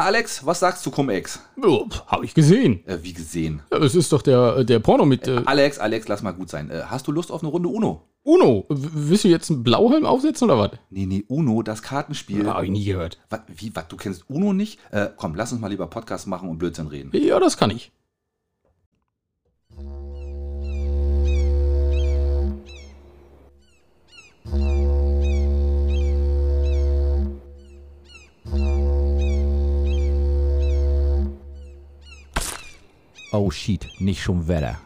Alex, was sagst du Cum-Ex? Ja, Habe ich gesehen. Äh, wie gesehen. Ja, Es ist doch der, der Porno mit äh, Alex, Alex, lass mal gut sein. Äh, hast du Lust auf eine Runde Uno? Uno. W- Willst du jetzt einen Blauhelm aufsetzen oder was? Nee, nee, Uno, das Kartenspiel. Hab ich nie gehört. Wat, wie, was, du kennst Uno nicht? Äh, komm, lass uns mal lieber Podcast machen und Blödsinn reden. Ja, das kann ich. Oh shit, nicht schon Wetter.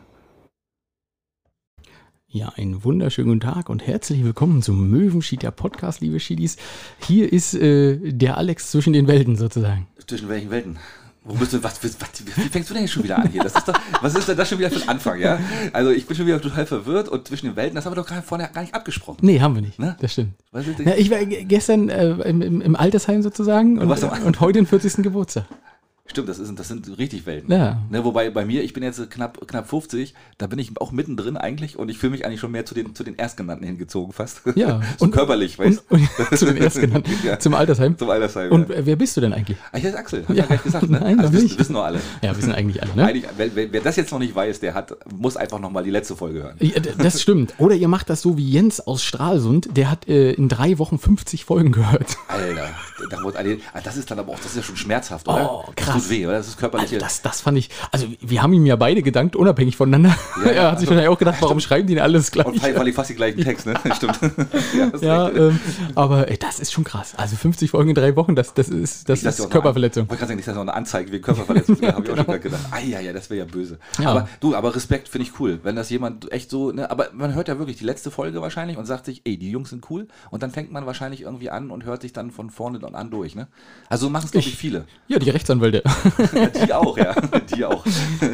Ja, einen wunderschönen guten Tag und herzlich willkommen zum Möwenschied, der Podcast, liebe Schiedis. Hier ist äh, der Alex zwischen den Welten sozusagen. Zwischen welchen Welten? Wo bist du, was, was, was, wie fängst du denn jetzt schon wieder an hier? Das ist doch, was ist denn das schon wieder für ein Anfang, ja? Also ich bin schon wieder total verwirrt und zwischen den Welten, das haben wir doch gerade vorher gar nicht abgesprochen. Nee, haben wir nicht. Na? Das stimmt. Was ist denn- Na, ich war ge- gestern äh, im, im, im Altersheim sozusagen und, warst im Al- und heute den 40. Geburtstag. Stimmt, das, ist, das sind richtig Welten. Ja. Ne, wobei bei mir, ich bin jetzt knapp, knapp 50, da bin ich auch mittendrin eigentlich und ich fühle mich eigentlich schon mehr zu den, zu den Erstgenannten hingezogen fast. Ja, so und- körperlich, weißt Und, und zu den erstgenannten, Ja. zum Altersheim. du? Zum Altersheim. Und ja. äh, wer bist du denn eigentlich? Ah, hier ist Axel, hab Ja, ich ja gleich gesagt. Ne? nein, also noch wissen, nicht. wissen nur alle. Ja, wir sind eigentlich alle, ne? Eigentlich, wer, wer, wer das jetzt noch nicht weiß, der hat, muss einfach nochmal die letzte Folge hören. Ja, d- das stimmt. Oder ihr macht das so wie Jens aus Stralsund, der hat äh, in drei Wochen 50 Folgen gehört. Alter, da wurde alle, ah, das ist dann aber auch, das ist ja schon schmerzhaft, oder? Oh, Das krass. tut weh, oder? Das ist körperliche. Also das, das fand ich, also wir haben ihm ja beide gedankt, unabhängig voneinander. ja, er hat sich also- wahrscheinlich auch gedacht, warum schreiben die denn alles und gleich? weil, weil ich fast den gleichen Text, ne? Stimmt. ja, das Ja, ähm, aber ey, das ist schon krass. Also 50 Folgen in drei Wochen, das, das ist, das Nicht, dass ist die auch noch Körperverletzung. Genau. An- Ich kann sagen, nicht, dass das noch eine Anzeige wegen Körperverletzung ja, habe ich auch schon gerade gedacht. Ah, ja, ja, das wäre ja böse. Ja. Aber du, aber Respekt finde ich cool, wenn das jemand echt so, ne, aber man hört ja wirklich die letzte Folge wahrscheinlich und sagt sich, ey, die Jungs sind cool und dann fängt man wahrscheinlich irgendwie an und hört sich dann von vorne dann an durch, ne? Also machen es glaube ich viele. Ja, die Rechtsanwälte. Ja, die auch, ja, die auch.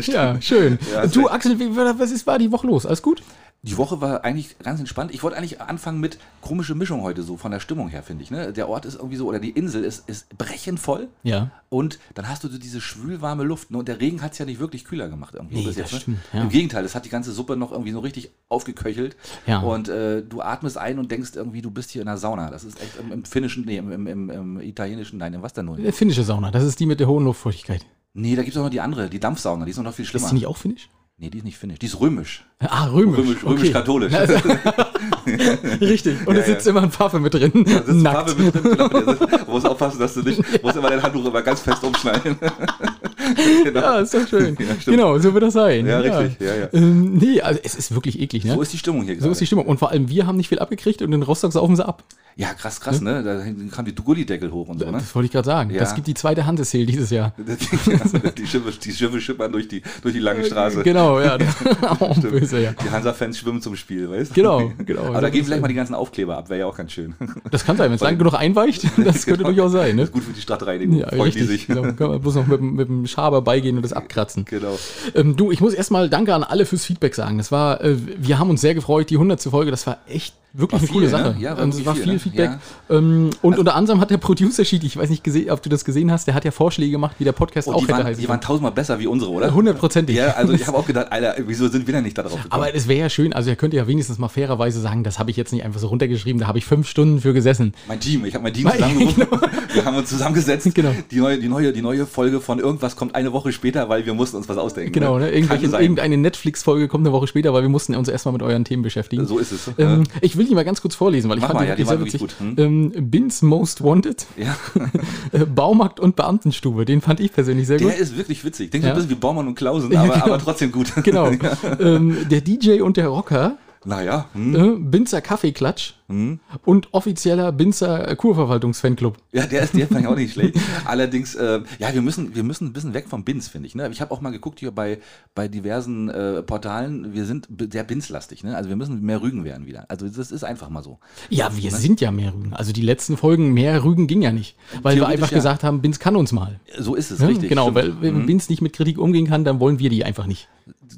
ja, schön. Ja, ist du, recht. Axel, wie, war- was ist, war die Woche los? Alles gut? Die Woche war eigentlich ganz entspannt. Ich wollte eigentlich anfangen mit komische Mischung heute so von der Stimmung her, finde ich, ne? Der Ort ist irgendwie so oder die Insel ist ist brechend voll. Ja. Und dann hast du so diese schwülwarme Luft. Ne? Und der Regen hat es ja nicht wirklich kühler gemacht. Irgendwie Nee, das stimmt, ja. Im Gegenteil, es hat die ganze Suppe noch irgendwie so richtig aufgeköchelt. Ja. Und äh, du atmest ein und denkst irgendwie, du bist hier in der Sauna. Das ist echt im, im finnischen, nee, im, im, im, im italienischen, nein, im was denn nun? Äh, Finnische Sauna, das ist die mit der hohen Luftfeuchtigkeit. Nee, da gibt es auch noch die andere, die Dampfsauna, die ist noch viel schlimmer. Ist die nicht auch finnisch? nee, die ist nicht finnisch, die ist römisch. Ah, römisch. Römisch- römisch-katholisch. Richtig. Und Ja, es ja. sitzt immer ein Pfaffe mit drin. Da sitzt Nackt. Pavel mit drin, genau, der sitzt- Du musst aufpassen, dass du nicht, musst immer dein Handtuch immer ganz fest umschneiden. genau. Ja, ist doch schön. stimmt. genau, so wird das sein. Ja, richtig. Ja, ja. Ähm, nee, also es ist wirklich eklig, So ne? ist halt. die Stimmung hier So ist die Stimmung. Und vor allem, wir haben nicht viel abgekriegt und in Rostock saufen sie ab. Ja, krass, krass, ne? Da hinten kam die Dugulli-Deckel hoch und so, ne? Das wollte ich gerade sagen. Ja. Das gibt die zweite Hansesail dieses Jahr. die, Schiffe, die Schiffe schippern durch die, durch die lange Straße. Genau, ja. oh, böse, ja. Die Hansa-Fans schwimmen zum Spiel, weißt du? Genau, genau. Aber da gehen vielleicht mal die ganzen Aufkleber ab, wäre ja auch ganz schön. Das kann sein, wenn es lang genug einweicht, das könnte Genau. durchaus sein, Das ne? ist gut für die Stadtreinigung, freuen die sich. Genau, kann man bloß noch mit, dem- mit dem Schaber beigehen und das abkratzen. Genau. Ähm, du, ich muss erstmal Danke an alle fürs Feedback sagen. Das war, äh, wir haben uns sehr gefreut, die 100. Folge, das war echt wirklich War eine coole viel, ne? Sache. Ja, war Ähm, es wirklich war viel, viel, ne? Feedback. Ja. Also Ähm, und unter anderem hat der Producer Sheet, ich weiß nicht, gese- ob du das gesehen hast, der hat ja Vorschläge gemacht, wie der Podcast Und auch Oh, die, hätte waren, heißen die waren tausendmal besser wie unsere, oder? können. Hundertprozentig. Ja, also ich habe auch gedacht, Alter, wieso sind wir denn nicht da drauf gekommen? aber es wäre ja schön, also er könnte ja wenigstens mal fairerweise sagen, das habe ich jetzt nicht einfach so runtergeschrieben, da habe ich fünf Stunden für gesessen. Mein Team, ich habe mein Team Mein- zusammengerufen. Wir haben uns zusammengesetzt. Genau. Die, neue, die, neue, die neue Folge von irgendwas kommt eine Woche später, weil wir mussten uns was ausdenken. Genau, ne? Kann Irgendwelche, sein. irgendeine Netflix-Folge kommt eine Woche später, weil wir mussten uns erstmal mit euren Themen beschäftigen. So ist es. Ähm, ich will die mal ganz kurz vorlesen, weil ich Äh, Mach fand mal, die ja, die wirklich sehr waren wirklich witzig. gut, hm? Ähm, Bins Most Wanted, ja. äh, Baumarkt und Beamtenstube, den fand ich persönlich sehr Der gut. ist wirklich witzig. Denkt so Ja. ein bisschen wie Baumann und Klausen, Ja, aber, genau. aber trotzdem gut. Genau. ähm, der DJ und der Rocker, Naja, hm. äh, Binzer Kaffeeklatsch und offizieller Binzer Kurverwaltungs-Fanclub. ja, der ist der fand ich auch nicht schlecht. Allerdings, äh, ja, wir müssen, wir müssen ein bisschen weg vom Bins, finde ich. Ne? Ich habe auch mal geguckt hier bei, bei diversen äh, Portalen, wir sind b- sehr Bins-lastig. Ne? Also wir müssen mehr Rügen werden wieder. Also das ist einfach mal so. Ja, wir sind ja mehr Rügen. Also die letzten Folgen mehr Rügen ging ja nicht, weil wir Theoretisch einfach ja. gesagt haben, Binz kann uns mal. So ist es, Ne? richtig. genau, stimmt. Hm. weil wenn Binz nicht mit Kritik umgehen kann, dann wollen wir die einfach nicht.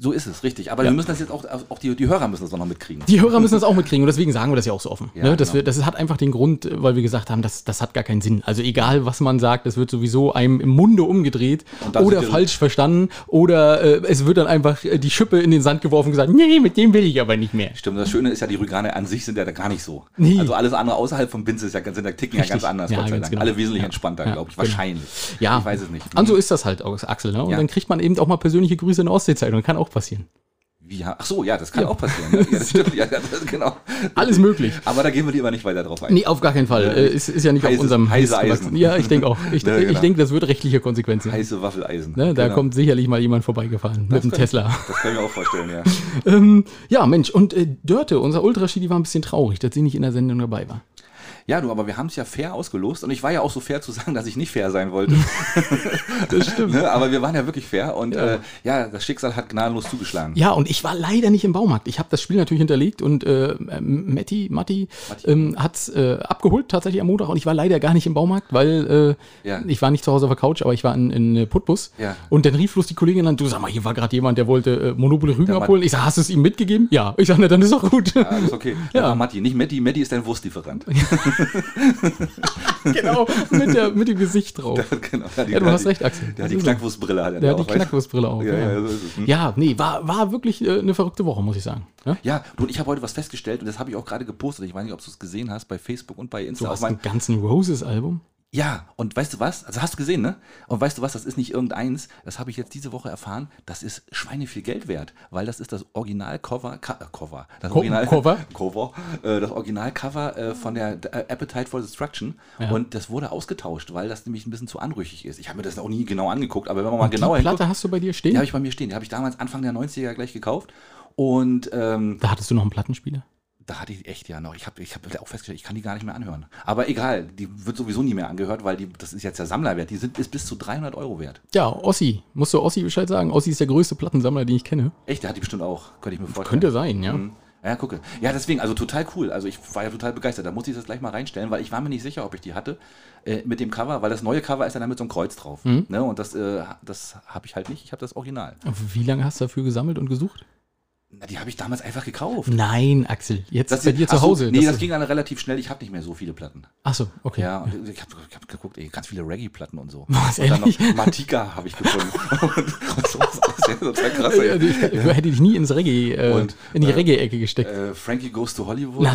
so ist es, richtig. Aber wir müssen das jetzt auch, auch die, die Hörer müssen das auch noch mitkriegen. Die Hörer müssen das auch mitkriegen und deswegen sagen wir das ja auch so offen. Ja, ne? das, genau. wir, das hat einfach den Grund, weil wir gesagt haben, das, das hat gar keinen Sinn. Also egal, was man sagt, das wird sowieso einem im Munde umgedreht Und dann oder sind wir- falsch verstanden oder äh, es wird dann einfach äh, die Schippe in den Sand geworfen und gesagt, nee, mit dem will ich aber nicht mehr. Stimmt, das Schöne ist ja, die Rüganer an sich sind ja da gar nicht so. Nee. Also alles andere außerhalb von Binz ist ja ganz, sind ja Ticken ja ganz Richtig. anders, Ja, Gott sei ganz Dank. genau. Alle wesentlich Ja. entspannter, Ja, glaube ich. genau. Wahrscheinlich. Ja. Ich weiß es nicht. Und so ist das halt, August Axel. Ne? Und Ja. dann kriegt man eben auch mal persönliche Grüße in der Ostsee und kann auch passieren. Wie, ha- ach so, ja, das kann auch passieren. ne? Ja, das stimmt, ja, das, genau. Alles möglich. Aber da gehen wir lieber nicht weiter drauf ein. Nee, auf gar keinen Fall. Äh, ist, ist ja nicht Heißes- auf unserem heiße Mist Eisen. gewachsen. Ja, ich denke auch. Ich, Ja, ich genau. denke, das wird rechtliche Konsequenzen. haben. Heiße Waffeleisen. Ne? Da Genau. kommt sicherlich mal jemand vorbeigefahren mit dem könnte- Tesla. Das kann ich mir auch vorstellen, ja. Ähm, ja, Mensch, und äh, Dörte, unser Ultraschi, die war ein bisschen traurig, dass sie nicht in der Sendung dabei war. Ja, du, aber wir haben es ja fair ausgelost und ich war ja auch so fair zu sagen, dass ich nicht fair sein wollte. Das stimmt. ne? Aber wir waren ja wirklich fair und Ja. ja, äh, ja das Schicksal hat gnadenlos zugeschlagen. Ja, und ich war leider nicht im Baumarkt. Ich habe das Spiel natürlich hinterlegt und äh, M- Matti, Matti ähm, hat es äh, abgeholt tatsächlich am Montag und ich war leider gar nicht im Baumarkt, weil äh, Ja. ich war nicht zu Hause auf der Couch, aber ich war in, in äh, Putbus. Ja. Und dann rief bloß die Kollegin an, du sag mal, hier war gerade jemand, der wollte äh, Monopoly Rügen war- abholen. Ich sag, hast du es ihm mitgegeben? Ja. Ich sag, na, dann ist doch gut. Ja, ist okay. Ja. Ja. Matti, nicht Matti, Matti ist dein Wurstlieferant. genau, mit, der, mit dem Gesicht drauf. genau. Ja, die- Ja, du ja, hast die- recht, Axel. Der Das hat die ist so. Knackwurstbrille. Hat er Der hat auch, die weißt du? Knackwurstbrille auf. Ja, ja, so ist es. Hm. Ja, nee, war, war wirklich äh, eine verrückte Woche, muss ich sagen. ne? Ja? Ja, du, und ich habe heute was festgestellt und das habe ich auch gerade gepostet. Ich weiß nicht, ob du es gesehen hast bei Facebook und bei Insta. Du auf hast meinem- ein ganzen Roses-Album. ja, und weißt du was? Also hast du gesehen, ne? Und weißt du was? Das ist nicht irgendeins. Das habe ich jetzt diese Woche erfahren. Das ist Schweine viel Geld wert, weil das ist das Originalcover, Ka- äh, Cover, das Co- Cover? Cover, äh, das Originalcover äh, von der äh, Appetite for Destruction. Und das wurde ausgetauscht, weil das nämlich ein bisschen zu anrüchig ist. Ich habe mir das auch nie genau angeguckt, aber wenn man mal genauer Die hinguckt, Platte hast du bei dir stehen? Die habe ich bei mir stehen. Die habe ich damals Anfang der 90er gleich gekauft. Und ähm, Da hattest du noch einen Plattenspieler. da hatte ich echt ja noch. Ich habe ich hab auch festgestellt, ich kann die gar nicht mehr anhören. Aber egal, die wird sowieso nie mehr angehört, weil die, das ist jetzt der Sammlerwert. Die sind, ist bis zu 300 Euro wert. Ja, Ossi. Musst du Ossi Bescheid sagen? Ossi ist der größte Plattensammler, den ich kenne. Echt, der hat die bestimmt auch. Könnte ich mir vorstellen. Könnte sein, ja. Mhm. Ja, gucke. Ja, deswegen, also total cool. Also ich war ja total begeistert. Da musste ich das gleich mal reinstellen, weil ich war mir nicht sicher, ob ich die hatte äh, mit dem Cover, weil das neue Cover ist ja dann mit so einem Kreuz drauf. Mhm. Ne? Und das, äh, das habe ich halt nicht. Ich habe das Original. Wie lange hast du dafür gesammelt und gesucht? Na, die habe ich damals einfach gekauft. Nein, Axel. Jetzt Das bei dir zu ach so, Hause. Nee, das, ist- ging alle relativ schnell. Ich habe nicht mehr so viele Platten. Ach so, okay. Ja, und ich habe ich hab geguckt, ey, ganz viele Reggae-Platten und so. Was, und dann ehrlich? noch Matika habe ich gefunden. und, und so, das ist ja total krass. Äh, Ey. Ich, ich hätte dich nie ins Reggae, äh, Und, in die äh, Reggae-Ecke gesteckt. Äh, Frankie Goes to Hollywood. Na,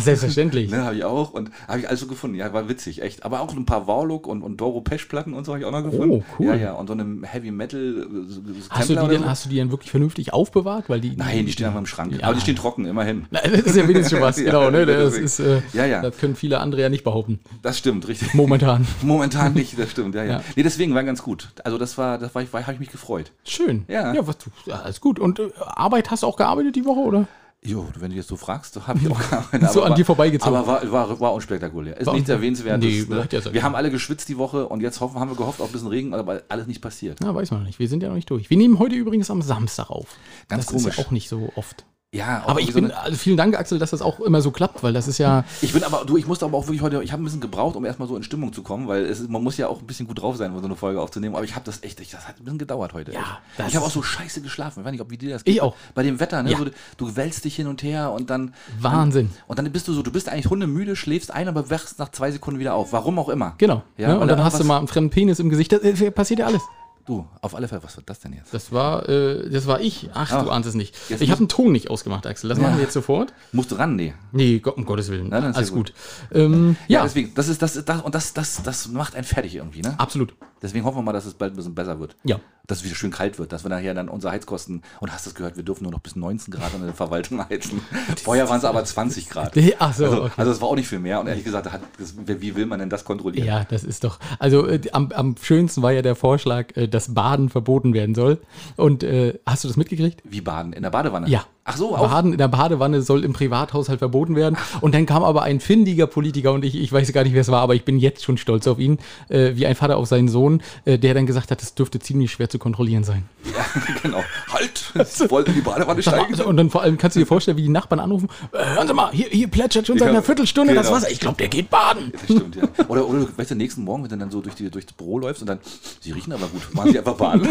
selbstverständlich. Ne, habe ich auch. Und habe ich alles so gefunden. Ja, war witzig, echt. Aber auch ein paar Warlock und, und Doro Pesch-Platten und so habe ich auch noch gefunden. Oh, cool. Ja, ja. Und so einem Heavy Metal. äh, So, so hast, Templar du die oder denn, so. hast du die denn wirklich vernünftig aufbewahrt? Weil die, Nein, die stehen einfach im Schrank. Ja. Aber die stehen trocken, immerhin. Na, Das ist ja wenigstens schon was, Ja, genau. Ne? Das, deswegen. ist, äh, Ja, ja. das können viele andere ja nicht behaupten. Das stimmt, richtig. Momentan. Momentan nicht, das stimmt, ja, ja. Ja. Nee, deswegen war ganz gut. Also das war, das war, ich war habe ich mich gefreut. Schön. Ja. ja was, du- ja, alles gut. Und äh, Arbeit hast du auch gearbeitet die Woche, oder? Jo, wenn du jetzt so fragst, so habe ich auch gearbeitet. So an aber war- dir vorbeigezogen. Aber war, war, war unspektakulär. Ist War- nichts Erwähnenswertes. Nee, ne? hätte ja sein Wir können. haben alle geschwitzt die Woche und jetzt hoffen, haben wir gehofft auf ein bisschen Regen, aber alles nicht passiert. Na, weiß man noch nicht. Wir sind ja noch nicht durch. Wir nehmen heute übrigens am Samstag auf. Ganz das ist komisch. ja auch nicht so oft. Ja, auch Aber ich irgendwie so ne- bin, eine- also vielen Dank, Axel, dass das auch immer so klappt, weil das ist ja, ich bin aber, du, ich musste aber auch wirklich heute, ich habe ein bisschen gebraucht, um erstmal so in Stimmung zu kommen, weil es ist, man muss ja auch ein bisschen gut drauf sein, um so eine Folge aufzunehmen. Aber ich habe das echt, ich, das hat ein bisschen gedauert heute. Ja, echt. das- ich habe auch so scheiße geschlafen. Ich weiß nicht, ob wie dir das Ich auch. Bei dem Wetter, ne? Ja. So, du wälzt dich hin und her und dann. Wahnsinn. Und dann bist du so, du bist eigentlich hundemüde, schläfst ein, aber wachst nach zwei Sekunden wieder auf. Warum auch immer. Genau. Ja, ne? Und oder dann hast du was- mal einen fremden Penis im Gesicht. Das äh, passiert ja alles. Du, auf alle Fälle, was wird das denn jetzt? Das war, äh, das war ich. Ach, Ach. du ahnst es nicht. Jetzt ich Ah. muss- habe einen Ton nicht ausgemacht, Axel. Das machen wir jetzt sofort. Musst du ran, nee. Nee, Gott, um Gottes Willen. Na, dann ist alles ja gut. gut. Ähm, ja, Ja, deswegen, das ist das, ist- das und das, das, das macht einen fertig irgendwie, ne? absolut. Deswegen hoffen wir mal, dass es bald ein bisschen besser wird. Ja. Dass es wieder schön kalt wird, dass wir nachher dann unsere Heizkosten, und hast du das gehört, wir dürfen nur noch bis 19 Grad in der Verwaltung heizen. Vorher waren es aber 20 Grad. Ach so, Also, okay. also das war auch nicht viel mehr. Und ehrlich gesagt, da hat, das, wie will man denn das kontrollieren? Ja, das ist doch. Also äh, am, am schönsten war ja der Vorschlag, äh, dass Baden verboten werden soll. Und äh, hast du das mitgekriegt? Wie baden? In der Badewanne? Ja. Ach so, auch. Baden in der Badewanne soll im Privathaushalt verboten werden. Und dann kam aber ein findiger Politiker und ich, ich weiß gar nicht, wer es war, aber ich bin jetzt schon stolz auf ihn, äh, wie ein Vater auf seinen Sohn, äh, der dann gesagt hat, es dürfte ziemlich schwer zu kontrollieren sein. Ja, genau. Halt! Also, Sie wollten in die Badewanne steigen. Und dann vor allem kannst du dir vorstellen, wie die Nachbarn anrufen. Äh, hören Sie mal, hier, hier plätschert schon seit einer Genau. Viertelstunde das Genau. Wasser. Ich glaube, der geht baden. Das stimmt, ja. Oder, oder du weißt du, nächsten Morgen, wenn du dann so durch, die, durch das Büro läufst und dann, sie riechen aber gut, machen sie einfach baden.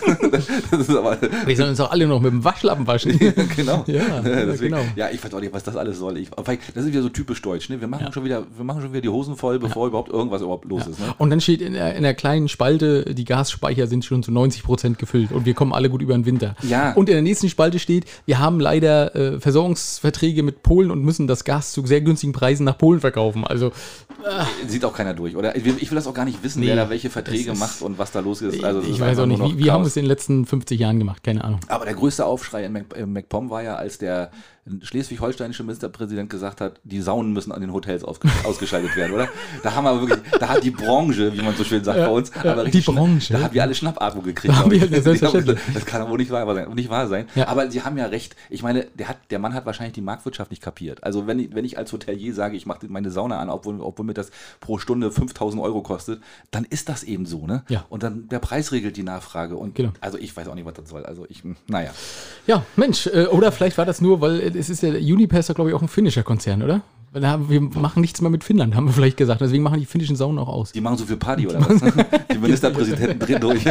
das ist aber, Wir sollen uns auch alle noch mit dem Waschlappen waschen. genau. Ja, ja, Deswegen, genau. ja, ich weiß auch nicht, was das alles soll. Ich, aber das ist wieder so typisch deutsch. Ne? Wir, machen schon wieder, wir machen schon wieder die Hosen voll, bevor überhaupt irgendwas überhaupt los ist. Ne? Und dann steht in der, in der kleinen Spalte, die Gasspeicher sind schon zu 90 Prozent gefüllt und wir kommen alle gut über den Winter. Ja. Und in der nächsten Spalte steht, wir haben leider äh, Versorgungsverträge mit Polen und müssen das Gas zu sehr günstigen Preisen nach Polen verkaufen. Also Sieht auch keiner durch, oder? Ich will, ich will das auch gar nicht wissen, wer Nee, da welche Verträge das ist- macht und was da los ist. Also, das ich ist weiß einfach auch nicht, nur noch wie, wie haben wir Chaos. es in den letzten 50 Jahren gemacht? Keine Ahnung. Aber der größte Aufschrei in Mac- äh, MacPom war ja, als der schleswig-holsteinische Ministerpräsident gesagt hat, die Saunen müssen an den Hotels ausge ausgeschaltet werden, oder? Da haben wir wirklich, da hat die Branche, wie man so schön sagt bei uns, ja, aber die richtig schna- Branche. Da haben wir alle Schnappatmung gekriegt. Da haben glaub ich. wir- ja, Die haben- selbstverständlich. Das kann wohl nicht wahr sein. Nicht wahr sein. Ja. Aber sie haben ja recht. Ich meine, der, hat, der Mann hat wahrscheinlich die Marktwirtschaft nicht kapiert. Also wenn ich, wenn ich als Hotelier sage, ich mache meine Sauna an, obwohl, obwohl mir das pro Stunde 5000 Euro kostet, dann ist das eben so, ne? Ja. Und dann der Preis regelt die Nachfrage. Und Genau. also ich weiß auch nicht, was das soll. Also ich, hm, naja. Ja, Mensch, äh, oder vielleicht war das nur, weil äh, es ist ja, Uniper ist ja, glaube ich, auch ein finnischer Konzern, oder? Weil da haben- Wir machen nichts mehr mit Finnland, haben wir vielleicht gesagt. Deswegen machen die finnischen Saunen auch aus. Die machen so viel Party oder was? Die Ministerpräsidenten drehen durch.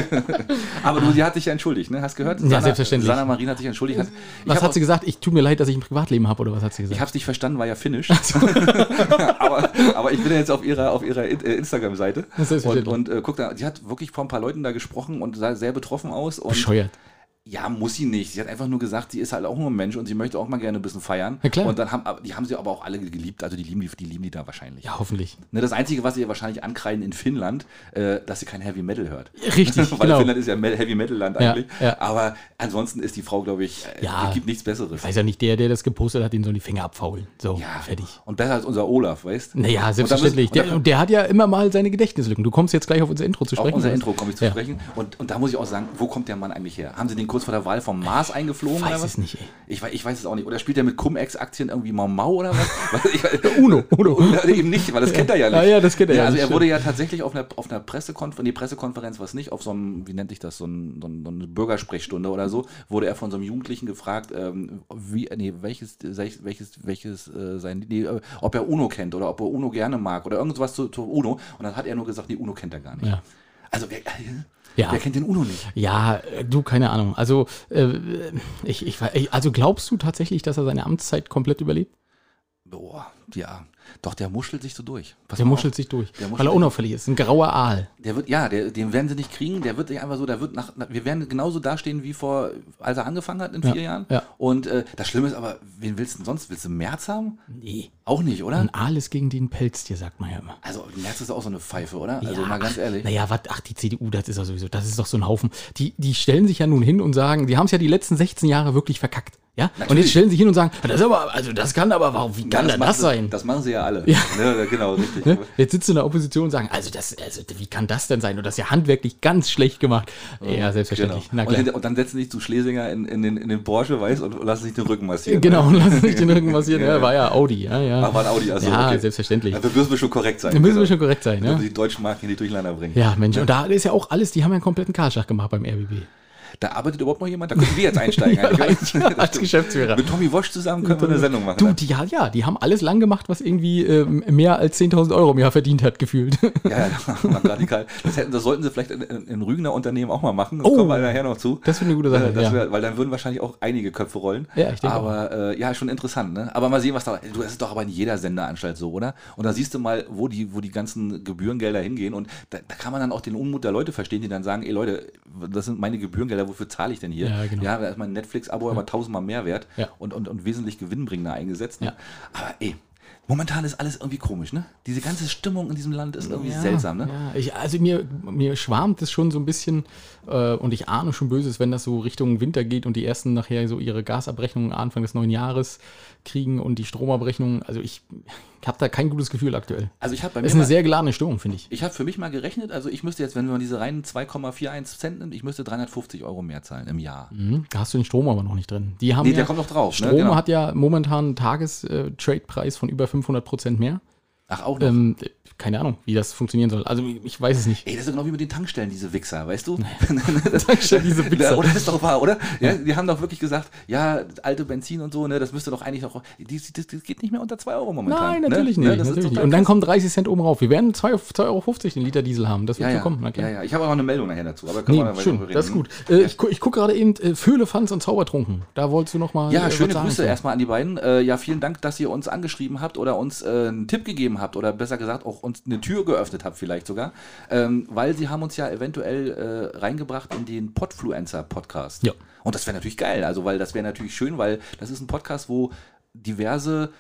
Aber du, sie hat sich ja entschuldigt, ne? Hast gehört? Ja, selbstverständlich. Sanna Marin hat sich entschuldigt. Hat, ich Was hab hat sie gesagt? Ich tut mir leid, dass ich ein Privatleben habe, oder was hat sie Ich gesagt? habe es nicht verstanden, war ja finnisch. aber, aber ich bin ja jetzt auf ihrer, auf ihrer In- äh, Instagram-Seite Das ist und, verständlich. und äh, guck da, die hat wirklich vor ein paar Leuten da gesprochen und sah sehr betroffen aus. Und Bescheuert. ja, muss sie nicht. Sie hat einfach nur gesagt, sie ist halt auch nur ein Mensch und sie möchte auch mal gerne ein bisschen feiern. Na klar. Und dann haben aber- die haben sie aber auch alle geliebt, also die lieben die, die lieben die da wahrscheinlich. Ja, hoffentlich. Ne, das Einzige, was sie ihr wahrscheinlich ankreiden in Finnland, äh, dass sie kein Heavy Metal hört. Richtig, Weil genau. Finnland ist ja Me- Heavy Metal-Land Ja, eigentlich. ja. Aber ansonsten ist die Frau, glaube ich, äh, Ja. es gibt nichts Besseres. Weiß ja nicht, der, der das gepostet hat, den sollen die Finger abfaulen. So, Ja, fertig. Und besser als unser Olaf, weißt du? Naja, selbstverständlich. Und da müssen, Der, und und der hat ja immer mal seine Gedächtnislücken. Du kommst jetzt gleich auf unser Intro zu da, auf sprechen. unser oder was? Intro komme ich zu ja. sprechen. Und, und da muss ich auch sagen, wo kommt der Mann eigentlich her? Haben sie den kurz vor der Wahl vom Mars eingeflogen Weiß oder was? es nicht, ey. Ich, wei- ich weiß es auch nicht. Oder spielt er mit Cum-Ex-Aktien irgendwie Mau Mau oder was? Weiß ich- Uno, Uno. Oder eben nicht, weil das kennt er ja nicht. Ah Ja, ja, das kennt er ja. ja, Also das er wurde ja tatsächlich auf einer, auf einer Pressekonferenz, nee, Pressekonferenz war es nicht, auf so einem, wie nennt sich das, so, ein, so, ein, so eine Bürgersprechstunde oder so, wurde er von so einem Jugendlichen gefragt, ähm, wie, nee, welches, welches, welches, welches äh, sein, nee, äh, ob er Uno kennt oder ob er Uno gerne mag oder irgendwas zu, zu Uno. Und dann hat er nur gesagt, nee, Uno kennt er gar nicht. Ja. Also wer, Ja. wer kennt den Uno nicht? Ja, äh, du, keine Ahnung. Also, äh, ich, ich, weiß- ich, also glaubst du tatsächlich, dass er seine Amtszeit komplett überlebt? Boah, ja. Doch, der muschelt sich so durch. Pass Der mal auf. muschelt sich durch, Der muschelt- weil er unauffällig ist. Ein grauer Aal. Der wird, ja, der, den werden sie nicht kriegen. Der wird nicht einfach so, der wird nach, na- wir werden genauso dastehen wie vor, als er angefangen hat in Ja, vier Jahren. ja. Und äh, das Schlimme ist aber, wen willst du denn sonst? Willst du März haben? Nee. Auch nicht, oder? Ein Aal ist gegen den Pelz, dir sagt man ja immer. Also März ist auch so eine Pfeife, oder? Also Ja, mal ganz ehrlich. Naja, was, ach, die CDU, das ist ja sowieso, das ist doch so ein Haufen. Die, die stellen sich ja nun hin und sagen, die haben es ja die letzten 16 Jahre wirklich verkackt. Ja? Und jetzt Natürlich. stellen sie sich hin und sagen, das ist aber, also das kann aber, warum, wie Ja, kann denn machen das sie- sein? Das machen sie ja alle. Ja. Ne, genau, richtig. Ne? Jetzt sitzt du in der Opposition und sagen, also das, also wie kann das denn sein? Und das ist ja handwerklich ganz schlecht gemacht. Ja, Genau. selbstverständlich. Na Und, klar. hinter- und dann setzen sie sich zu Schlesinger in, in, den, in den Porsche, weiß und lassen sich den Rücken massieren. Genau, und lass nicht den Rücken passieren. Ja, war ja Audi. Ja, ja. Aber ein Audi, also ja okay. selbstverständlich. Da müssen wir schon korrekt sein. Da müssen wir Genau. schon korrekt sein. Damit Ja, wir die deutschen Marken hier nicht durcheinander bringen. ja Mensch, und da ist ja auch alles, die haben ja einen kompletten Karschach gemacht beim RBB. Da arbeitet überhaupt noch jemand? Da können wir jetzt einsteigen. Ja, eigentlich, oder? als Geschäftsführer. Mit Tommy Walsh zusammen können wir eine Sendung machen. ne? Du, die, ja, ja, die haben alles lang gemacht, was irgendwie ähm, mehr als 10.000 Euro im Jahr verdient hat, gefühlt. Ja, ja, mal radikal. Das, hätten, das sollten sie vielleicht in, in, in Rügener Unternehmen auch mal machen. Das Oh. kommen wir nachher noch zu. Das wird eine gute Sache, Äh, Das ja. wär, weil dann würden wahrscheinlich auch einige Köpfe rollen. Ja, ich denke Aber äh, ja, schon interessant. Ne? Aber mal sehen, was da. Du, das ist doch aber in jeder Sendeanstalt so, oder? Und da siehst du mal, wo die, wo die ganzen Gebührengelder hingehen. Und da, da kann man dann auch den Unmut der Leute verstehen, die dann sagen: Ey Leute, das sind meine Gebührengelder, wofür zahle ich denn hier? Ja, genau. ja da ist mein Netflix-Abo aber tausendmal mehr wert Ja. und, und, und wesentlich gewinnbringender eingesetzt. Ne? Ja. Aber ey. Momentan ist alles irgendwie komisch, ne? Diese ganze Stimmung in diesem Land ist irgendwie Ja, seltsam, ne? Ja, ich, also mir, mir schwarmt es schon so ein bisschen äh, und ich ahne schon Böses, wenn das so Richtung Winter geht und die ersten nachher so ihre Gasabrechnungen Anfang des neuen Jahres kriegen und die Stromabrechnungen. Also ich, ich habe da kein gutes Gefühl aktuell. Also ich habe bei mir Ist eine mal, sehr geladene Stimmung, finde ich. ich habe für mich mal gerechnet, also ich müsste jetzt, wenn man diese reinen 2,41 Cent nimmt, ich müsste 350 Euro mehr zahlen im Jahr. Mhm. Da hast du den Strom aber noch nicht drin. Die haben Nee, ja, der kommt noch drauf, ne? Strom Genau. äh, hat ja momentan einen Tages-Trade-Preis von über 500 Prozent mehr. Ach, auch noch. Ähm, keine Ahnung, wie das funktionieren soll. Also ich weiß es nicht. Ey, das ist doch genau wie mit den Tankstellen, diese Wichser, weißt du? Tankstellen, diese Wichser. Ja, Oder ist doch wahr, oder? Ja, die haben doch wirklich gesagt, ja, alte Benzin und so, ne, das müsste doch eigentlich auch. Die, die, das geht nicht mehr unter 2 Euro momentan. Nein, ne? natürlich Ja, das nicht. ist natürlich nicht. total Und dann krass. kommen 30 Cent oben rauf. Wir werden 2,50 Euro den Liter Diesel haben. Das wird ja, so ja. kommen. Na klar. ja, ja. Ich habe auch noch eine Meldung nachher dazu, aber können wir Nee, mal schön, darüber das ist gut. Äh, ich gu- ich gucke gerade eben äh, Föhle, Fanz und Zaubertrunken. Da wolltest du äh, nochmal. Ja, schöne Grüße erstmal an die beiden. Äh, ja, vielen Dank, dass ihr uns angeschrieben habt oder uns äh, einen Tipp gegeben habt oder besser gesagt auch uns eine Tür geöffnet habt vielleicht sogar, ähm, weil sie haben uns ja eventuell äh, reingebracht in den Podfluencer-Podcast. Ja. Und das wäre natürlich geil, also weil das wäre natürlich schön, weil das ist ein Podcast, wo diverse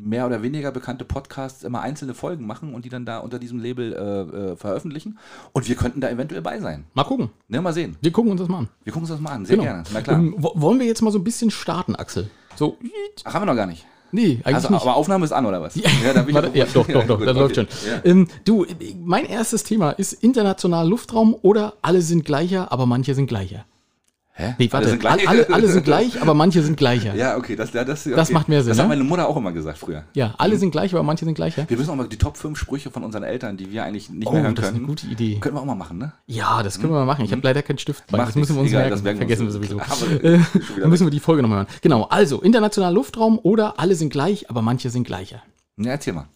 mehr oder weniger bekannte Podcasts immer einzelne Folgen machen und die dann da unter diesem Label äh, äh, veröffentlichen. Und wir könnten da eventuell bei sein. Mal gucken. Ne, mal sehen. Wir gucken uns das mal an. Wir gucken uns das mal an. Sehr gerne. Na klar. Ähm, wo- wollen wir jetzt mal so ein bisschen starten, Axel? So, Ach, haben wir noch gar nicht. nee, eigentlich Also, nicht. aber Aufnahme ist an, oder was? da bin ich Warte, auch- ja, doch, doch, doch, gut, das läuft schon. okay. Ja. Ähm, du, mein erstes Thema ist international Luftraum oder alle sind gleicher, aber manche sind gleicher. Hä? Nee, warte, alle sind gleich, gleich? alle, alle sind gleich aber manche sind gleicher. Ja, Ja, okay, das, ja, das, okay. Das macht mehr Sinn, Das ne? hat meine Mutter auch immer gesagt früher. alle sind gleich, aber manche sind gleicher. Wir müssen auch mal die Top 5 Sprüche von unseren Eltern, die wir eigentlich nicht Oh, mehr hören das ist eine können. gute Idee. Können wir auch mal machen, ne? Ja, das können wir mal machen. Ich habe leider keinen Stift bei. Macht Das müssen wir uns nichts. Egal, merken. das merken wir Vergessen wir uns. sowieso. Aber, Äh, schon wieder Dann müssen wir die Folge nochmal hören. Genau, also internationaler Luftraum oder alle sind gleich, aber manche sind gleicher. Na, erzähl mal.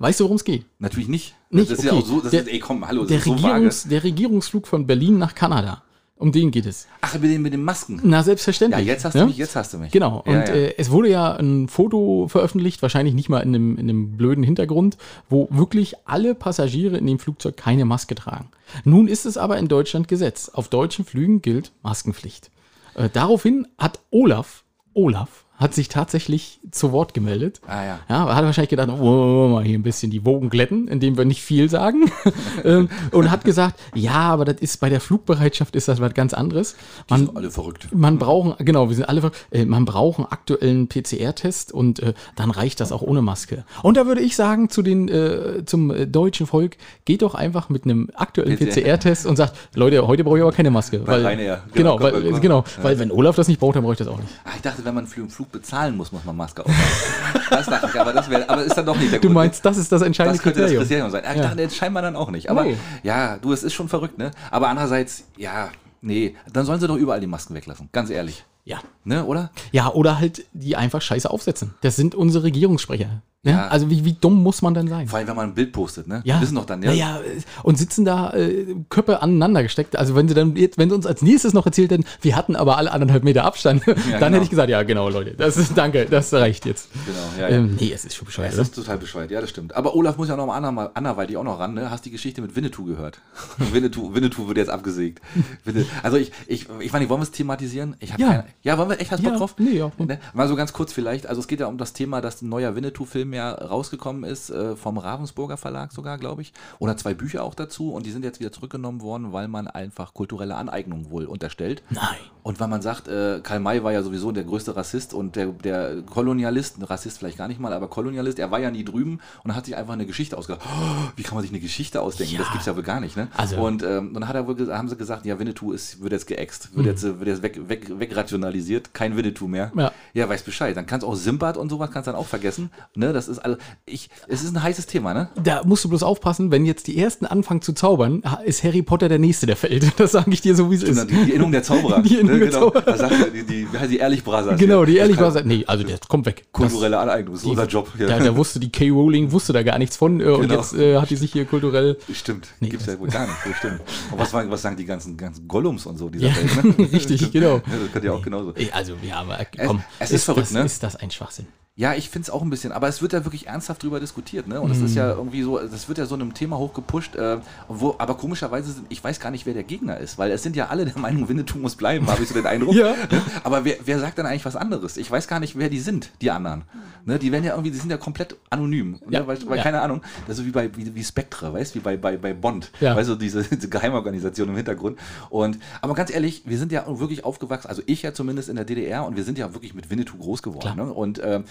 Weißt du, worum es geht? Natürlich nicht. Nicht, das ist ja okay. auch so, das Der- ist, ey, komm, hallo, das Der, ist so vage. Regierungs, der Regierungsflug von Berlin nach Kanada. Um den geht es. Ach, mit den, mit den Masken. Na, Ja, selbstverständlich. jetzt hast Ja? du mich, jetzt hast du mich. Genau, und Ja, ja. Äh, es wurde ja ein Foto veröffentlicht, wahrscheinlich nicht mal in einem, in einem blöden Hintergrund, wo wirklich alle Passagiere in dem Flugzeug keine Maske tragen. Nun ist es aber in Deutschland Gesetz. Auf deutschen Flügen gilt Maskenpflicht. Äh, daraufhin hat Olaf, Olaf, hat sich tatsächlich zu Wort gemeldet. Ah, ja. Ja, hat wahrscheinlich gedacht, oh, oh, oh, mal hier ein bisschen die Wogen glätten, indem wir nicht viel sagen. ähm, und hat gesagt, ja, aber das ist bei der Flugbereitschaft ist das was ganz anderes. Die Man, sind alle verrückt. man brauchen, genau, wir sind alle, ver- äh, man braucht einen aktuellen PCR-Test und äh, dann reicht das auch ohne Maske. Und da würde ich sagen zu den, äh, zum äh, deutschen Volk, geht doch einfach mit einem aktuellen PCR. PCR-Test und sagt, Leute, heute brauche ich aber keine Maske. Weil, Ryanair. Genau, Genau, weil, komm, komm. genau weil wenn Olaf das nicht braucht, dann brauche ich das auch nicht. Ach, Ah, ich dachte, wenn man für den Flug bezahlen muss, muss man Maske aufhaben. das dachte ich, aber das wäre, aber ist dann doch nicht der Du Grund, ne? meinst, das ist das entscheidende Das könnte das Kriterium Kriterium. sein. Ah, Ich Ja. dachte jetzt scheinbar dann auch nicht. Aber Nee. ja, du, es ist schon verrückt, ne? Aber andererseits, ja, nee, dann sollen sie doch überall die Masken weglassen. Ganz ehrlich. Ja. Ne, oder? ja, oder halt die einfach scheiße aufsetzen. Das sind unsere Regierungssprecher. Ne? Ja. Also wie, wie dumm muss man denn sein? Vor allem, wenn man ein Bild postet, ne? Die wissen doch dann, ja. Naja, äh, und sitzen da äh, Köpfe aneinander gesteckt. Also wenn sie dann, jetzt- wenn sie uns als nächstes noch erzählt hätten, wir hatten aber alle anderthalb Meter Abstand, dann genau. hätte ich gesagt, ja genau, Leute, das ist, danke, das reicht jetzt. Genau, ja, ja. Ähm, nee, es ist schon bescheuert. Das oder? ist total bescheuert, ja, das stimmt. Aber Olaf muss ja noch mal andermal- anderweitig auch noch ran, ne? Hast die Geschichte mit Winnetou gehört? Winnetou, Winnetou wird jetzt abgesägt. Winne- Also ich, ich, ich weiß nicht, wollen wir es thematisieren? Ich hab Ja. Keine, ja, wollen wir echt, hast du Ja, Bock drauf? nee, ja. Ne? Mal so ganz kurz vielleicht, also es geht ja um das Thema, dass ein neuer Winnetou-Film ja rausgekommen ist, äh, vom Ravensburger Verlag sogar, glaube ich. Oder zwei Bücher auch dazu und die sind jetzt wieder zurückgenommen worden, weil man einfach kulturelle Aneignung wohl unterstellt. Nein. Und weil man sagt, äh, Karl May war ja sowieso der größte Rassist und der, der Kolonialist, ein Rassist vielleicht gar nicht mal, aber Kolonialist, er war ja nie drüben und hat sich einfach eine Geschichte ausgedacht. Oh, wie kann man sich eine Geschichte ausdenken? Ja. Das gibt's ja wohl gar nicht, ne? Also- Und ähm, dann hat er wohl, ge- haben sie gesagt, ja, Winnetou ist, wird jetzt geäxt, wird jetzt, äh, wird jetzt weg, weg, wegrationalisiert, kein Winnetou mehr. Mhm. Ja. ja weiß Bescheid. Dann kannst auch Simbad und sowas kannst dann auch vergessen. Ne, das ist alles, ich, es ist ein heißes Thema, ne? Da musst du bloß aufpassen, wenn jetzt die ersten anfangen zu zaubern, ha- ist Harry Potter der Nächste, der fällt. Das sage ich dir so, wie es ist. Die, die Innung der Zauberer. Die Innung der genau. Zauberer. Da sagt er, die, die, wie heißt die Ehrlich Brasers. Genau, die Also, Das kann- ehrlich war, nee, also der kommt weg. Das- Kulturelle Aneignung, das ist unser Job. Da, da wusste die K. Rowling wusste da gar nichts von äh, und Genau. jetzt äh, hat die sich hier kulturell Stimmt, Nee, gibt's das- ja wohl gar nicht. Das stimmt. Und was, sagen- was sagen die ganzen, ganzen Gollums und so dieser Ja, Welt? Ne? richtig, Stimmt. genau. Ja, das könnte ja auch genauso. Ey, Also, ja, aber Es- komm. es ist verrückt, das, ne? Ist das ein Schwachsinn? Ja, ich finde es auch ein bisschen, aber es wird ja wirklich ernsthaft drüber diskutiert, ne? Und es ist ja Mhm. irgendwie so, das wird ja so einem Thema hochgepusht, äh, wo, aber komischerweise, sind, ich weiß gar nicht, wer der Gegner ist, weil es sind ja alle der Meinung, Winnetou muss bleiben, habe ich so den Eindruck. Ja. Ne? Aber wer, wer sagt dann eigentlich was anderes? Ich weiß gar nicht, wer die sind, die anderen. Ne? Die werden ja irgendwie, die sind ja komplett anonym. Ja, Ne? Weil, weil ja. keine Ahnung, das ist wie bei wie, wie Spectre, weißt du, wie bei, bei, bei Bond. Ja. Weißt du, also diese, diese Geheimorganisation im Hintergrund. Und, aber ganz ehrlich, wir sind ja wirklich aufgewachsen, also ich ja zumindest in der DDR und wir sind ja wirklich mit Winnetou groß geworden. Ne? Und ähm,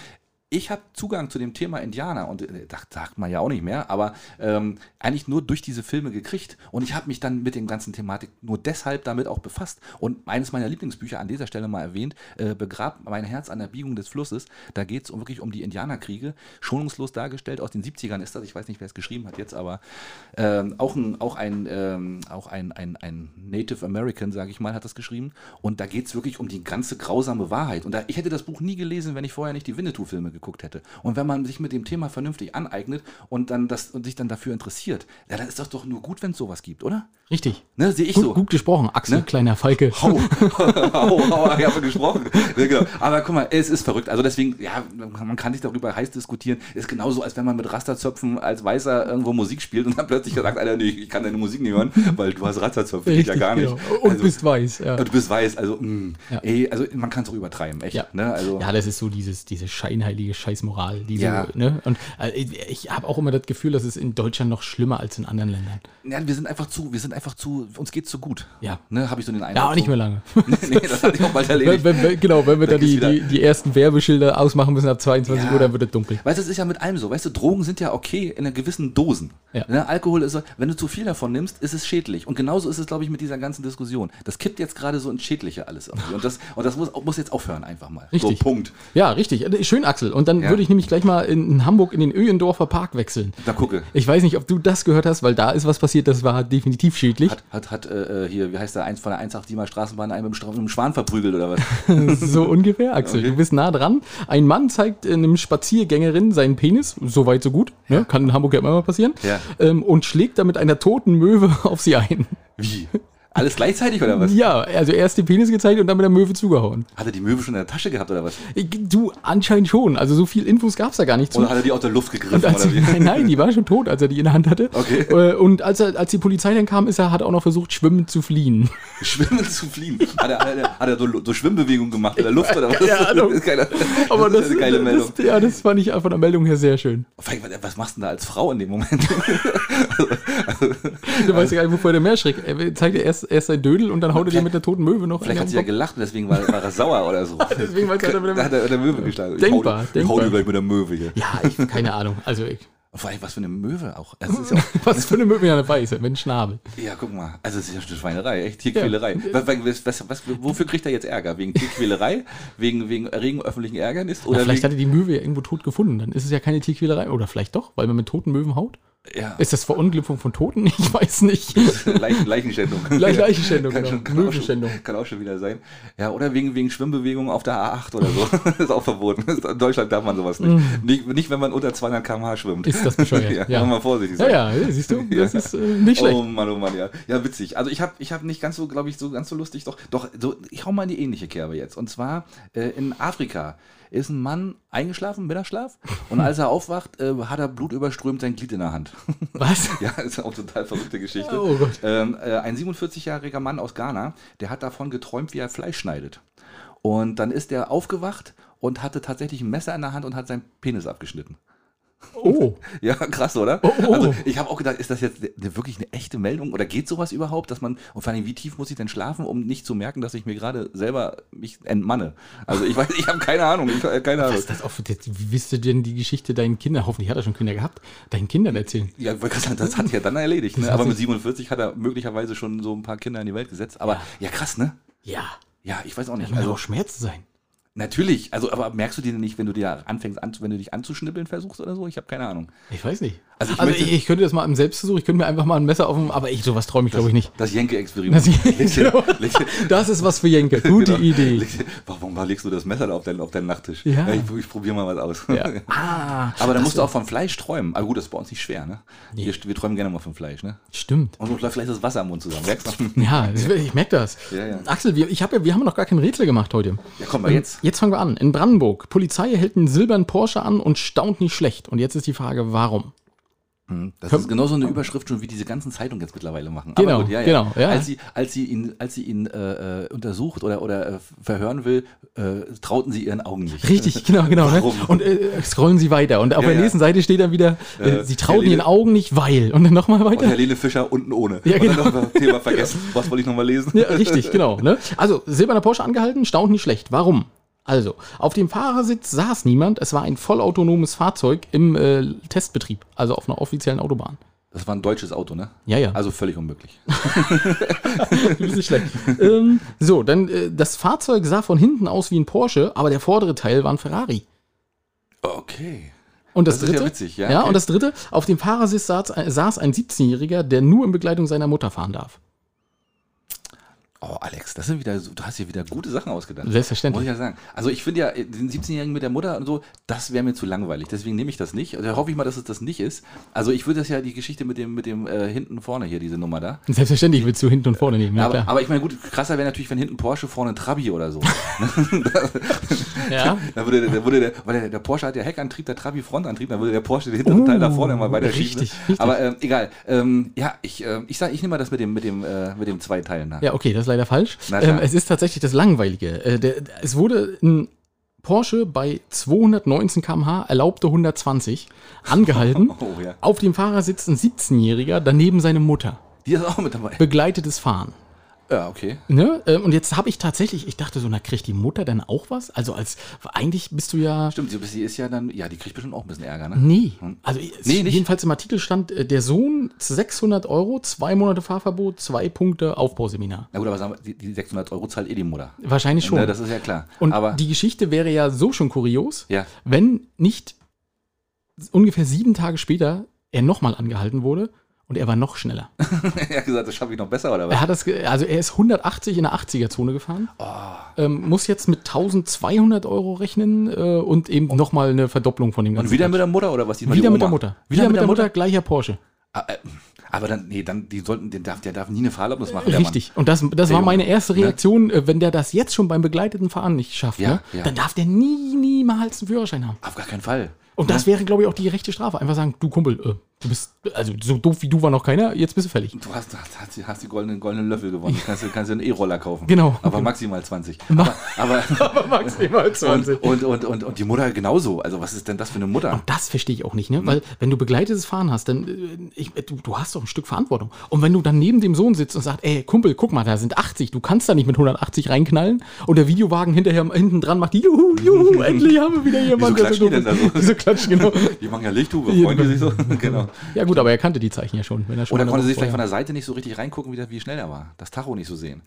Ich habe Zugang zu dem Thema Indianer und äh, das sagt man ja auch nicht mehr, aber ähm, eigentlich nur durch diese Filme gekriegt und ich habe mich dann mit den ganzen Thematik nur deshalb damit auch befasst und eines meiner Lieblingsbücher an dieser Stelle mal erwähnt, äh, Begrab mein Herz an der Biegung des Flusses, da geht es um, wirklich um die Indianerkriege, schonungslos dargestellt, aus den 70ern ist das, ich weiß nicht, wer es geschrieben hat jetzt, aber ähm, auch ein, auch ein, ähm, auch ein, ein, ein Native American, sage ich mal, hat das geschrieben und da geht es wirklich um die ganze grausame Wahrheit und da, ich hätte das Buch nie gelesen, wenn ich vorher nicht die Winnetou-Filme geguckt hätte und wenn man sich mit dem Thema vernünftig aneignet und dann das und sich dann dafür interessiert, ja, dann ist das doch nur gut, wenn es sowas gibt, oder? Richtig. Ne, sehe ich Gut, so. gut gesprochen, Axel, Ne? kleiner Falke. Hau, hau, hau, ich habe gesprochen. Ja, genau. Aber guck mal, es ist verrückt. Also deswegen, ja, man kann sich darüber heiß diskutieren. Ist genauso, als wenn man mit Rasterzöpfen als Weißer irgendwo Musik spielt und dann plötzlich sagt einer, nee, ich kann deine Musik nicht hören, weil du hast Rasterzöpfe, geht ja Richtig, gar nicht. genau. Und also, bist weiß. Ja. du bist weiß, also, mh, Ja. ey, also man kann es auch übertreiben, echt. Ja. Ne? Also, ja, das ist so dieses, diese scheinheilige Scheißmoral. Die Ja. so, ne? Und äh, ich habe auch immer das Gefühl, dass es in Deutschland noch schlimmer als in anderen Ländern. ja, wir sind einfach zu, wir sind einfach zu, uns geht's zu gut. Ja. Ne, habe ich so den Eindruck. Ja, auch nicht mehr lange. nee, nee, das hat sich auch bald Wenn, erledigt. wenn, wenn, genau, wenn wir da geht's die, wieder. die, die ersten Werbeschilder ausmachen müssen ab 22 Ja. Uhr, dann wird es dunkel. Weißt du, es ist ja mit allem so. Weißt du, Drogen sind ja okay in einer gewissen Dosen. Ja. Ne, Alkohol ist, so- wenn du zu viel davon nimmst, ist es schädlich. Und genauso ist es, glaube ich, mit dieser ganzen Diskussion. Das kippt jetzt gerade so ins Schädliche alles irgendwie. Und das, und das muss, muss jetzt aufhören einfach mal. Richtig. So, Punkt. Ja, richtig. Äh, Schön, Axel. Und dann Ja. würde ich nämlich gleich mal in, in Hamburg in den Öhendorfer Park wechseln. Da gucke. Ich weiß nicht, ob du das gehört hast, weil da ist was passiert, das war definitiv schädlich. Hat, hat, hat äh, äh, hier, wie heißt der, eins von der 187 mal Straßenbahn einen mit dem Stra- mit dem Schwan verprügelt oder was? So ungefähr, Axel. Du bist nah dran. Ein Mann zeigt äh, einem Spaziergängerin seinen Penis, soweit so gut, ne? kann in Hamburg ja immer mal passieren, Ja. ähm, und schlägt damit einer toten Möwe auf sie ein. Wie? Alles gleichzeitig oder was? Ja, also erst den Penis gezeigt und dann mit der Möwe zugehauen. Hat er die Möwe schon in der Tasche gehabt oder was? Ich- Du, anscheinend schon. Also so viel Infos gab es da gar nicht zu. Oder hat er die aus der Luft Und gegriffen als, oder wie? nein, nein, die war schon tot, als er die in der Hand hatte. Okay. Äh, Und als, er, als die Polizei dann kam, ist er, hat er auch noch versucht, schwimmend zu fliehen. Schwimmen zu fliehen. Hat er, hat er, hat er so, so Schwimmbewegungen gemacht in der Luft oder was? Keine Ahnung. Das ist keine- Aber das, ist eine geile Meldung. Das, ja, das fand ich von der Meldung her sehr schön. Vor allem, was- Was machst du denn da als Frau in dem Moment? Du weißt ja gar nicht, wovor der mehr schreckt. Er zeigt dir erst, erst sein Dödel und dann haut er dir mit der toten Möwe noch Vielleicht hat einen sie ja auf den gelacht und deswegen war, war er sauer oder so. Deswegen war es halt mit da der- hat er mit der Möwe geschlagen. Denkbar, ich hau, Ich hau denkbar. dir gleich mit der Möwe hier. Kopf. Ja, ich, keine Ahnung. Also, ich, Und vor allem, was für eine Möwe auch. Das ist ja, auch was für eine Möwe ja eine Weiße mit einem Schnabel. ja, guck mal. Also, das ist ja schon Schweinerei, echt Tierquälerei. Was, was, was, was, wofür kriegt er jetzt Ärger? Wegen Tierquälerei? wegen, wegen erregen öffentlichen Ärgernis? Oder Na, vielleicht hat wegen, er die Möwe ja irgendwo tot gefunden. Dann ist es ja keine Tierquälerei. Oder vielleicht doch, weil man mit toten Möwen haut. ja, Ist das Verunglückung von Toten? Ich weiß nicht. Leichen, Leichenschändung. Gleich Leichenschändung, Kann, genau. schon, kann, auch Möwenschändung. schon, kann auch schon wieder sein. Ja, oder wegen, wegen Schwimmbewegungen auf der A8 oder so. ist auch verboten. In Deutschland darf man sowas nicht. Nicht, nicht wenn man unter 200 km/h schwimmt. Mhm. Ist das bescheuert, ja, ja. Muss man vorsichtig sein. Ja, ja, siehst du, das Ja. ist äh, nicht schlecht. Oh Mann, oh Mann, ja. Ja, witzig. Also ich habe ich hab nicht ganz so, glaube ich, so ganz so lustig, doch, doch, so, ich hau mal in die ähnliche Kerbe jetzt. Und zwar äh, in Afrika ist ein Mann eingeschlafen, Mittagsschlaf, und als er aufwacht, äh, hat er blutüberströmt sein Glied in der Hand. Was? Ja, ist auch total verrückte Geschichte. Oh Gott. Ähm, äh, ein 47-jähriger Mann aus Ghana, der hat davon geträumt, wie er Fleisch schneidet. Und dann ist er aufgewacht und hatte tatsächlich ein Messer in der Hand und hat seinen Penis abgeschnitten. Oh, Ja, krass, oder? oh. Also ich habe auch gedacht, ist das jetzt eine, wirklich eine echte Meldung oder geht sowas überhaupt, dass man und vor allem wie tief muss ich denn schlafen, um nicht zu merken, dass ich mir gerade selber mich entmanne? Also ich weiß, ich habe keine Ahnung, ich habe keine Ahnung. was ist das auch für, das, wie willst du denn die Geschichte deinen Kindern, hoffentlich hat er schon Kinder gehabt, deinen Kindern erzählen? Ja, ich wollte gerade sagen, das hat er dann erledigt. Ne? hat Aber sich- mit 47 hat er möglicherweise schon so ein paar Kinder in die Welt gesetzt. Aber ja, krass, ne? Ja, Ja, ich weiß auch das nicht. muss Also auch Schmerzen sein. natürlich, also aber merkst du dir denn nicht, wenn du dir anfängst, an, wenn du dich anzuschnibbeln versuchst oder so? Ich habe keine Ahnung. Ich weiß nicht. Also Also ich ich, möchte- ich, könnte das mal im Selbstversuch, ich könnte mir einfach mal ein Messer auf dem, aber ich, sowas träume ich glaube ich nicht. Das Jenke-Experiment. Das- Legst dir- Genau. legst dir- Das ist was für Jenke, gute Genau. Idee. Legst dir- Warum legst du das Messer da auf deinen, auf deinen Nachttisch? Ja. ich, ich probiere mal was aus. Ja. Ah, Aber da musst du auch von Fleisch träumen. Aber gut, das ist bei uns nicht schwer, ne? Wir, wir träumen gerne mal von Fleisch, ne? stimmt. Und so läuft vielleicht das Wasser am Mund zusammen. Merkst du? Ja, das- ich merke das. Ja, ja. Axel, wir, ich hab ja, wir haben noch gar kein Rätsel gemacht heute. Ähm, Ja, komm mal jetzt. Jetzt fangen wir an. In Brandenburg. Polizei hält einen silbernen Porsche an und staunt nicht schlecht. Und jetzt ist die Frage, warum? Das ist genauso eine Überschrift schon, wie diese ganzen Zeitungen jetzt mittlerweile machen. Genau, genau, ja. Als sie, als sie ihn, als sie ihn äh, äh, untersucht oder, oder äh, verhören will, äh, trauten sie ihren Augen nicht. Richtig, genau, genau. Ne? Warum? Und äh, scrollen sie weiter. Und auf Ja, der ja. nächsten Seite steht dann wieder, äh, Äh, sie trauten Herr ihren Lede- Augen nicht, weil. Und dann nochmal Und weiter. Äh, Helene Fischer unten ohne. Ja, genau. Und dann noch ein Thema vergessen. Was wollte ich nochmal lesen? Ja, richtig, genau. Ne? Also, silberner Porsche angehalten, staunt nicht schlecht. Warum? Also, auf dem Fahrersitz saß niemand. Es war ein vollautonomes Fahrzeug im äh, Testbetrieb, also auf einer offiziellen Autobahn. Das war ein deutsches Auto, ne? Ja, ja. Also völlig unmöglich. Bisschen schlecht. ähm, so, dann äh, das Fahrzeug sah von hinten aus wie ein Porsche, aber der vordere Teil war ein Ferrari. Okay. Und das, Das ist ja dritte, witzig, ja, ja okay. und das dritte, auf dem Fahrersitz saß, äh, saß ein 17-Jähriger, der nur in Begleitung seiner Mutter fahren darf. Oh, Alex, das sind wieder so, du hast hier wieder gute Sachen ausgedacht. Muss Selbstverständlich. ich ja sagen. Also ich finde ja, den 17-Jährigen mit der Mutter und so, das wäre mir zu langweilig. Deswegen nehme ich das nicht. Also Da hoffe ich mal, dass es das nicht ist. Also ich würde das ja, die Geschichte mit dem, mit dem äh, hinten vorne hier, diese Nummer da. Selbstverständlich willst du hinten und vorne nehmen. Ja, aber, klar. aber ich meine, gut, krasser wäre natürlich, wenn hinten Porsche, vorne ein Trabi oder so. ja. Da würde, der- da würde der, weil der, der Porsche hat ja Heckantrieb, der Trabi Frontantrieb, dann würde der Porsche den hinteren Oh, Teil da vorne mal weiter richtig, schieben, ne? richtig. Aber ähm, egal. Ähm, ja, ich, ähm, ich sage, ich nehme mal das mit dem, mit dem, äh, mit dem zwei Teilen nach. ja, okay, das ist leider falsch. Na klar. Ähm, es ist tatsächlich das Langweilige. Äh, der, es wurde ein Porsche bei 219 km/h, erlaubte 120, angehalten. Oh ja. Auf dem Fahrersitz ein 17-Jähriger, daneben seine Mutter. Die ist auch mit dabei. Begleitetes Fahren. Ja, okay. Ne? Ähm, Und jetzt habe ich tatsächlich, ich dachte so, na kriegt die Mutter dann auch was? Also als eigentlich bist du ja. Stimmt, sie- sie ist ja dann, ja, die kriegt bestimmt auch ein bisschen Ärger, ne? Nee. Also es- Nee, nicht? jedenfalls im Artikel stand, äh, der Sohn 600 Euro, zwei Monate Fahrverbot, zwei Punkte Aufbauseminar. Na gut, aber sagen wir, die, die 600 Euro zahlt eh die Mutter. Wahrscheinlich schon. Ne, das ist ja klar. Und aber die Geschichte wäre ja so schon kurios, Ja. wenn nicht ungefähr sieben Tage später er nochmal angehalten wurde und er war noch schneller. er hat gesagt, das schaffe ich noch besser, oder was? Er hat das, ge- also er ist 180 in der 80er-Zone gefahren, Oh, ähm, muss jetzt mit 1200 Euro rechnen äh, und eben noch nochmal eine Verdopplung von dem Und wieder mit der Mutter, oder was? Die- Quatsch. wieder die mit der Oma. Mutter. Wieder, mit der Mutter? gleicher Porsche. Ah, äh, Aber dann, nee, dann, die sollten, den darf, der darf nie eine Fahrerlaubnis machen. der Mann. Richtig. Und das, das Der war Junge, meine erste ne? Reaktion, äh, wenn der das jetzt schon beim begleiteten Fahren nicht schafft, Ja, ne? ja. dann darf der nie, niemals einen Führerschein haben. Auf gar keinen Fall. Und das wäre, glaube ich, auch die rechte Strafe. Einfach sagen, du Kumpel, äh, du bist, also so doof wie du war noch keiner, jetzt bist du fällig. Ne? Du hast, hast, hast, hast die goldenen, goldenen Löffel gewonnen. Du kannst, du kannst dir einen E-Roller kaufen. Genau. Aber maximal 20. Aber, aber Aber maximal und, und, und, und, und die Mutter genauso. Also was ist denn das für eine Mutter? Das verstehe ich auch nicht, Mhm. ne? Weil wenn du begleitetes Fahren hast, dann äh, ich, äh, du, du hast doch ein Stück Verantwortung. Und wenn du dann neben dem Sohn sitzt und sagst, ey, Kumpel, guck mal, da sind 80, du kannst da nicht mit 180 reinknallen und der Videowagen hinterher hinten dran macht, juhu, juhu, endlich haben wir wieder jemanden, klatschen die doof denn ist. da so? Wieso klatschen, genau. Die machen ja Lichthupe, freuen die sich so. genau. Ja gut, aber er kannte die Zeichen ja schon. Wenn er schon Oder mal konnte sie vielleicht vorher- von der Seite nicht so richtig reingucken, wie, der- wie schnell er war. Das Tacho nicht so sehen.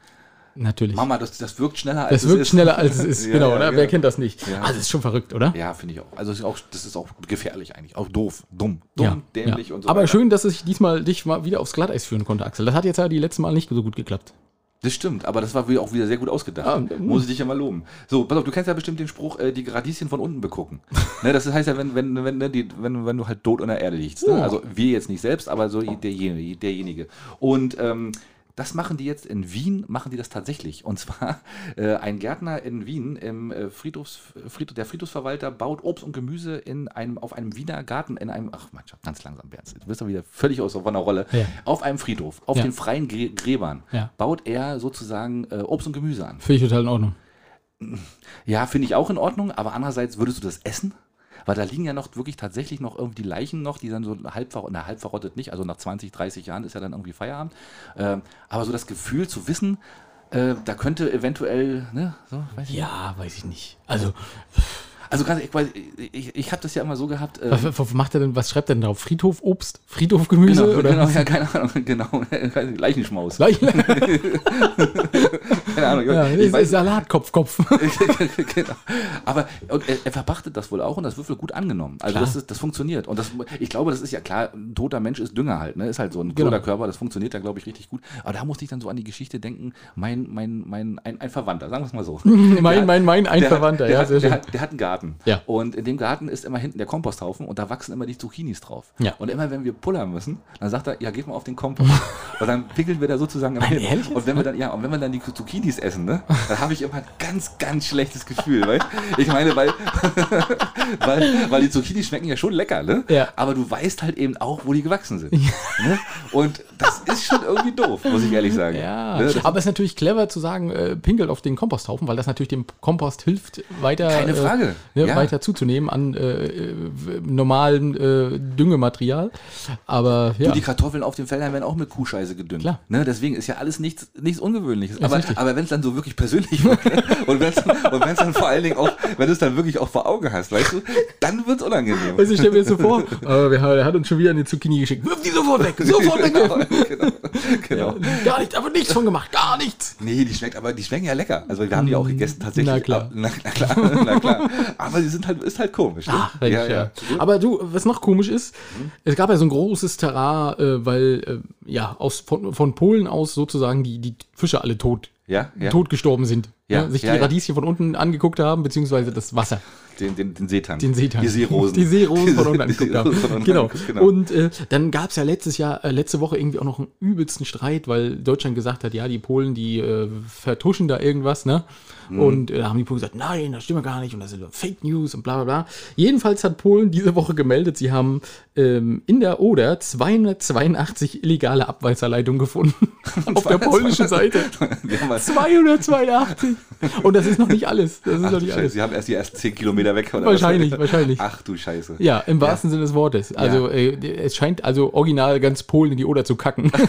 Natürlich. Mama, das, das wirkt schneller als Das es wirkt ist. schneller, als es ist, Ja, genau, ja, oder? genau. Wer kennt das nicht? Ja. Also das ist schon verrückt, oder? Ja, finde ich auch. Also es ist auch, das ist auch gefährlich eigentlich. Auch doof, dumm, dumm, Ja, dämlich ja. und so Aber weiter. schön, dass ich diesmal dich mal wieder aufs Glatteis führen konnte, Axel. Das hat jetzt ja die letzten Mal nicht so gut geklappt. Das stimmt, aber das war wieder auch wieder sehr gut ausgedacht. Ah, mm. Muss ich dich ja mal loben. So, pass auf, du kennst ja bestimmt den Spruch, äh, die Gradieschen von unten begucken. ne, das heißt ja, wenn, wenn, wenn, ne, die, wenn, wenn du halt tot in der Erde liegst. Ne? Ja. Also wir jetzt nicht selbst, aber so derjenige. derjenige. Und ähm, das machen die jetzt in Wien, machen die das tatsächlich. Und zwar äh, ein Gärtner in Wien, im, äh, Friedhofs, Friedhof, der Friedhofsverwalter baut Obst und Gemüse in einem, auf einem Wiener Garten, in einem, ach Mensch, ganz langsam, Bernd, du bist doch wieder völlig aus von der Rolle, Ja. auf einem Friedhof, auf Ja. den freien Grä- Gräbern Ja. baut er sozusagen äh, Obst und Gemüse an. Finde ich total in Ordnung. Ja, finde ich auch in Ordnung, aber andererseits würdest du das essen? Weil da liegen ja noch wirklich tatsächlich noch irgendwie die Leichen noch, die dann so halb, ver na, halb verrottet nicht, also nach 20, 30 Jahren ist ja dann irgendwie Feierabend. Ähm, aber so das Gefühl zu wissen, äh, da könnte eventuell, ne, so, weiß ich nicht. Ja, weiß ich nicht. Also, Also ganz, ich, weiß- ich, ich habe das ja immer so gehabt. ähm, was, was macht er denn, was schreibt er denn drauf? Friedhof Obst? Friedhof Gemüse? genau, oder? genau, ja, keine Ahnung, genau, weiß nicht, Leichenschmaus. Gleich- ne? Keine Ahnung, ja, ich weiß, Salatkopf, Kopf. genau. Aber und er, er verpachtet das wohl auch und das wird wohl gut angenommen. Also Klar. das, ist, das funktioniert. Und das, ich glaube, das ist ja klar, ein toter Mensch ist Dünger halt, ne? Ist halt so ein Genau. toter Körper, das funktioniert da, glaube ich, richtig gut. Aber da muss ich dann so an die Geschichte denken, mein, mein, mein, ein, ein Verwandter, sagen wir es mal so. Der mein, hat- mein, mein, ein der hat- Verwandter. Der, Ja, hat, sehr der, schön. hat, der hat einen Garten. Ja. Und in dem Garten ist immer hinten der Komposthaufen und da wachsen immer die Zucchinis drauf. Ja. Und immer wenn wir pullern müssen, dann sagt er, ja, geht mal auf den Kompost. und dann pinkeln wir da sozusagen immer Nein, hin. ehrlich Und wenn wir dann, ja, und wenn wir dann die Zucchinis essen, ne, dann habe ich immer ein ganz, ganz schlechtes Gefühl, weißt Ich meine, weil, weil, weil die Zucchinis schmecken ja schon lecker, ne? Ja. Aber du weißt halt eben auch, wo die gewachsen sind. Ne? Und das ist schon irgendwie doof, muss ich ehrlich sagen. Ja, Ne? Das aber es ist natürlich clever zu sagen, äh, pinkelt auf den Komposthaufen, weil das natürlich dem Kompost hilft, weiter, Keine Frage. Äh, ne, Ja. weiter zuzunehmen an äh, äh, w- normalem äh, Düngematerial. Aber ja, Du, die Kartoffeln auf den Feldern werden auch mit Kuhscheiße gedüngt. Klar. Ne, deswegen ist ja alles nichts, nichts Ungewöhnliches. ist Aber, richtig. aber wenn es dann so wirklich persönlich wird ne, und wenn es dann, und wenn's dann vor allen Dingen auch, wenn du es dann wirklich auch vor Augen hast, weißt du, dann wird es unangenehm. Weißt du, Also ich stelle mir jetzt so vor, äh, wir haben, er hat uns schon wieder eine Zucchini geschickt. Wirf die sofort weg, sofort genau, weg. genau, genau. Gar nichts, aber nichts von gemacht, gar nichts. Nee, die schmeckt, aber die schmecken ja lecker. Also wir haben die auch gegessen tatsächlich. Mm, Na klar. Aber- Na, na klar, na klar. Aber die sind halt, ist halt komisch. Ne? Ach, Mensch, ja, äh, Aber du, was noch komisch ist, Mhm. es gab ja so ein großes Terrain, äh, weil äh, ja aus, von, von Polen aus sozusagen die, die Fische alle tot, Ja, ja. tot gestorben sind. Ja, Ne? Sich ja, die ja. Radieschen von unten angeguckt haben, beziehungsweise das Wasser. Den, den, den Seetang. Den Seetang. Die Seerosen. Die Seerosen von unten Die angeguckt Seerosen haben. von unten Genau. angeguckt, Und äh, dann gab es ja letztes Jahr, äh, letzte Woche irgendwie auch noch einen übelsten Streit, weil Deutschland gesagt hat, ja, die Polen, die äh, vertuschen da irgendwas, ne? Mhm. Und äh, da haben die Polen gesagt, nein, das stimmt ja gar nicht und das sind Fake News und bla bla bla. Jedenfalls hat Polen diese Woche gemeldet, sie haben ähm, in der Oder 282 illegale Abweiserleitungen gefunden. auf der polnischen Seite. Wir haben halt mal, 282! Und das ist noch nicht alles. Das ist ach, noch du nicht Scheiße, alles. Sie haben erst die ersten 10 Kilometer weg. Oder Wahrscheinlich, was? wahrscheinlich. Ach du Scheiße. Ja, im wahrsten Sinne des Wortes. Also äh, es scheint also original ganz Polen in die Oder zu kacken.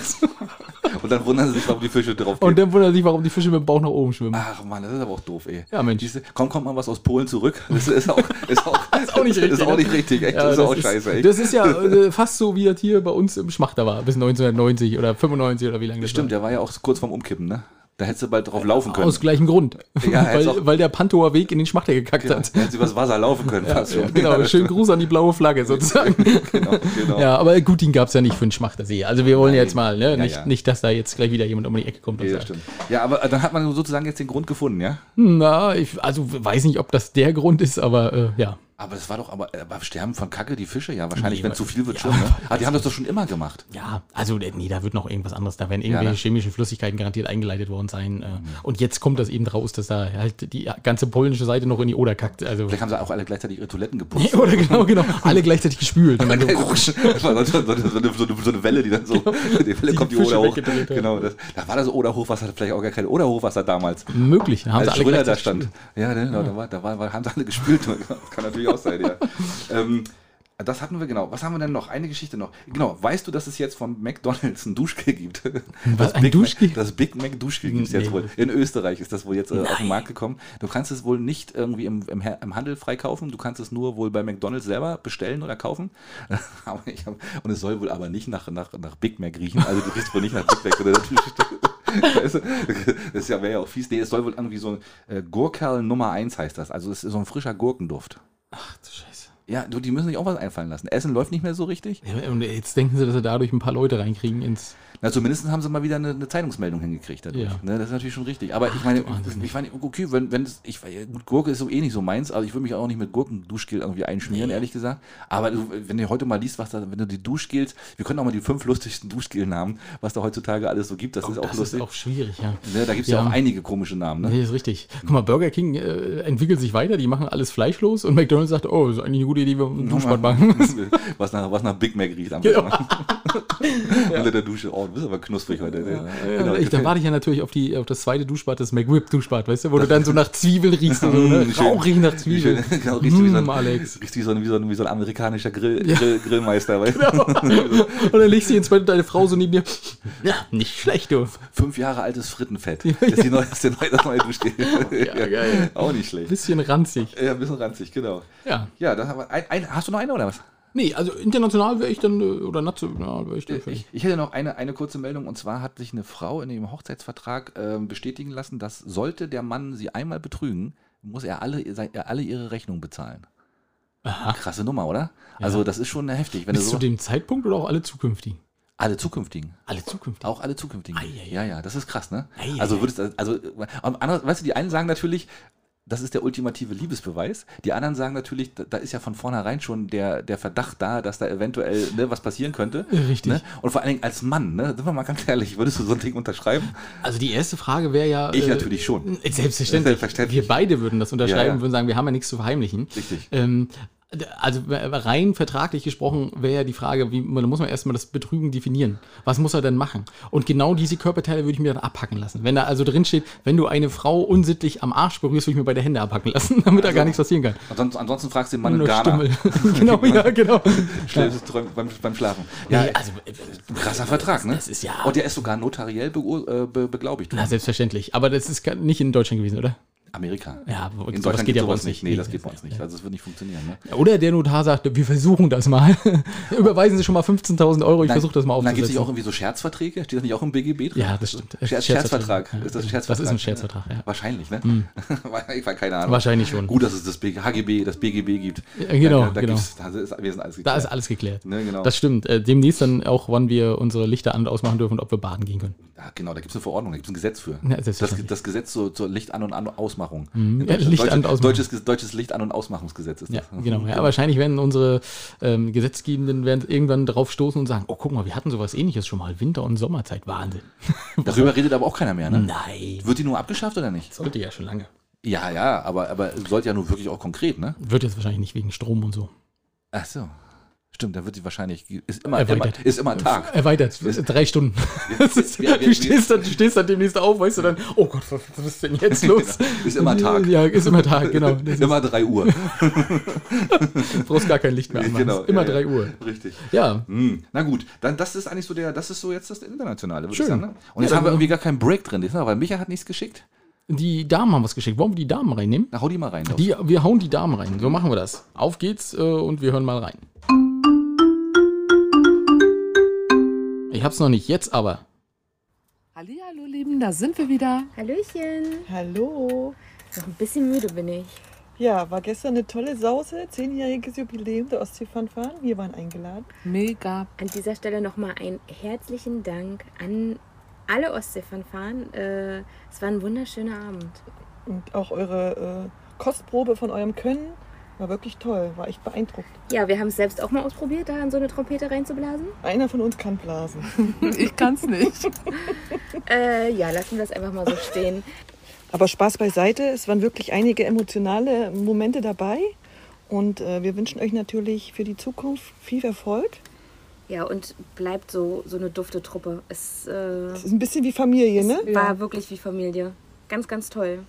Und dann wundern sie sich, warum die Fische drauf Und gehen. dann wundert sich, warum die Fische mit dem Bauch nach oben schwimmen. Ach man, das ist aber auch doof, ey. Ja, Mensch. Diese, komm, kommt mal was aus Polen zurück. Das ist auch, ist auch, Ist auch nicht richtig. Ist auch ne? nicht richtig, echt. Ja, das ist auch scheiße, echt. Das ist ja äh, fast so, wie das hier bei uns im Schmachter war, bis 1990 oder 95 oder wie lange das Stimmt, der war ja auch kurz vorm Umkippen, ne? Da hättest du bald drauf laufen war. können. Aus gleichem Grund. Ja, hätt's auch- Genau. weil, weil der Pantower Weg in den Schmachter gekackt Ja, hat. da hättest du übers Wasser laufen können. fast Ja, schon. genau, schönen Gruß an die blaue Flagge sozusagen. genau, genau. Ja, aber gut, den gab es ja nicht für den Schmachtersee. Also wir wollen ja jetzt mal, ne? Ja, nicht, ja. nicht, dass da jetzt gleich wieder jemand um die Ecke kommt und Ja, das sagt, stimmt. ja, aber äh, dann hat man sozusagen jetzt den Grund gefunden, ja? Na, ich also weiß nicht, ob das der Grund ist, aber äh, ja. Aber das war doch aber äh, beim Sterben von Kacke die Fische, ja, wahrscheinlich, Nee, wenn aber- zu viel wird schon. ja, Ne? Aber die haben das doch schon immer gemacht. Ja, also äh, nee, da wird noch irgendwas anderes. Da werden irgendwelche ne? chemischen Flüssigkeiten garantiert eingeleitet worden sein. Mhm. Äh, Und jetzt kommt das eben raus, dass da halt die ganze polnische Seite noch in die Oder kackt. Also Vielleicht haben sie auch alle gleichzeitig ihre Toiletten geputzt. oder genau, genau. Alle gleichzeitig gespült. Und dann so, Das war so, so, so, eine, so, eine, so eine Welle, die dann so, die Welle Genau. Die kommt die Fische Oder hoch. weggedreht, ja. Genau, das, da war das Oder-Hochwasser, vielleicht auch gar kein Oder-Hochwasser damals. möglich. Dann haben Als sie alle Schröder da gleichzeitig stand. Ja, ne, genau, da, war, da war, war, haben sie alle gespült. Das kann natürlich auch sein, ja. ähm, das hatten wir genau. Was haben wir denn noch? Eine Geschichte noch. Genau, weißt du, dass es jetzt von McDonalds ein Duschgel gibt? Das ein Big Duschgel? Mac, das Big Mac Duschgel gibt es Nee. jetzt wohl. In Österreich ist das wohl jetzt äh, auf Nein. den Markt gekommen. Du kannst es wohl nicht irgendwie im, im, Her- im Handel freikaufen. Du kannst es nur wohl bei McDonalds selber bestellen oder kaufen. Aber ich hab, und es soll wohl aber nicht nach, nach, nach Big Mac riechen. Also du riechst wohl nicht nach Big Mac. Oder Weißt du, das ist ja, wäre ja auch fies. Nee, es soll wohl irgendwie so ein äh, Gurkerl Nummer 1 heißt das. Also es ist so ein frischer Gurkenduft. Ach, du Scheiße. Ja, du, die müssen sich auch was einfallen lassen. Essen läuft nicht mehr so richtig. Ja, Und jetzt denken sie, dass sie dadurch ein paar Leute reinkriegen ins. Na, zumindest haben sie mal wieder eine, eine Zeitungsmeldung hingekriegt dadurch. Ja. Ne, das ist natürlich schon richtig. Aber ich meine, Wahnsinn. ich meine, okay, wenn, wenn das, ich, gut, Gurke ist so eh nicht so meins, also ich würde mich auch nicht mit Gurkenduschgel irgendwie einschmieren, ehrlich gesagt. Aber du, wenn du heute mal liest, was da, wenn du die Duschgels, wir können auch mal die fünf lustigsten Duschgelnamen, was da heutzutage alles so gibt, das ist auch Oh, das lustig. ist auch schwierig, ja. ne, da gibt es ja. Ja. auch einige komische Namen. Ne? Nee, ist richtig. Guck mal, Burger King äh, entwickelt sich weiter, die machen alles fleischlos und McDonalds sagt, oh, ist eigentlich eine gute Idee, wir einen Duschbad machen. was, nach, was nach Big Mac riecht am Genau. besten. Unter der Dusche. Oh, du bist aber knusprig heute. Ja, Äh, Genau, ich, da warte ich ja natürlich auf, die, auf das zweite Duschbad, das McRib-Duschbad, weißt du, wo du dann so nach Zwiebeln riechst. und so, ne? Mm, schön. Rauchig nach Zwiebeln. Schön, genau, riechst du wie so ein, Mm, Alex. riechst wie so ein, wie so ein, wie so ein amerikanischer Grill, Grill, Grillmeister. Weißt? du? Genau. und dann legst du dich ins Bett und deine Frau so neben dir. Ja, nicht schlecht, du. Fünf Jahre altes Frittenfett. Das ist die neue, das ist die neue, das neue Duschgel. Ja, geil. Auch nicht schlecht. Bisschen ranzig. Ja, ein bisschen ranzig, genau. Ja. Ja, dann haben wir ein, ein, hast du noch eine oder was? Nee, also international wäre ich dann, äh, oder national wäre ich dann. Äh, Ich, ich hätte noch eine, eine kurze Meldung und zwar hat sich eine Frau in ihrem Hochzeitsvertrag ähm, bestätigen lassen, dass sollte der Mann sie einmal betrügen, muss er alle, sei- er alle ihre Rechnung bezahlen. Krasse Nummer, oder? Also das ist schon heftig. Wenn du Bis zu so, dem Zeitpunkt oder auch alle zukünftigen? alle zukünftigen. Alle zukünftigen. Auch alle zukünftigen. Eieiei. Ja, ja, das ist krass, ne? Eieiei. Also würdest du- also äh, am anderen- weißt du, die einen sagen natürlich, das ist der ultimative Liebesbeweis. Die anderen sagen natürlich, da, da ist ja von vornherein schon der, der Verdacht da, dass da eventuell ne, was passieren könnte. Richtig. Ne? Und vor allen Dingen als Mann, ne? sind wir mal ganz ehrlich, würdest du so ein Ding unterschreiben? Also die erste Frage wäre ja. äh, Ich natürlich schon. Selbstverständlich. Selbstverständlich. Wir beide würden das unterschreiben Ja, ja. und würden sagen, wir haben ja nichts zu verheimlichen. Richtig. Ähm, Also rein vertraglich gesprochen wäre ja die Frage, wie, da muss man erstmal das Betrügen definieren. Was muss er denn machen? Und genau diese Körperteile würde ich mir dann abhacken lassen. Wenn da also drin steht, wenn du eine Frau unsittlich am Arsch berührst, würde ich mir beide Hände abhacken lassen, damit da Also- gar nichts passieren kann. Ansonsten, ansonsten fragst du den Mann in Nur Ghana. Stimmel. genau, ja, genau. Schläfst träum- beim, beim Schlafen. Ja, Ja, also, äh, krasser Vertrag, ne? das ist ja- Und der ist sogar notariell beur- äh, be beglaubigt. na, selbstverständlich. Aber das ist gar nicht in Deutschland gewesen, oder? Amerika. Ja, wo- in sowas Deutschland geht geht ja sowas bei uns nicht. nicht. Nee, das Nee, geht bei das- uns nicht. Also das wird nicht funktionieren. Ne? Oder der Notar sagte, wir versuchen das mal. Überweisen Sie schon mal 15.000 Euro, ich versuche das mal Und Dann gibt es aufzusetzen. nicht auch irgendwie so Scherzverträge? Steht das nicht auch im BGB drin? Ja, das stimmt. Scherz, Scherzvertrag. Scherzvertrag. Ist das ein Ja, Scherzvertrag? das ist ein Scherzvertrag, ja. Mhm. Wahrscheinlich, ne? ich war keine Ahnung. Wahrscheinlich schon. Gut, dass es das BG, HGB, das BGB gibt. Ja, genau, Da, da genau. Gibt's, da ist, wir sind alles Da ist alles geklärt. Ne, genau. Das stimmt. Äh, demnächst dann auch, wann wir unsere Lichter an und ausmachen dürfen und ob wir baden gehen können. ja, genau, da gibt es eine Verordnung, da gibt es ein Gesetz für. Ja, das, selbstverständlich. das Gesetz zur, zur Lichtan- und An Ausmachung. Mhm. In Ja, Deutschland. Licht- an- Deutsches- Ausmachung. deutsches, Ge- deutsches Licht- an- und Ausmachungsgesetz ist Ja, das. genau. Ja, wahrscheinlich werden unsere ähm, Gesetzgebenden werden irgendwann drauf stoßen und sagen, oh, guck mal, wir hatten sowas ähnliches schon mal. Winter- und Sommerzeit. Wahnsinn. Darüber redet aber auch keiner mehr, Mhm. ne? Nein. Wird die nur abgeschafft oder nicht? Sollte ja schon lange. Ja, ja, aber, aber sollte ja nur wirklich auch konkret, ne? Wird jetzt wahrscheinlich nicht wegen Strom und so. Ach so. Stimmt, da wird die wahrscheinlich, ist immer, immer, Erweitert. ist immer ein Tag. Erweitert, drei Stunden. Das ist, wir- wir- du, stehst dann, du stehst dann demnächst auf, weißt du dann, oh Gott, was ist denn jetzt los? Genau, Ist immer Tag. Ja, ist immer Tag, genau. Das Immer 3 Uhr. Du brauchst gar kein Licht mehr anmachen. Genau, Ist immer ja, ja. drei Uhr. Richtig. Ja, Hm, na gut, dann das ist eigentlich so der, das ist so jetzt das Internationale, würde ich Schön. sagen. Ne? Und jetzt Ja, haben wir dann- irgendwie gar keinen Break drin, ist, ne? weil Micha hat nichts geschickt. die Damen haben was geschickt. Wollen wir die Damen reinnehmen? Na, hau die mal rein. Doch. Die, wir hauen die Damen rein. So machen wir das. Auf geht's äh, und wir hören mal rein. Ich hab's noch nicht jetzt, aber Hallihallo, Lieben, da sind wir wieder. Hallöchen. Hallo. Noch ein bisschen müde bin ich. Ja, war gestern eine tolle Sause. Zehnjähriges Jubiläum der Ostseefanfaren. Wir waren eingeladen. Mega. An dieser Stelle nochmal einen herzlichen Dank an alle Ostseefanfaren. Äh, es war ein wunderschöner Abend. Und auch eure äh, Kostprobe von eurem Können war wirklich toll. War echt beeindruckt. Ja, wir haben es selbst auch mal ausprobiert, da in so eine Trompete reinzublasen. Einer von uns kann blasen. Ich kann's nicht. Äh, ja, lassen wir das einfach mal so stehen. Aber Spaß beiseite. Es waren wirklich einige emotionale Momente dabei. Und äh, wir wünschen euch natürlich für die Zukunft viel Erfolg. Ja, und bleibt so, so eine dufte Truppe. Es äh, Es ist ein bisschen wie Familie, ne? war wirklich wie Familie. Ganz, ganz toll.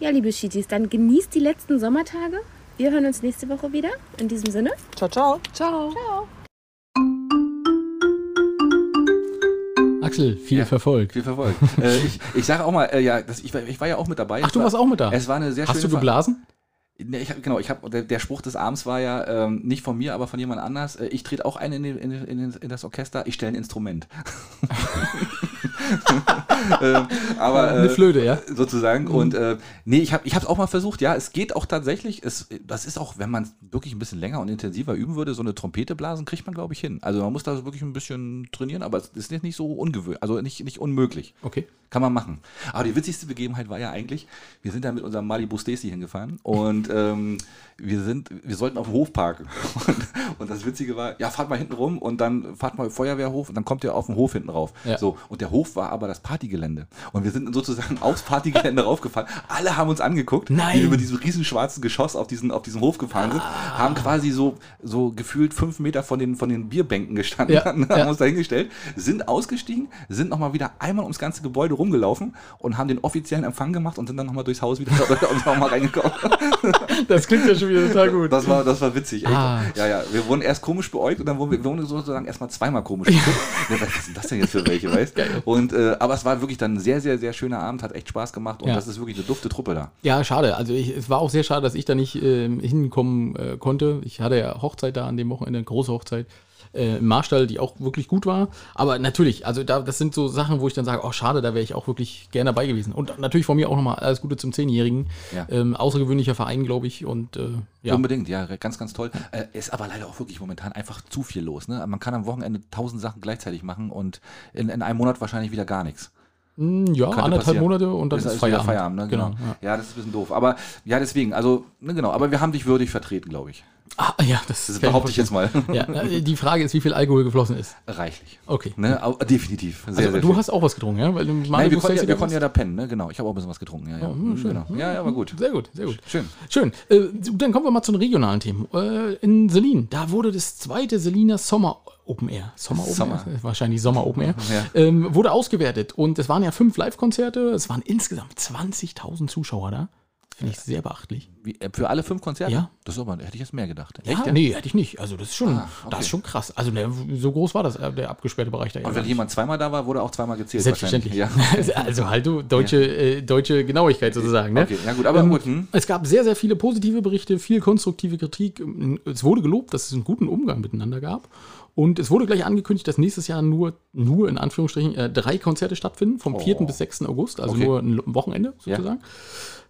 Ja, liebe Schitis, dann genießt die letzten Sommertage. Wir hören uns nächste Woche wieder. In diesem Sinne. Ciao, ciao. Ciao. Axel, viel Ja. verfolgt. Viel verfolgt. äh, ich, ich sage auch mal, äh, ja, das, ich, war- ich war ja auch mit dabei. Ach, Es du war- warst auch mit da. Es war eine sehr Hast du schöne Ver- geblasen? Nee, ich hab, genau, ich hab, der, der Spruch des Abends war ja ähm, nicht von mir, aber von jemand anders. Äh, ich trete auch ein in, den, in, den- in, den- in das Orchester, ich stelle ein Instrument. ähm, aber, Eine äh, Flöte, Mhm. ja. sozusagen. Und äh, nee, ich habe es auch mal versucht, ja, es geht auch tatsächlich, es, das ist auch, wenn man wirklich ein bisschen länger und intensiver üben würde, so eine Trompete blasen, kriegt man, glaube ich, hin. Also man muss da so wirklich ein bisschen trainieren, aber es ist nicht, nicht so ungewöhnlich, also nicht, nicht unmöglich. Okay. Kann man machen. Aber die witzigste Begebenheit war ja eigentlich, wir sind da mit unserem Malibu Stacy hingefahren und ähm, wir sind, wir sollten auf dem Hof parken. Und, und das Witzige war, ja, fahrt mal hinten rum und dann fahrt mal Feuerwehrhof und dann kommt ihr auf den Hof hinten rauf. Ja. So. Und der Hof war aber das Partygelände. Und wir sind sozusagen aufs Partygelände raufgefahren. Alle haben uns angeguckt, Nein. Ah. die wir über diesem riesen schwarzen Geschoss auf diesen, auf diesen Hof gefahren sind, haben quasi so, so gefühlt fünf Meter von den, von den Bierbänken gestanden, Ja, haben ja. uns da hingestellt, sind ausgestiegen, sind nochmal wieder einmal ums ganze Gebäude rumgelaufen und haben den offiziellen Empfang gemacht und sind dann nochmal durchs Haus wieder und nochmal reingekommen. Das klingt ja schon wieder total gut. Das war, das war witzig. Echt. Ah. Ja, ja. Wir wurden erst komisch beäugt und dann wurden wir, wir wurden sozusagen erstmal zweimal komisch beäugt. Ja, was sind das denn jetzt für welche, weißt Und äh, aber es war wirklich dann ein sehr, sehr, sehr schöner Abend, hat echt Spaß gemacht und Ja. das ist wirklich eine dufte Truppe da. Ja, schade. Also ich, es war auch sehr schade, dass ich da nicht ähm, hinkommen äh, konnte. Ich hatte ja Hochzeit da an dem Wochenende, eine große Hochzeit äh, im Marstall, die auch wirklich gut war. Aber natürlich, also da, das sind so Sachen, wo ich dann sage, oh schade, da wäre ich auch wirklich gerne dabei gewesen. Und natürlich von mir auch nochmal alles Gute zum Zehnjährigen. Ja. Ähm, außergewöhnlicher Verein, glaube ich. Und äh, ja, Unbedingt, ja, ganz, ganz toll. Äh, ist aber leider auch wirklich momentan einfach zu viel los. Ne? Man kann am Wochenende tausend Sachen gleichzeitig machen und in, in einem Monat wahrscheinlich wieder gar nichts. Hm, ja Könnte anderthalb passieren. Monate und dann ist, ist also wieder Feierabend. Feierabend ne? genau. Ja. Ja. das ist ein bisschen doof. Aber ja, deswegen, also, ne, genau, aber wir haben dich würdig vertreten, glaube ich. Ah, ja, das, Das kann behaupte ich mir jetzt mal. vorstellen. Ja, äh, die Frage ist, wie viel Alkohol geflossen ist. Reichlich. Okay. Ne? au- Definitiv. Sehr, Also, sehr du viel. hast auch was getrunken, ja? Oh, Weil du Nein, wir Malibu konnten, ja, Sexy wir da konnten ja warst. da pennen, ne? genau. Ich habe auch ein bisschen was getrunken. Ja, ja. Mhm, genau. ja, ja, war gut. Hm, Sehr gut, sehr gut. Schön. Schön. Äh, dann kommen wir mal zu den regionalen Themen. Äh, in Selin, da wurde das zweite Seliner Sommer Open Air. Sommer Open Sommer. Air? Wahrscheinlich Sommer Open Air. Ja. Ähm, wurde ausgewertet. Und es waren ja fünf Live-Konzerte. Es waren insgesamt 20.000 Zuschauer da. Finde ich sehr beachtlich. Wie, äh, für alle fünf Konzerte? Ja. Das ist aber, hätte ich jetzt mehr gedacht. Ja, nee, hätte ich nicht. Also das ist schon, Ah, okay. das ist schon krass. Also der, so groß war das, äh, der abgesperrte Bereich da. ja Und gar wenn nicht. jemand zweimal da war, wurde auch zweimal gezählt. Selbstverständlich. wahrscheinlich. Also halt du, deutsche, äh, deutsche Genauigkeit sozusagen. Ne? Okay, ja gut, aber gut, hm. Es gab sehr, sehr viele positive Berichte, viel konstruktive Kritik. Es wurde gelobt, dass es einen guten Umgang miteinander gab. Und es wurde gleich angekündigt, dass nächstes Jahr nur, nur in Anführungsstrichen, äh, drei Konzerte stattfinden, vom 4. bis 6. August, also Oh. Okay. nur ein Lo- Wochenende Ja. sozusagen.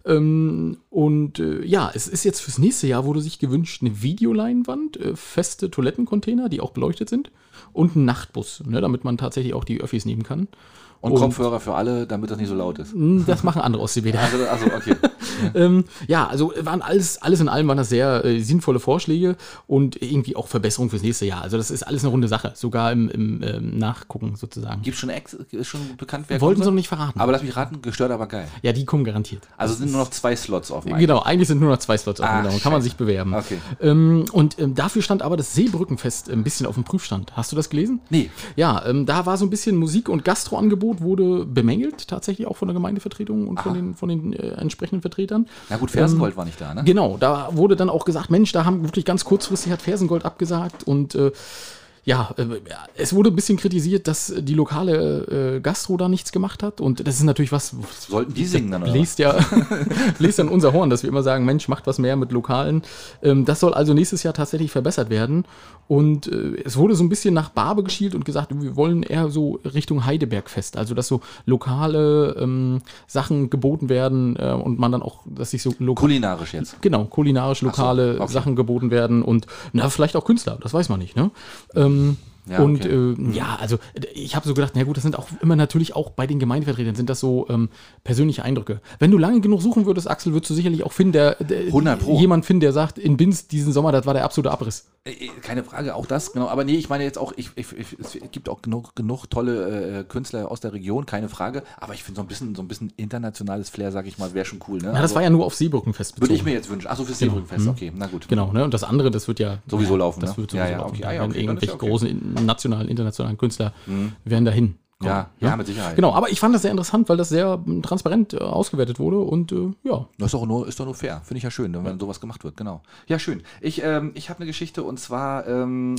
Ähm, und äh, ja, es ist jetzt fürs nächste Jahr wurde sich gewünscht eine Videoleinwand, äh, feste Toilettencontainer, die auch beleuchtet sind und ein Nachtbus, ne, damit man tatsächlich auch die Öffis nehmen kann. Und, Kopfhörer für alle, damit das nicht so laut ist. Mh, Hm, Das machen andere aus CBD. Also, also okay. Ähm, ja, also waren alles, alles in allem waren das sehr äh, sinnvolle Vorschläge und irgendwie auch Verbesserungen fürs nächste Jahr. Also das ist alles eine runde Sache, sogar im, im ähm, Nachgucken sozusagen. Gibt schon Ex, ist schon bekannt, wer Wollten kommt? sie noch nicht verraten. Aber lass mich raten, gestört, aber geil. ja, die kommen garantiert. Also sind nur noch zwei Slots offen. eigentlich. Genau, eigentlich sind nur noch zwei Slots offen. Ach, genau. Kann man Oh Ah, scheiße. sich bewerben. Okay. Ähm, und ähm, dafür stand aber das Seebrückenfest ein bisschen auf dem Prüfstand. Hast du das gelesen? Nee. Ja, ähm, da war so ein bisschen Musik- und Gastroangebot wurde bemängelt, tatsächlich auch von der Gemeindevertretung und von den, von den äh, entsprechenden Vertretern. Ah. Ähm, Na gut, Fersengold war nicht da, ne? Genau, da wurde dann auch gesagt, Mensch, da haben wirklich ganz kurzfristig hat Fersengold abgesagt und äh, ja, äh, es wurde ein bisschen kritisiert, dass die lokale äh, Gastro da nichts gemacht hat und das ist natürlich was, Sollten die singen dann, oder? was? Lest ja, lest dann unser Horn, dass wir immer sagen, Mensch, macht was mehr mit Lokalen. Ähm, das soll also nächstes Jahr tatsächlich verbessert werden. Und äh, es wurde so ein bisschen nach Barbe geschielt und gesagt, wir wollen eher so Richtung Heidebergfest. Also, dass so lokale ähm, Sachen geboten werden äh, und man dann auch, dass sich so lokal Kulinarisch jetzt. Genau, kulinarisch lokale okay. Sachen geboten werden und na, vielleicht auch Künstler, das weiß man nicht, ne? Ähm, Ja, und okay. äh, ja, also d- ich habe so gedacht, na gut, das sind auch immer natürlich auch bei den Gemeindevertretern sind das so ähm, persönliche Eindrücke. Wenn du lange genug suchen würdest, Axel, würdest du sicherlich auch finden, der, der 100 Pro. jemand finden, der sagt, in Binz diesen Sommer, das war der absolute Abriss. Äh, Keine Frage, auch das, genau. Aber nee, ich meine jetzt auch, ich, ich, ich, es gibt auch genug, genug tolle äh, Künstler aus der Region, keine Frage. Aber ich finde so ein bisschen, so ein bisschen internationales Flair, sag ich mal, wäre schon cool, ne? Na, das war ja nur auf Seebrückenfest Würde bezogen. ich mir jetzt wünschen. Achso, fürs Genau. Seebrückenfest, Mhm. okay, na gut. Genau, ne? Und das andere, das wird ja Sowieso laufen, Das ne? wird Ja, sowieso ja, laufen. okay, Da ah, ja, werden okay, dann ist irgendwelche ja okay. Mhm. großen in- nationalen, internationalen Künstler werden dahin. kommen, Ja, ne? ja, mit Sicherheit. Genau, aber ich fand das sehr interessant, weil das sehr ähm, transparent äh, ausgewertet wurde und äh, ja. Das ist doch nur, ist doch nur fair. Finde ich ja schön, wenn sowas gemacht wird, genau. Ja, schön. Ich, ähm, ich habe eine Geschichte und zwar ähm,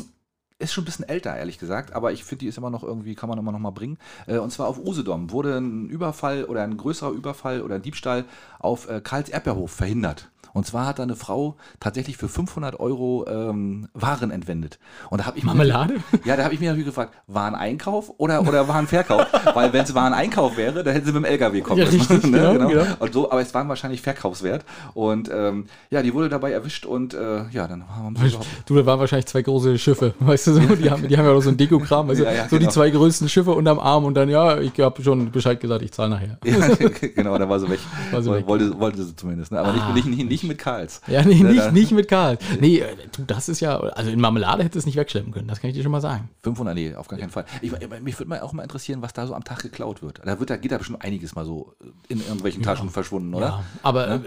ist schon ein bisschen älter, ehrlich gesagt, aber ich finde, die ist immer noch irgendwie, kann man immer noch mal bringen. Äh, und zwar auf Usedom wurde ein Überfall oder ein größerer Überfall oder ein Diebstahl auf äh, Karls Erdbeerhof verhindert. Und zwar hat da eine Frau tatsächlich für 500 Euro ähm, Waren entwendet. Und da habe ich mir- Marmelade? Ja, da habe ich mich natürlich gefragt, Wareneinkauf oder, oder Warenverkauf? Weil wenn es Wareneinkauf wäre, dann hätten sie mit dem LKW kommen Ja, müssen. richtig, ne? ja, genau. ja. Und so, aber es waren wahrscheinlich Verkaufswert. Und ähm, ja, die wurde dabei erwischt und äh, ja, dann haben sie überhaupt. Du, da waren wahrscheinlich zwei große Schiffe, weißt du so, die haben, die haben ja auch so einen Dekokram, weißt du, Ja, ja, so die genau. zwei größten Schiffe unterm Arm und dann, ja, ich habe schon Bescheid gesagt, ich zahle nachher. Ja, genau, da war sie weg. War sie weg. Wollte, wollte sie zumindest. Ne? Aber Ah, nicht, nicht, nicht, nicht mit Karls. Ja, nee, Ne, nicht, da- nicht mit Karl. Nee, äh, du, das ist ja, also in Marmelade hättest du es nicht wegschleppen können, das kann ich dir schon mal sagen. 500, nee, auf gar keinen Fall. Ich, ich- mich würde mal auch mal interessieren, was da so am Tag geklaut wird. Da, wird, da geht da bestimmt einiges mal so äh, in irgendwelchen Taschen verschwunden, oder? Ja, aber äh,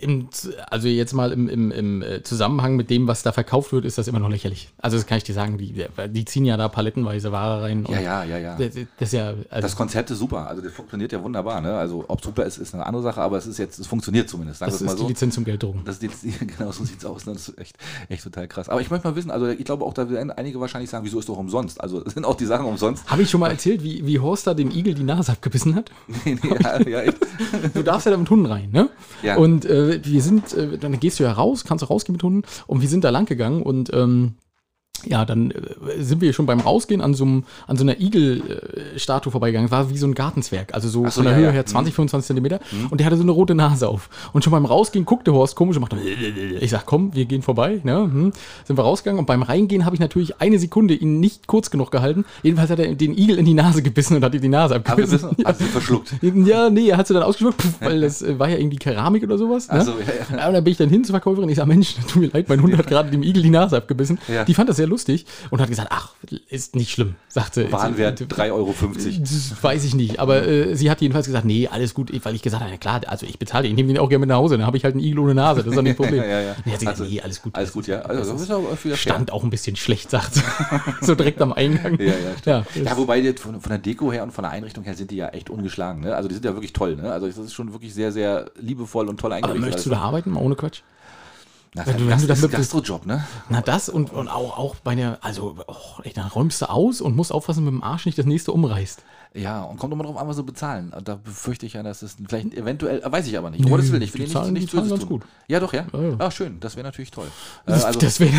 im, also jetzt mal im, im, im äh, Zusammenhang mit dem, was da verkauft wird, ist das immer noch lächerlich. Also das kann ich dir sagen, die, die ziehen ja da palettenweise Ware rein. und Ja, ja, ja, ja. Das, das ist ja, also, Das Konzept ist super, also das funktioniert ja wunderbar. Ne? Also ob super ist, ist eine andere Sache, aber es ist jetzt, es funktioniert zumindest. Sagen das wir es ist Also mal so. die Lizenz zum Gelddrucken. Das sieht, genau so sieht's aus. Ne? Das ist echt, echt total krass. Aber ich möchte mal wissen, also ich glaube auch, da werden einige wahrscheinlich sagen, wieso ist doch umsonst? Also sind auch die Sachen umsonst? Habe ich schon mal erzählt, wie, wie Horst da dem Igel die Nase abgebissen hat? Nee, nee, ja, ja, echt. Du darfst ja da mit Hunden rein, ne? Ja. Und äh, wir sind, äh, dann gehst du ja raus, kannst du rausgehen mit Hunden und wir sind da lang gegangen und ähm, Ja, dann äh, sind wir schon beim Rausgehen an so, einem, an so einer Igel-Statue vorbeigegangen. War wie so ein Gartenzwerg. Also so Ach so, von der ja, Höhe ja. Mhm. her 20, 25 Zentimeter. Und der hatte so eine rote Nase auf. Und schon beim Rausgehen guckte Horst komisch und machte. Ich sag, komm, wir gehen vorbei. Ne? Hm. Sind wir rausgegangen. Und beim Reingehen habe ich natürlich eine Sekunde ihn nicht kurz genug gehalten. Jedenfalls hat er den Igel in die Nase gebissen und hat ihm die Nase abgebissen. Abgebissen? Hat sie also Ne? verschluckt. Ja, nee, er hat sie dann ausgeschluckt, pff, weil das äh, war ja irgendwie Keramik oder sowas. Ne? Ach so, Also, ja, Und dann bin ich dann hin zur Verkäuferin. Ich sage, Mensch, tut mir leid, mein Hund hat gerade dem Igel die Nase abgebissen. Ja. Die fand das sehr lustig und hat gesagt, ach, ist nicht schlimm, sagte Warenwert 3,50 Euro. äh, Das weiß ich nicht, aber äh, sie hat jedenfalls gesagt, nee, alles gut, weil ich gesagt habe, na klar, also ich bezahle, ich nehme den auch gerne mit nach Hause, dann habe ich halt einen Igel ohne Nase, das ist doch nicht ein Problem. Ja, ja, ja. Und er hat sie gesagt, Also, nee, alles gut. Alles gut, ja. Also, das das ist aber auch wieder fair. stand auch ein bisschen schlecht, sagt sie, so direkt am Eingang. Ja, ja, stimmt. ja, Ja, wobei die, von, von der Deko her und von der Einrichtung her sind die ja echt ungeschlagen. Ne? Also die sind ja wirklich toll. Ne? Also das ist schon wirklich sehr, sehr liebevoll und toll aber eingerichtet. möchtest du Also, da arbeiten, mal ohne Quatsch? na, wenn du- wenn das du das ist ein mit- Gastrojob, ne? Na das und, und auch, auch bei der, also och, ey, dann räumst du aus und musst aufpassen, mit dem Arsch nicht das nächste umreißt. Ja, und kommt immer drauf an, was sie bezahlen. Da befürchte ich ja, dass es vielleicht eventuell, äh, weiß ich aber nicht. Um Gottes Willen, ich will Hm. die dir nichts zahlen- die nichts zahlen Böses ganz tun. gut. Ja, doch, ja. Ja, ja. Ah, schön, das wäre natürlich toll. Äh, Das- also, das wäre.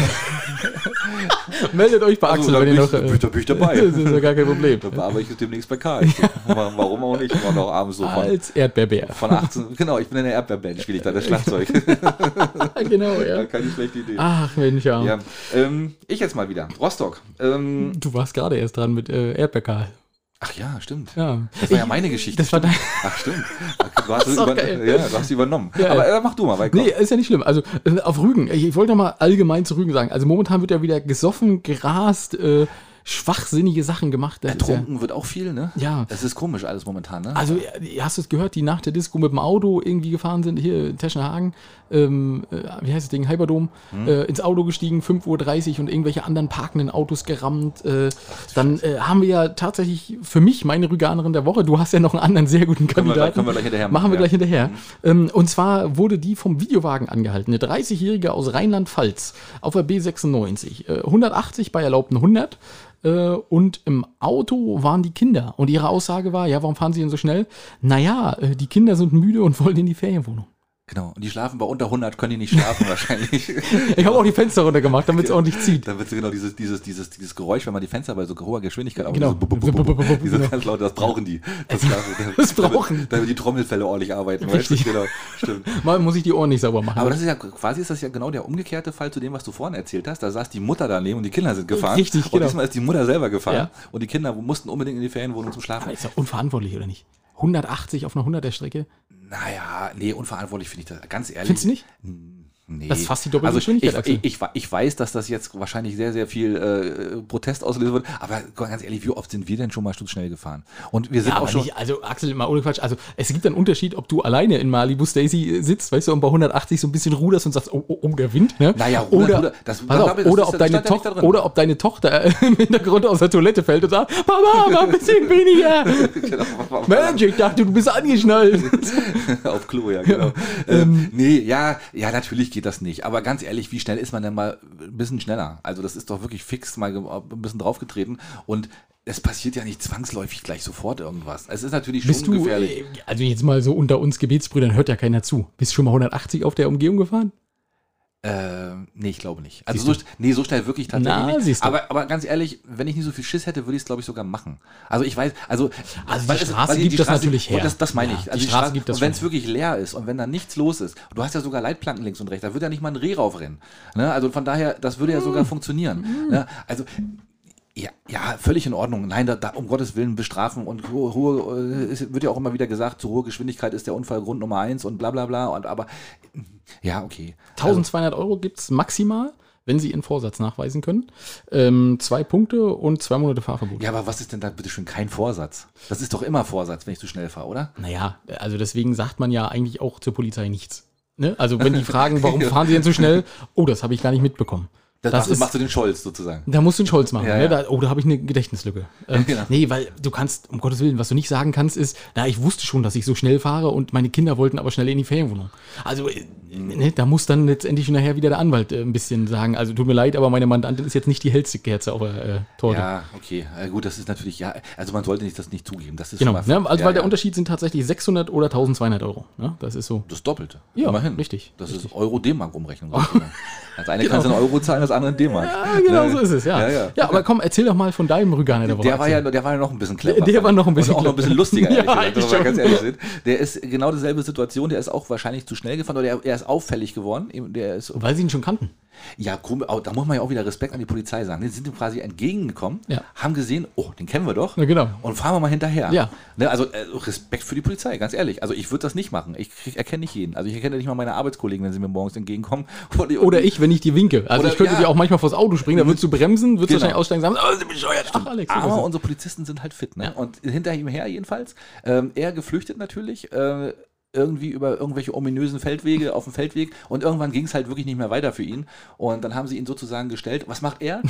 Meldet euch bei also, Axel, da wenn bin ihr ich, noch. äh, bin ich- da bin ich dabei. das ist ja gar kein Problem. da arbeite ich demnächst bei Karl. Warum auch nicht? Immer noch abends so von, Als Erdbeerbär. von 18. Genau, ich bin in der Erdbeerband, spiele ich da das Schlagzeug. genau, ja. Keine schlechte Idee. Ach Mensch, ja. Ja, ähm, ich jetzt mal wieder. Rostock. Ähm, Du warst gerade erst dran mit äh, Erdbeerkarl. ach ja, stimmt. Ja. Das war ja meine Geschichte. Das war dein. Ach stimmt. Du hast, ist es doch über, geil. ja, du hast sie übernommen. Ja. Aber äh, mach du mal, weil komm. Nee, ist ja nicht schlimm. Also äh, auf Rügen. Ich, ich wollte noch mal allgemein zu Rügen sagen. Also momentan wird ja wieder gesoffen, gerast, äh, schwachsinnige Sachen gemacht. Das ist ja- Ertrunken wird auch viel, ne? Ja. Das ist komisch alles momentan, ne? Also, äh, hast du es gehört, die nach der Disco mit dem Auto irgendwie gefahren sind, hier in Teschenhagen, ähm, äh, wie heißt das Ding, Heiberdom, äh, ins Auto gestiegen, 5.30 Uhr und irgendwelche anderen parkenden Autos gerammt. Äh, dann äh, haben wir ja tatsächlich für mich meine Rüganerin der Woche, du hast ja noch einen anderen sehr guten wir- Kandidaten. können wir gleich hinterher machen, machen. wir ja. Mhm. gleich hinterher. Ähm, und zwar wurde die vom Videowagen angehalten, eine 30-Jährige aus Rheinland-Pfalz auf der B96, äh, 180 bei erlaubten 100. Äh, und im Auto waren die Kinder. Und ihre Aussage war, ja, warum fahren sie denn so schnell? Naja, äh, die Kinder sind müde und wollen in die Ferienwohnung. genau. Und die schlafen bei unter 100, können die nicht schlafen wahrscheinlich. Ich habe auch die Fenster runter gemacht, damit es ordentlich zieht. Dann wird so genau dieses, dieses, dieses, dieses Geräusch, wenn man die Fenster bei so hoher Geschwindigkeit aufmacht. Genau. So, bup, bup, bup, bup, bup, dieses Genau. ganz laute, das brauchen die. Das, Das brauchen die. damit, damit die Trommelfälle ordentlich arbeiten. Richtig. Weißt du? genau. Stimmt. Mal muss ich die Ohren nicht sauber machen. Aber das ist ja quasi ist das ja genau der umgekehrte Fall zu dem, was du vorhin erzählt hast. Da saß die Mutter daneben und die Kinder sind gefahren. Richtig, genau. Und diesmal ist die Mutter selber gefahren Ja. und die Kinder mussten unbedingt in die Ferienwohnung zum Aber Schlafen. ist ja unverantwortlich, oder nicht? 180 auf einer 100er Strecke? Naja, nee, unverantwortlich finde ich das. Ganz ehrlich. Findest du nicht? Nee. Das ist fast die doppelte also Geschwindigkeit, Ich, Axel. ich, ich, wa- ich weiß, dass das jetzt wahrscheinlich sehr, sehr viel äh, Protest auslösen wird. Aber ganz ehrlich, wie oft sind wir denn schon mal schnell gefahren? Und wir sind Ja, auch aber schon. nicht, also Axel, mal ohne Quatsch. Also es gibt einen Unterschied, ob du alleine in Malibu Stacy sitzt, weißt du, und bei 180 so ein bisschen ruderst und sagst, oh, oh, oh der Wind, ne? Naja, rudern, oder, rudern, das- pass das- auf, das- oder, das- ob das deine stand ja nicht da Tochter, drin. oder ob deine Tochter äh, im Hintergrund aus der Toilette fällt und sagt, Papa, mal ein bisschen weniger. Genau, Mensch, ich dachte, du bist angeschnallt. Auf Klo, ja, genau. ähm, nee, ja, ja, natürlich geht das nicht. Aber ganz ehrlich, wie schnell ist man denn mal ein bisschen schneller? Also, das ist doch wirklich fix mal ge- ein bisschen draufgetreten. Und es passiert ja nicht zwangsläufig gleich sofort irgendwas. Es ist natürlich Bist schon du, gefährlich. äh, also jetzt mal so unter uns Gebetsbrüdern, hört ja keiner zu. Bist du schon mal 180 auf der Umgehung gefahren? Ähm, nee, ich glaube nicht. Also, so, nee, so schnell wirklich tatsächlich Na, nicht. siehst du. Aber, aber ganz ehrlich, wenn ich nicht so viel Schiss hätte, würde ich es, glaube ich, sogar machen. Also, ich weiß, also, Also die weil es- Straße weil gibt das natürlich her. Und das, das meine Ja, ich. die Also, Straße gibt das Und wenn es schon wirklich leer ist und wenn da nichts los ist, du hast ja sogar Leitplanken links und rechts, da würde ja nicht mal ein Reh raufrennen. Ne? Also, von daher, das würde ja Hm. sogar funktionieren. Ne? Also, ja, ja, völlig in Ordnung. Nein, da, da um Gottes Willen bestrafen und hohe, hohe äh, es wird ja auch immer wieder gesagt, zu hohe Geschwindigkeit ist der Unfallgrund Nummer eins und bla bla bla. Und, aber ja, okay. 1200 Euro gibt es maximal, wenn sie ihren Vorsatz nachweisen können. Ähm, zwei Punkte und zwei Monate Fahrverbot. Ja, aber was ist denn da bitte schön kein Vorsatz? Das ist doch immer Vorsatz, wenn ich zu schnell fahre, oder? Naja, also deswegen sagt man ja eigentlich auch zur Polizei nichts. Ne? Also wenn die fragen, warum fahren sie denn so schnell? Oh, das habe ich gar nicht mitbekommen. Das, Das machst, du- ist- machst du den Scholz sozusagen. Da musst du einen Scholz machen. Ja, ne? ja. Da, oh, da habe ich eine Gedächtnislücke. Ähm, Genau. Nee, weil du kannst, um Gottes Willen, was du nicht sagen kannst, ist, na, ich wusste schon, dass ich so schnell fahre und meine Kinder wollten aber schnell in die Ferienwohnung. Also, äh, ne, da muss dann letztendlich nachher wieder der Anwalt äh, ein bisschen sagen, also tut mir leid, aber meine Mandantin ist jetzt nicht die hellste Kerze auf der äh, Torte. Ja, okay. Äh, gut, das ist natürlich, ja, also man sollte nicht, das nicht zugeben. Das ist Genau, schon mal. ne? also ja, weil der ja. Unterschied sind tatsächlich 600 oder 1200 Euro. Ne? Das ist so. Das Doppelte. Ja, richtig, Das richtig. Genau. ist Euro-D-Mark-Umrechnung. sozusagen. Das eine kannst du in Euro zahlen, das andere in D-Mark. Ne? Ja, genau so ist es, ja. Ja, Ja, ja. aber komm, erzähl doch mal von deinem Rüganer der Woche. Der war, ja, der war ja noch ein bisschen clever. Der- der war noch ein bisschen Und auch noch ein bisschen clever. lustiger, ehrlich Ja, gesagt, wenn eigentlich wir mal schon. ganz ehrlich sind. Der ist genau dieselbe Situation, der ist auch wahrscheinlich zu schnell gefahren oder er, er ist auffällig geworden. Eben, Der ist, Weil sie ihn schon kannten. ja, komisch, auch- da muss man ja auch wieder Respekt an die Polizei sagen. Die sind ihm quasi entgegengekommen, Ja. haben gesehen, oh, den kennen wir doch. Ja, genau. Und fahren wir mal hinterher. Ja. Ne, also äh, Respekt für die Polizei, ganz ehrlich. Also ich würde das nicht machen. Ich krieg, erkenne nicht jeden. Also ich erkenne nicht mal meine Arbeitskollegen, wenn sie mir morgens entgegenkommen. Oder ich, wenn ich dir winke. Also Oder- ich könnte ja. dir auch manchmal vors Auto springen, dann würdest du bremsen, würdest Genau. wahrscheinlich aussteigen und sagen, oh, sie bescheuert. Ach, Alex. du Aber bist- unsere Polizisten sind halt fit, ne? Und hinter ihm her jedenfalls. Ähm, er geflüchtet natürlich. Äh, irgendwie über irgendwelche ominösen Feldwege auf dem Feldweg und irgendwann ging es halt wirklich nicht mehr weiter für ihn und dann haben sie ihn sozusagen gestellt. Was macht er?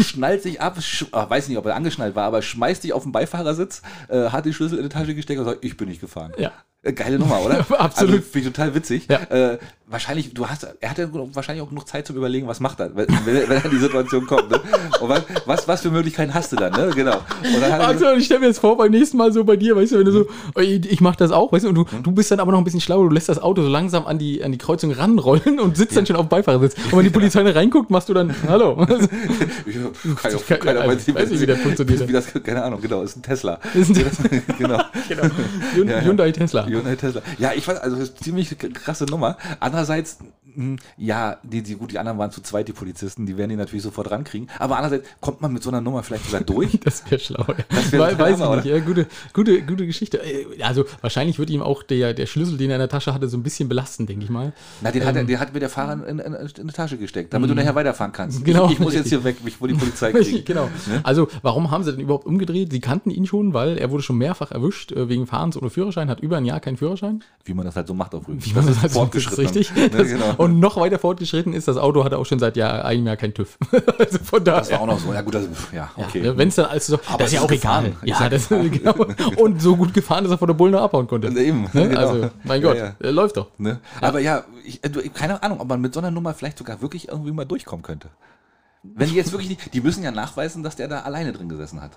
Schnallt sich ab, sch ah, weiß nicht, ob er angeschnallt war, aber schmeißt sich auf den Beifahrersitz, äh, hat den Schlüssel in die Tasche gesteckt und sagt, ich bin nicht gefahren. Ja. Äh, Geile Nummer, oder? Absolut. Also, Finde ich total witzig. Ja. Äh, wahrscheinlich, du hast, er hatte wahrscheinlich auch genug Zeit zum Überlegen, was macht er, wenn, wenn er in die Situation kommt. Ne? Und was, was, was für Möglichkeiten hast du dann? Ne? Genau. Und dann hat er gesagt, Also, ich stelle mir jetzt vor, beim nächsten Mal so bei dir, weißt du, wenn du so, oh, ich ich mach das auch, weißt du, und du, Mhm. du bist dann aber noch ein bisschen schlauer, du lässt das Auto so langsam an die, an die Kreuzung ranrollen und sitzt dann schon auf dem Beifahrersitz. Und wenn die Polizei da reinguckt, machst du dann, hallo. ich hab keine, Ich kann- keine, also, weiß nicht, wie das funktioniert hat. Wie das, keine Ahnung, genau, ist ein Tesla. Ist ein genau. genau. Hyundai Tesla. Hyundai Tesla. Ja, ich weiß, also das ist ziemlich krasse Nummer. Andererseits, mh, ja, die, die, gut, die anderen waren zu zweit, die Polizisten, die werden ihn natürlich sofort rankriegen. Aber andererseits kommt man mit so einer Nummer vielleicht sogar durch. Das wäre schlau. Ja. Das wär Wei- der Weiß ich Hammer, nicht. Ja, gute, gute, gute Geschichte. Äh, Also wahrscheinlich wird ihm auch der, der Schlüssel, den er in der Tasche hatte, so ein bisschen belasten, denke ich mal. Na, den, hat, Ähm. er- den hat mir der Fahrer in, in, in die Tasche gesteckt, damit du nachher weiterfahren kannst. Mhm. Genau. Ich, ich muss jetzt hier weg, mich wohl die Polizei kriegen. genau. ne? Also warum haben sie denn überhaupt umgedreht? Sie kannten ihn schon, weil er wurde schon mehrfach erwischt äh, wegen Fahrens ohne Führerschein, hat über ein Jahr keinen Führerschein. Wie man das halt so macht auf Rügen. Wie man das so- Das ist richtig. Ne, Das, genau. Und noch weiter fortgeschritten ist, das Auto hat er auch schon seit Jahr, einem Jahr keinen TÜF. also von daher. das war auch noch so. Ja gut, das, ja, okay. Ja, Wenn es dann alles so, Aber das ist es ja ist auch egal. gefahren. Ich Ja, sag das, gefahren. genau. Und so gut gefahren, dass er von der Bullen noch abhauen konnte. Na eben, Ne? genau. Also, mein Gott, Ja, äh, läuft doch. Ne? Aber ja, ich, äh, du, ich- keine Ahnung, ob man mit so einer Nummer vielleicht sogar wirklich irgendwie mal durchkommen könnte. Wenn die jetzt wirklich nicht, die müssen ja nachweisen, dass der da alleine drin gesessen hat.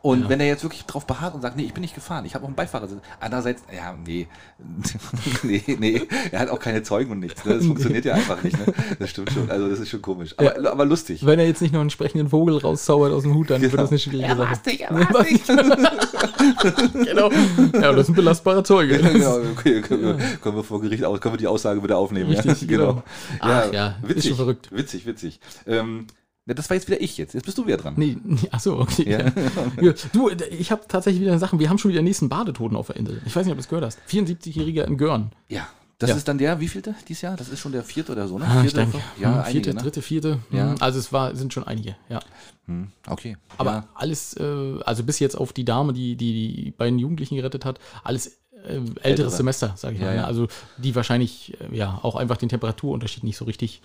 Und wenn er jetzt wirklich drauf beharrt und sagt, nee, ich bin nicht gefahren, ich habe auch einen Beifahrersitz. Andererseits, ja, nee, nee, nee, er hat auch keine Zeugen und nichts. Ne? Das funktioniert ja einfach nicht. Ne? Das stimmt schon. Also das ist schon komisch. Aber, aber lustig. Wenn er jetzt nicht noch einen sprechenden Vogel rauszaubert aus dem Hut, dann wird Genau. das eine schwierige Sache. Genau. Ja, das ist ein belastbarer Zeuge. Ja, genau, okay, können, wir, können wir vor Gericht aus, können wir die Aussage wieder aufnehmen. Richtig, ja? genau. Ach ja, ist witzig, schon verrückt. Witzig, witzig. Ähm, na, das war jetzt wieder ich jetzt. Jetzt bist du wieder dran. Nee, nee, ach so, okay. Ja. Ja. Du, d- ich habe tatsächlich wieder Sachen. Wir haben schon wieder den nächsten Badetoten auf der Insel. Ich weiß nicht, ob du es gehört hast. 74-Jähriger in Görn. Ja, das Ja. ist dann der, wievielte dieses Jahr? Das ist schon der vierte oder so, ne? Ah, ich vierte, denke, ja, ja, einige, vierte, ne? dritte, vierte. Ja. Hm, Also es war, sind schon einige, ja. Hm, okay. Aber ja. alles, äh, also bis jetzt auf die Dame, die die, die beiden Jugendlichen gerettet hat, alles äh, älteres Ältere. Semester, sage ich Ja, mal. ne? ja. Also die wahrscheinlich äh, ja auch einfach den Temperaturunterschied nicht so richtig.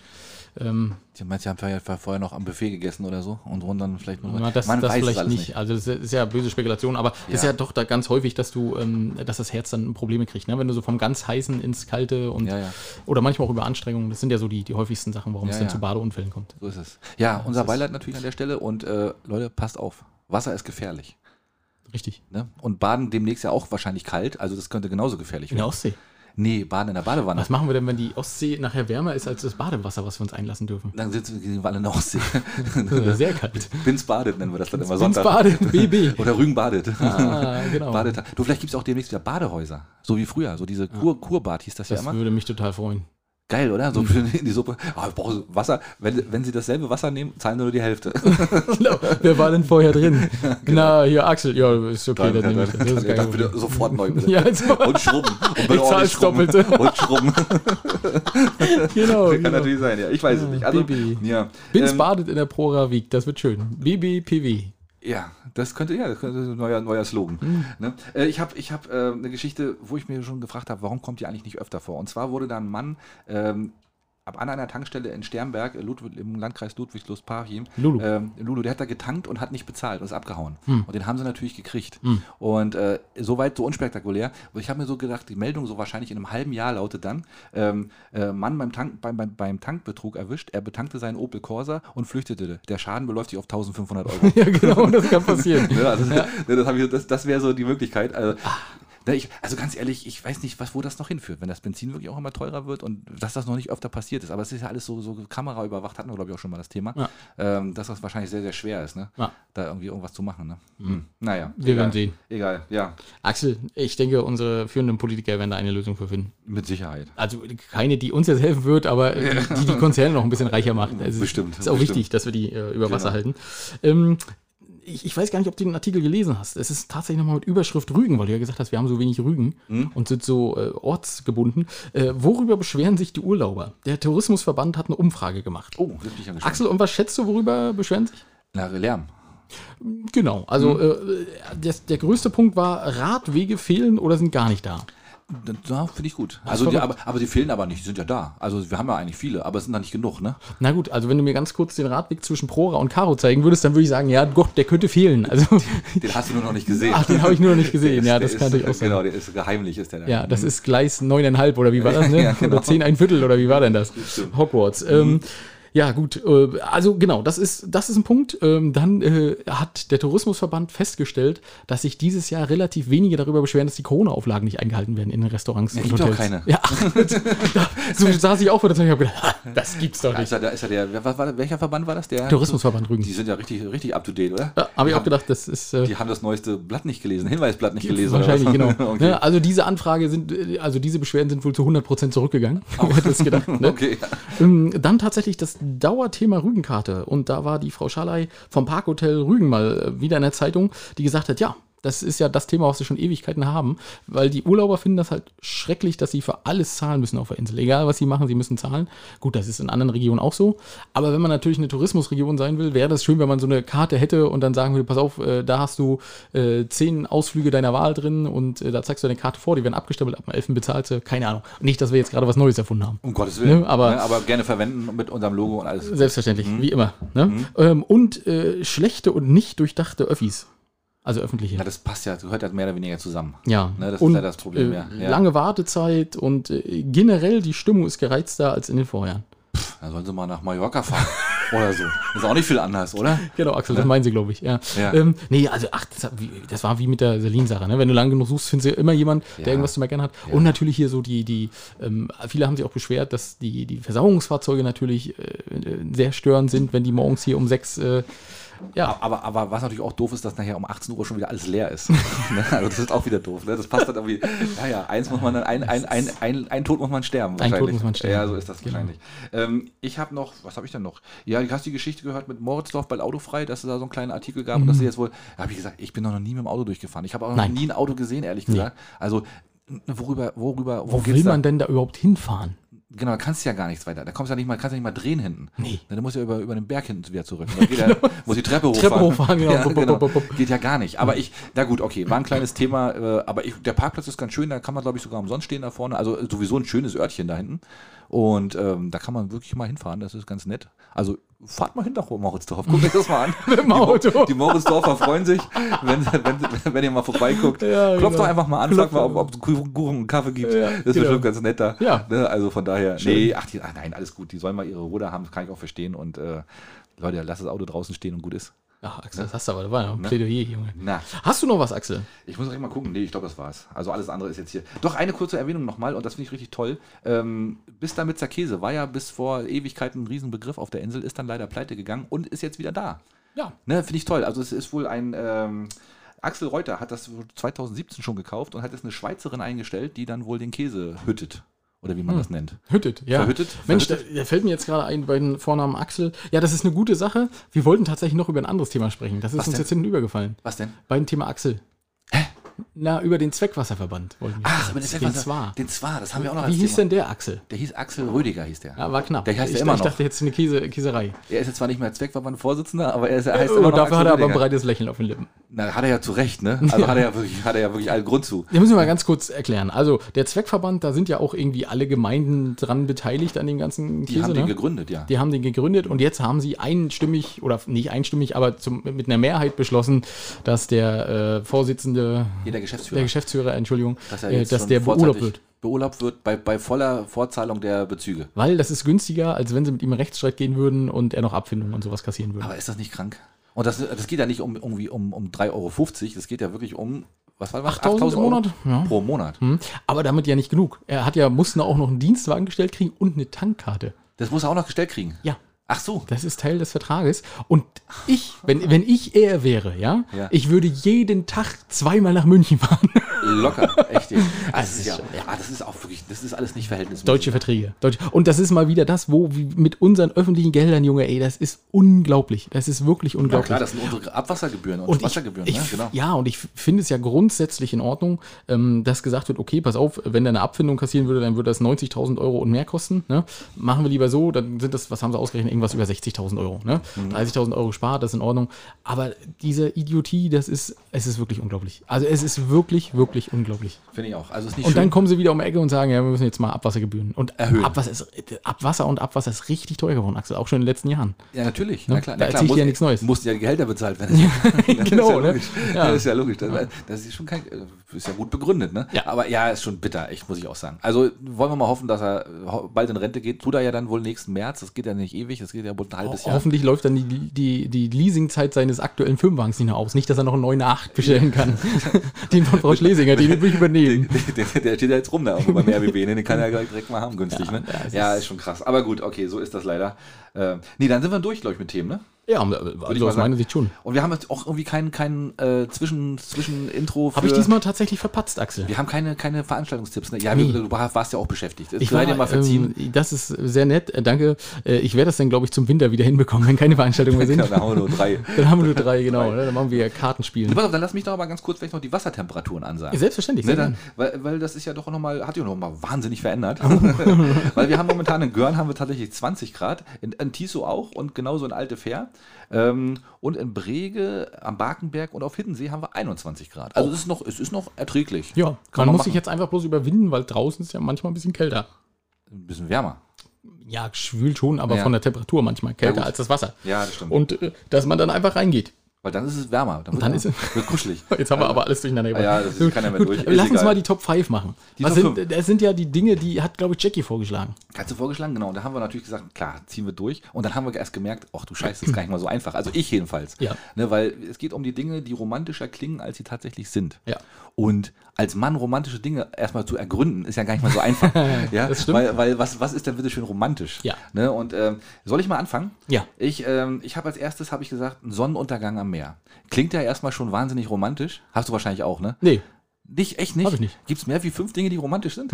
Ähm, Die meinst, sie haben vielleicht vorher noch am Buffet gegessen oder so und wurden dann vielleicht na, das das vielleicht nicht. Also das ist ja böse Spekulation, aber das ist Ja. ja doch da ganz häufig, dass du, ähm, dass das Herz dann Probleme kriegt, ne? wenn du so vom ganz heißen ins kalte und Ja, ja. oder manchmal auch über Anstrengungen. Das sind ja so die, die häufigsten Sachen, warum Ja, es dann ja. zu Badeunfällen kommt. So ist es. Ja, unser ist- Beileid natürlich an der Stelle und äh, Leute, passt auf. Wasser ist gefährlich. Richtig. Ne? Und baden demnächst ja auch wahrscheinlich kalt, also das könnte genauso gefährlich In werden. der Ostsee. Nee, baden in der Badewanne. Genau. Was machen wir denn, wenn die Ostsee nachher wärmer ist als das Badewasser, was wir uns einlassen dürfen? Dann sitzen wir alle in der Ostsee. Das ist Sehr kalt. Bins badet nennen wir das dann immer Bin's Sonntag. badet, BB. Oder Rügen badet. Ah, genau. Badetag. Du, vielleicht gibt es auch demnächst wieder Badehäuser. So wie früher. So diese Kur Kurbad hieß das, Das Mhm. ja immer. würde mich total freuen. Geil, oder? So für in die Suppe. Ah, ich brauche Wasser. Wenn, wenn sie dasselbe Wasser nehmen, zahlen sie nur die Hälfte. Genau. Wer war denn vorher drin? Na, hier Axel. Ja, ist okay, dann, nehme ich das. Das ist kein dann Problem. bitte sofort neu bitte. Ja, also, Und schrubben. Und Ich zahl's ordentlich Doppelte. Und schrubben. genau. Kann genau. natürlich sein, ja. Ich weiß es Ah, nicht. Also, Bibi. ja. Bins Ähm, badet in der Prora Wieg, das wird schön. BBPW. Ja, das könnte ja das könnte ein neuer, neuer Slogan. Ne? Äh, ich habe ich hab, äh, eine Geschichte, wo ich mir schon gefragt habe, warum kommt die eigentlich nicht öfter vor? Und zwar wurde da ein Mann ähm, ab an einer Tankstelle in Sternberg, äh, Ludwig, im Landkreis Ludwigslust-Parchim, Lulu. Ähm, Lulu, der hat da getankt und hat nicht bezahlt und ist abgehauen. Und den haben sie natürlich gekriegt. Und äh, soweit so unspektakulär. Und ich habe mir so gedacht, die Meldung so wahrscheinlich in einem halben Jahr lautet dann, ähm, äh, Mann beim, Tank, beim, beim, beim Tankbetrug erwischt, er betankte seinen Opel Corsa und flüchtete. Der Schaden beläuft sich auf 1500 Euro. Ja, Ah. genau, das kann passieren. Ne, also, ne, das hab ich, so- das, das wäre so die Möglichkeit. Also, Ne, ich, also ganz ehrlich, ich weiß nicht, was, wo das noch hinführt, wenn das Benzin wirklich auch immer teurer wird und dass das noch nicht öfter passiert ist. Aber es ist ja alles so, so kameraüberwacht, hatten wir, glaube ich, auch schon mal das Thema, Ja. ähm, dass das wahrscheinlich sehr, sehr schwer ist, ne? Ja. Mhm. da irgendwie irgendwas zu machen. Ne? Hm. Naja. Wir egal. werden sehen. Egal, ja, Axel, ich denke, unsere führenden Politiker werden da eine Lösung für finden. mit Sicherheit. Also keine, die uns jetzt helfen wird, aber äh, die die, die Konzerne noch ein bisschen reicher macht. Also es Bestimmt, Ist auch bestimmt. wichtig, dass wir die äh, über Wasser Genau. halten. Ähm, ich, ich weiß gar nicht, ob du den Artikel gelesen hast. Es ist tatsächlich nochmal mit Überschrift Rügen, weil du ja gesagt hast, wir haben so wenig Rügen Hm? und sind so äh, ortsgebunden. Äh, worüber beschweren sich die Urlauber? Der Tourismusverband hat eine Umfrage gemacht. Oh, jetzt bin ich ja gespannt. Axel, und was schätzt du, worüber beschweren sich? Na, Lärm. Genau, Hm? also äh, das, der größte Punkt war, Radwege fehlen oder sind gar nicht da. Da finde ich gut. Also die, aber, aber die fehlen aber nicht, die sind ja da. Also wir haben ja eigentlich viele, aber es sind da nicht genug, ne? Na gut, also wenn du mir ganz kurz den Radweg zwischen Prora und Karo zeigen würdest, dann würde ich sagen, ja Gott, der könnte fehlen. Also Den hast du nur noch nicht gesehen. Ach, den habe ich nur noch nicht gesehen. Ja, Der das kann ist, natürlich auch sein. Genau, der ist geheimlich, ist der da. Ja, das ist Gleis 9,5 oder wie war das, ne? Ja, genau. Mhm. Oder 10 ein Viertel oder wie war denn das? Hogwarts. Ähm, ja, gut, äh, also genau, das ist, das ist ein Punkt. Ähm, dann äh, hat der Tourismusverband festgestellt, dass sich dieses Jahr relativ wenige darüber beschweren, dass die Corona-Auflagen nicht eingehalten werden in den Restaurants Ja, und gibt doch Hotels. keine. Ja, ach, da, so saß ich auch vor der Zeit und habe gedacht, das gibt's doch Da ist er, nicht. da ist er der, wer- was war, welcher Verband war das? Der Tourismusverband Rügen. Die sind ja richtig, richtig up to date, oder? Ja, habe ich auch gedacht, das ist. Äh, Die haben das neueste Blatt nicht gelesen, Hinweisblatt nicht gelesen. oder Wahrscheinlich, was? genau. okay. Ne, also diese Anfrage sind, äh, also diese Beschwerden sind wohl zu 100% zurückgegangen. Wer hätte es gedacht, ne? okay. ja. Ähm, Dann tatsächlich das Dauerthema Rügenkarte. Und da war die Frau Schalay vom Parkhotel Rügen mal äh, wieder in der Zeitung, die gesagt hat, ja, das ist ja das Thema, was wir schon Ewigkeiten haben, weil die Urlauber finden das halt schrecklich, dass sie für alles zahlen müssen auf der Insel. Egal, was sie machen, sie müssen zahlen. Gut, das ist in anderen Regionen auch so. Aber wenn man natürlich eine Tourismusregion sein will, wäre das schön, wenn man so eine Karte hätte und dann sagen würde, pass auf, äh, da hast du äh, zehn Ausflüge deiner Wahl drin und äh, da zeigst du deine Karte vor, die werden abgestempelt, ab dem 11. bezahlt sie. Keine Ahnung. Nicht, dass wir jetzt gerade was Neues erfunden haben. Um Gottes Willen. Ne, aber- Ne, aber gerne verwenden mit unserem Logo und alles. Selbstverständlich, Mhm. wie immer. Ne? Ähm, und äh, schlechte und nicht durchdachte Öffis. Also öffentliche. Ja, das passt ja, gehört ja mehr oder weniger zusammen. ja, ne, das ist und, ja das Problem, Äh, ja, ja. Lange Wartezeit und äh, generell die Stimmung ist gereizter als in den Vorjahren. Dann sollen sie mal nach Mallorca fahren oder so. Ist auch nicht viel anders, oder? Genau, Axel, das meinen sie, glaube ich. Ja. Ja. Ähm, nee, also ach, das, hat- wie- das war wie mit der Selin-Sache. Ne? Wenn du lang genug suchst, findest du immer jemand, der Ja. irgendwas zu meckern hat. Und natürlich hier so die, die ähm, viele haben sich auch beschwert, dass die, die Versauerungsfahrzeuge natürlich äh, äh, sehr störend sind, wenn die morgens hier um sechs äh, ja, Aber, aber was natürlich auch doof ist, dass nachher um 18 Uhr schon wieder alles leer ist. Ne, also das ist auch wieder doof. Ne? Das passt dann irgendwie. Ja, ja, eins muss man dann, ein, ein, ein, ein, ein Tod muss man sterben. Ein Tod wahrscheinlich. muss man sterben. Genau. Ja, so ist das wahrscheinlich. Ähm, ich habe noch, was habe ich denn noch? Ja, du hast die Geschichte gehört mit Moritzdorf bald autofrei, dass es da so einen kleinen Artikel gab und dass sie jetzt wohl, da habe ich gesagt, ich bin doch noch nie mit dem Auto durchgefahren. Ich habe auch noch Mhm. Nein. nie ein Auto gesehen, ehrlich gesagt. Also, worüber, worüber, worum wo will geht's da? man denn da überhaupt hinfahren? Genau, da kannst du ja gar nichts weiter. Da kommst du ja nicht mal, kannst ja nicht mal drehen hinten. Nee. Genau. Na, Du musst ja über, über den Berg hinten wieder zurück. Da geht ja, muss die Treppe hochfahren. Treppe hochfahren, genau. Ja, Bup, bup, genau. bup, bup, bup. Geht ja gar nicht. Aber ich, na gut, okay, war ein kleines Thema. Äh, aber ich, der Parkplatz ist ganz schön, da kann man, glaube ich, sogar umsonst stehen da vorne. Also äh, sowieso ein schönes Örtchen da hinten. Und ähm, da kann man wirklich mal hinfahren, das ist ganz nett. Also fahrt mal hin nach Moritzdorf, guckt euch das mal an. Mit dem Auto. Die, die Moritzdorfer freuen sich, wenn, wenn, wenn ihr mal vorbeiguckt. Ja, Klopft genau. doch einfach mal an, fragt mal, ob- ob es Kuchen und Kaffee gibt. Ja, das ist genau. bestimmt ganz nett da. Ja. Ne, also von daher, nee, ach, die, ach nein, alles gut. Die sollen mal ihre Ruhe da haben, das kann ich auch verstehen. Und äh, Leute, lasst das Auto draußen stehen und gut ist. Ja, Axel, das hast du aber, das war ja ein Ne? Plädoyer, Junge. Na, Hast du noch was, Axel? ich muss direkt mal gucken. Nee, ich glaube, das war's. Also alles andere ist jetzt hier. Doch eine kurze Erwähnung nochmal, und das finde ich richtig toll. Ähm, bis damit Käse war ja bis vor Ewigkeiten ein Riesenbegriff auf der Insel, ist dann leider pleite gegangen und ist jetzt wieder da. Ja. Ne, finde ich toll. Also es ist wohl ein ähm, Axel Reuter hat das 2017 schon gekauft und hat jetzt eine Schweizerin eingestellt, die dann wohl den Käse hüttet. Oder wie man das nennt. Hüttet, ja. Verhüttet? Mensch, da, Verhüttet? da fällt mir jetzt gerade ein bei den Vornamen Axel. Ja, das ist eine gute Sache. Wir wollten tatsächlich noch über ein anderes Thema sprechen. Das ist Was uns denn? jetzt hinten übergefallen. Was denn? Bei dem Thema Axel. Hä? Na, über den Zweckwasserverband wollten wir. Ach, aber das ist den etwas- Zwar. Den Zwar, das haben wir auch noch Wie als hieß Thema. denn der Axel? Der hieß Axel Rüdiger, hieß der. Ja, war knapp. Der heißt ich, ja immer ich noch. dachte jetzt eine Käse, Käserei. Er ist jetzt zwar nicht mehr Zweckverband-Vorsitzender, aber er ist, er heißt Oh, immer noch dafür hat er aber ein Rüdiger. breites Lächeln auf den Lippen. Na, hat er ja zu Recht, ne? Also hat er ja wirklich, hat er ja wirklich allen Grund zu. Da müssen wir mal ganz kurz erklären. Also, der Zweckverband, da sind ja auch irgendwie alle Gemeinden dran beteiligt an dem ganzen Die Käse. haben den ne? gegründet, ja. Die haben den gegründet und jetzt haben sie einstimmig oder nicht einstimmig, aber zum, mit einer Mehrheit beschlossen, dass der äh, Vorsitzende, Hier der Geschäftsführer. der Geschäftsführer, Entschuldigung, dass dass, er äh, jetzt dass schon der beurlaubt vorzeitig wird. Beurlaubt wird bei, bei voller Vorzahlung der Bezüge. Weil das ist günstiger, als wenn sie mit ihm in Rechtsstreit gehen würden und er noch Abfindungen und sowas kassieren würde. Aber ist das nicht krank? Und das, das geht ja nicht um irgendwie um, um 3,50 Euro, das geht ja wirklich um, was war das? 8.000 im Monat? Euro Ja. pro Monat. Hm. Aber damit ja nicht genug. Er hat ja, musste auch noch einen Dienstwagen gestellt kriegen und eine Tankkarte. Das muss er auch noch gestellt kriegen. Ja. Ach so. Das ist Teil des Vertrages. Und ich, wenn, wenn ich er wäre, ja, Ja. ich würde jeden Tag zweimal nach München fahren. Locker, echt. jetzt. Das, Das ist ist ja, schon- ah, das ist auch wirklich, das ist alles nicht verhältnismäßig. Deutsche Verträge. Deutsche. Und das ist mal wieder das, wo wie mit unseren öffentlichen Geldern, Junge, ey, das ist unglaublich. Das ist wirklich Ja unglaublich. klar, das sind unsere Abwassergebühren und, und ich, Wassergebühren, ich, ne? genau. Ja, und ich finde es ja grundsätzlich in Ordnung, ähm, dass gesagt wird, okay, pass auf, wenn der eine Abfindung kassieren würde, dann würde das 90.000 Euro und mehr kosten. Ne? Machen wir lieber so, dann sind das, was haben sie ausgerechnet, irgendwas über 60.000 Euro. Ne? Mhm. 30.000 Euro gespart, das ist in Ordnung. Aber diese Idiotie, das ist, es ist wirklich unglaublich. Also es ist wirklich, wirklich unglaublich. Finde ich auch. Also ist nicht Und schön. dann kommen sie wieder um die Ecke und sagen, ja, wir müssen jetzt mal Abwassergebühren. Und Erhöhen. Abwasser, ist, Abwasser und Abwasser ist richtig teuer geworden, Axel, auch schon in den letzten Jahren. ja, natürlich. Ne? Na klar, Da na klar. erzähl ich dir ja nichts Neues. Mussten ja die Gehälter bezahlt werden. Das genau, ist ja ne? logisch. Ja. Das ist ja logisch. Das, das ist schon kein, ist ja gut begründet, ne? Ja. Aber ja, ist schon bitter, echt, muss ich auch sagen. Also wollen wir mal hoffen, dass er ho- bald in Rente geht. Tut er ja dann wohl nächsten März. Das geht ja nicht ewig. Das geht ja wohl ein halbes Ho Jahr. Hoffentlich läuft dann die, die, die Leasingzeit seines aktuellen Firmenwagens nicht noch aus. Nicht, dass er noch einen 908 bestellen kann. den von Frau Schlesinger, den will ich übernehmen. Der, der, der steht ja jetzt rum da irgendwo beim RBB, ne? den kann er gleich direkt mal haben, günstig. ne? ja, es ja ist- ist schon krass. Aber gut, okay, so ist das leider. Ähm, nee, dann sind wir durch, glaube ich, mit Themen, ne? Ja, also mal aus meiner sagen. Sicht schon. Und wir haben jetzt auch irgendwie kein, kein äh, Zwischen, Zwischenintro für. Habe ich diesmal tatsächlich verpatzt, Axel. Wir haben keine, keine Veranstaltungstipps. Ne? Ja, Nee. du warst ja auch beschäftigt. Ich sei dir mal verziehen. ähm, das ist sehr nett, äh, danke. Äh, Ich werde das dann, glaube ich, zum Winter wieder hinbekommen, wenn keine Veranstaltungen mehr sind. Ja, Genau, da haben wir nur drei. Dann haben wir nur drei, genau. ne? Dann machen wir Kartenspielen. Pass auf, dann lass mich doch mal ganz kurz vielleicht noch die Wassertemperaturen ansagen. Selbstverständlich. Ne, sehr dann, gern. weil, weil das ist ja doch nochmal, hat ja nochmal wahnsinnig verändert. weil wir haben momentan in Görn haben wir tatsächlich 20 Grad, in, in Tiso auch und genauso in Alte Fähr. Ähm, und in Brege, am Barkenberg und auf Hiddensee haben wir 21 Grad. Also es, ist noch, es ist noch erträglich. Oh. ja, Kann man, man muss machen. sich jetzt einfach bloß überwinden, weil draußen ist ja manchmal ein bisschen kälter. Ein bisschen wärmer. Ja, schwül schon, aber Ja. von der Temperatur manchmal kälter gut. als das Wasser. Ja, das stimmt. Und äh, dass man dann einfach reingeht. Weil dann ist es wärmer. Dann, wird, dann ist es- wird kuschelig. Jetzt haben wir aber alles durcheinander gebracht. ja, das ist- kann ja mehr Gut, durch. Ist Lass uns egal. mal die Top 5 machen. Die Was Top sind, fünf. das sind ja die Dinge, die hat, glaube ich, Jackie vorgeschlagen. Hast du vorgeschlagen, genau. Und da haben wir natürlich gesagt, klar, ziehen wir durch. Und dann haben wir erst gemerkt, ach du Scheiße, das ist gar nicht mal so einfach. Also ich jedenfalls. Ja. Ne, weil es geht um die Dinge, die romantischer klingen, als sie tatsächlich sind. Ja. Und als Mann romantische Dinge erstmal zu ergründen, ist ja gar nicht mal so einfach. ja, Das stimmt. Weil, weil was, was ist denn bitte schön romantisch? Ja. Ne, und ähm, soll ich mal anfangen? Ja. Ich, ähm, ich habe als erstes, habe ich gesagt, ein Sonnenuntergang am Meer. Klingt ja erstmal schon wahnsinnig romantisch. Hast du wahrscheinlich auch, ne? Nee, Nicht, echt nicht? Hab ich nicht. Gibt es mehr wie fünf Dinge, die romantisch sind?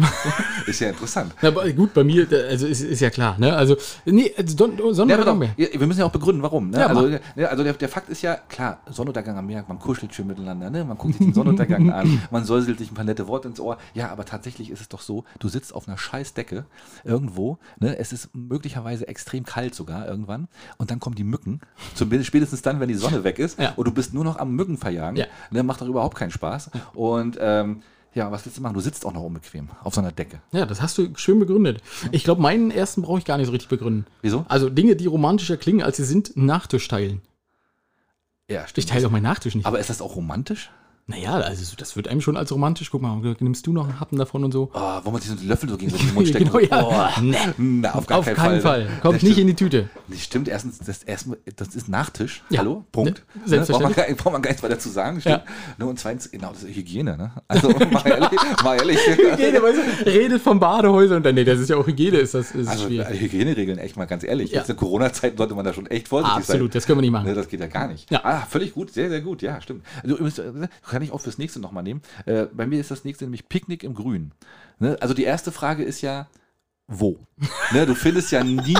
ist ja interessant. na, aber gut, bei mir, äh, also ist, ist ja klar. Ne? Also, nee, also Don- Ja, aber Sonnenuntergang doch, mehr. ja, wir müssen ja auch begründen, warum. Ne? Ja, also mach. ne, also der, der Fakt ist ja, klar, Sonnenuntergang am Meer, man kuschelt schön miteinander, ne? man guckt sich den Sonnenuntergang an, man säuselt sich ein paar nette Worte ins Ohr. Ja, aber tatsächlich ist es doch so, du sitzt auf einer scheiß Decke irgendwo, ne? es ist möglicherweise extrem kalt sogar irgendwann und dann kommen die Mücken, zum, spätestens dann, wenn die Sonne weg ist Ja. und du bist nur noch am Mücken verjagen. Ja. Ne? Macht doch überhaupt keinen Spaß. Und ähm, ja, was willst du machen? Du sitzt auch noch unbequem auf so einer Decke. Ja, das hast du schön begründet. Ich glaube, meinen ersten brauche ich gar nicht so richtig begründen. Mhm. Wieso? Also Dinge, die romantischer klingen, als sie sind, Nachtisch teilen. Ja, Ich teile doch meinen Nachtisch nicht. Aber ist das auch romantisch? naja, also das wird einem schon als romantisch. Guck mal, nimmst du noch einen Happen davon und so? Oh, wo man sich so einen Löffel so gegen so den Mund stecken Genau, muss. ja. oh, Na, auf gar Auf keinen, keinen Fall. Fall. ne? Kommt nicht in die Tüte. die. Stimmt, erstens, das, erstmal, das ist Nachtisch. Ja. Hallo? Punkt. Ne, Ne, braucht, man, selbstverständlich. gar- braucht man gar nichts weiter zu sagen. Ja. Stimmt. Ne, und zweitens, genau, das ist Hygiene. Ne? Also, mal ehrlich. Mal ehrlich. Hygiene, weißt du, redet vom Badehäuser und dann, nee, das ist ja auch Hygiene, ist das ist Also, schwierig. Hygieneregeln, echt mal ganz ehrlich. Ja. Jetzt in Corona-Zeiten sollte man da schon echt vorsichtig Absolut, sein. das können wir nicht machen. Ne, das geht ja gar nicht. Ja. Ah, völlig gut, sehr, sehr gut. Ja, stimmt. Also, übrigens, äh, kann ich auch fürs nächste nochmal nehmen. Äh, bei mir ist das nächste nämlich Picknick im Grün. Ne? Also die erste Frage ist ja, wo? ne, du findest ja nie.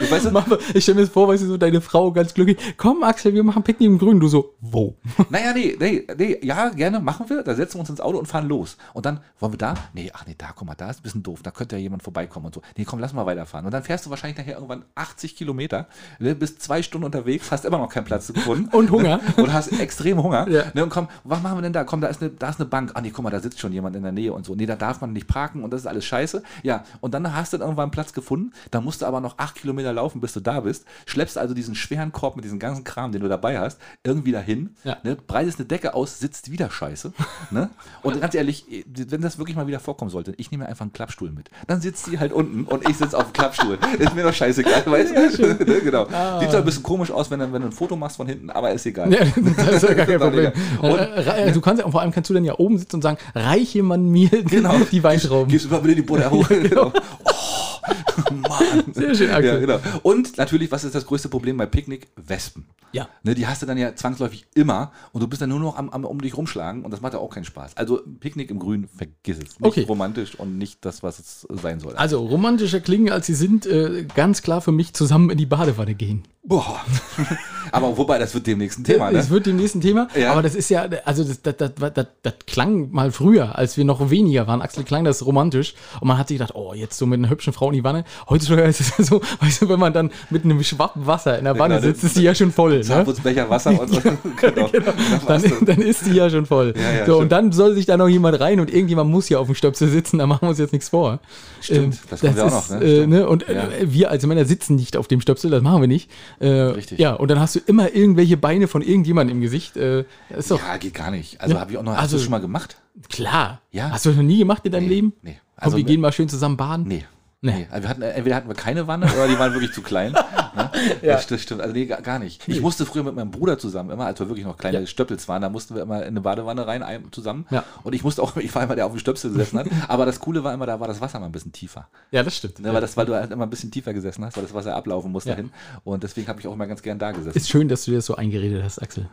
Du weißt, Mach mal- Ich stelle mir das vor, weißt du, so deine Frau ganz glücklich, komm Axel, wir machen Picknick im Grünen. Du so, wo? Naja, nee, nee, nee, ja, gerne, machen wir. Da setzen wir uns ins Auto und fahren los. Und dann, wollen wir da? Nee, ach nee, da, guck mal, da ist ein bisschen doof. Da könnte ja jemand vorbeikommen und so. Nee, komm, lass mal weiterfahren. Und dann fährst du wahrscheinlich nachher irgendwann 80 Kilometer, ne, bist zwei Stunden unterwegs, hast immer noch keinen Platz gefunden. Und Hunger. Ne, und hast extrem Hunger. Ja. Ne, und komm, was machen wir denn da? Komm, da ist, eine, da ist eine Bank. Ah nee, guck mal, da sitzt schon jemand in der Nähe und so. Nee, da darf man nicht parken und das ist alles scheiße. Ja, und dann hast du dann irgendwann einen Platz gefunden. Da musst du aber noch acht Kilometer wieder laufen, bis du da bist. Schleppst also diesen schweren Korb mit diesem ganzen Kram, den du dabei hast, irgendwie dahin. Ja. Ne? Breitest eine Decke aus, sitzt wieder scheiße. ne? Und ganz ehrlich, wenn das wirklich mal wieder vorkommen sollte, ich nehme mir einfach einen Klappstuhl mit. Dann sitzt sie halt unten und ich sitze auf dem Klappstuhl. Ist mir doch scheißegal, weißt du? Ne? genau. Sieht zwar ein bisschen komisch aus, wenn, du- wenn du ein Foto machst von hinten, aber ist egal. Ja, das ist ja gar kein Doch, Problem. Digga. Und- Äh, äh, du kannst ja, und vor allem kannst du dann ja oben sitzen und sagen, reich jemand mir Genau. die Weintrauben. Gibst du mal bitte die Butter hoch. genau. Oh, Mann. Sehr schön, Axel. Ja, genau. Und natürlich, was ist das größte Problem bei Picknick? Wespen. Ja. Ne, die hast du dann ja zwangsläufig immer und du bist dann nur noch am, am um dich rumschlagen und das macht ja auch keinen Spaß. Also Picknick im Grün, vergiss es. Nicht Okay. romantisch und nicht das, was es sein soll. Also romantischer klingen als sie sind, äh, ganz klar für mich zusammen in die Badewanne gehen. Boah. Aber wobei, das wird demnächst ein Thema, ne? Es wird dem nächsten Thema, Ja. aber das ist ja, also das, das, das, das, das klang mal früher, als wir noch weniger waren. Axel klang das romantisch und man hat sich gedacht, oh, jetzt so mit einer hübschen Frau in die Wanne. Heutzutage ist es ja so, weißt du, wenn man dann mit einem Schwappen Wasser in der Wanne genau, sitzt, ist die ja schon voll. Ne? Zapf uns Becher Wasser und so. genau. Das war's dann, dann ist die ja schon voll. Ja, ja, so, stimmt. und dann soll sich da noch jemand rein und irgendjemand muss hier auf dem Stöpsel sitzen, da machen wir uns jetzt nichts vor. Ähm, Stimmt, das kommt ja auch noch, ne? Äh, Stimmt. ne? Und Ja. äh, wir als Männer sitzen nicht auf dem Stöpsel, das machen wir nicht. Äh, Richtig. Ja, und dann hast du immer irgendwelche Beine von irgendjemandem im Gesicht. Äh, ist doch Ja, geht gar nicht. Also Ja. habe ich auch noch. hast Also- du das schon mal gemacht? klar. Ja. Hast du das noch nie gemacht in deinem Nee, Leben? nee. Also, Also- Komm, wir gehen mal schön zusammen baden? Nee. Nee. Nee. Also wir hatten, entweder hatten wir keine Wanne oder die waren wirklich zu klein. Ne? Ja. das, das stimmt. Also nee, gar gar nicht. Ich musste früher mit meinem Bruder zusammen immer, als wir wirklich noch kleine Ja. Stöppels waren, da mussten wir immer in eine Badewanne rein ein- zusammen. Ja. Und ich musste auch, ich war immer der auf dem Stöpsel gesessen hat. Aber das Coole war immer, da war das Wasser mal ein bisschen tiefer. Ja, das stimmt. Ne, weil, das, weil du halt immer ein bisschen tiefer gesessen hast, weil das Wasser ablaufen musste Ja. hin. Und deswegen habe ich auch immer ganz gern da gesessen. Ist schön, dass du dir das so eingeredet hast, Axel.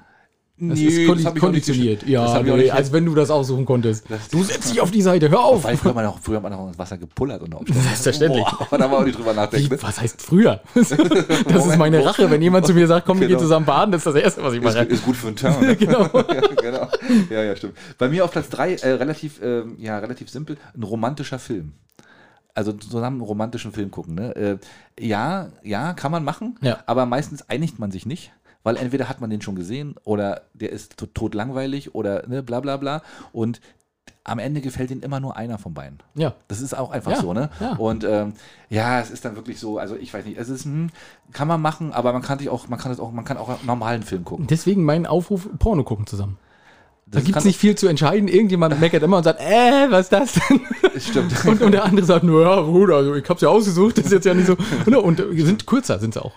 Das Nee, ist kondi hab ich auch nicht konditioniert. gesch- das hab ich auch nee, also nicht- als wenn du das aussuchen konntest. Das- Du setzt dich auf die Seite, hör auf! Weil früher hat man auch, früher hat man auch ins Wasser gepullert unter Umständen. Selbstverständlich. Boah, da war auch nicht drüber nachdenken. Wie, ne? was heißt früher? Das ist meine Moment. Rache. Wenn jemand zu mir sagt, komm, wir gehen Genau. zusammen baden, das ist das Erste, was ich Ist, mache. ist gut für einen Turn. Ne? Genau. ja, genau. Ja, ja, stimmt. Bei mir auf Platz 3 äh, relativ, ähm, ja, relativ simpel, ein romantischer Film. Also zusammen einen romantischen Film gucken. Ne? Äh, ja, ja, kann man machen, Ja. aber meistens einigt man sich nicht. Weil entweder hat man den schon gesehen oder der ist to- totlangweilig oder ne, bla bla bla. Und am Ende gefällt ihnen immer nur einer von beiden. Ja. Das ist auch einfach Ja, so, ne? ja. Und ähm, ja, es ist dann wirklich so, also ich weiß nicht, es ist, hm, kann man machen, aber man kann sich auch, man kann das auch, man kann auch einen normalen Film gucken. Deswegen mein Aufruf, Porno gucken zusammen. Da Das gibt es kann- nicht viel zu entscheiden. Irgendjemand meckert immer und sagt, äh, was ist das denn? Stimmt. Und, und der andere sagt, naja, Bruder, also ich hab's ja ausgesucht, das ist jetzt ja nicht so. Und, und äh, sind kürzer, sind sie auch.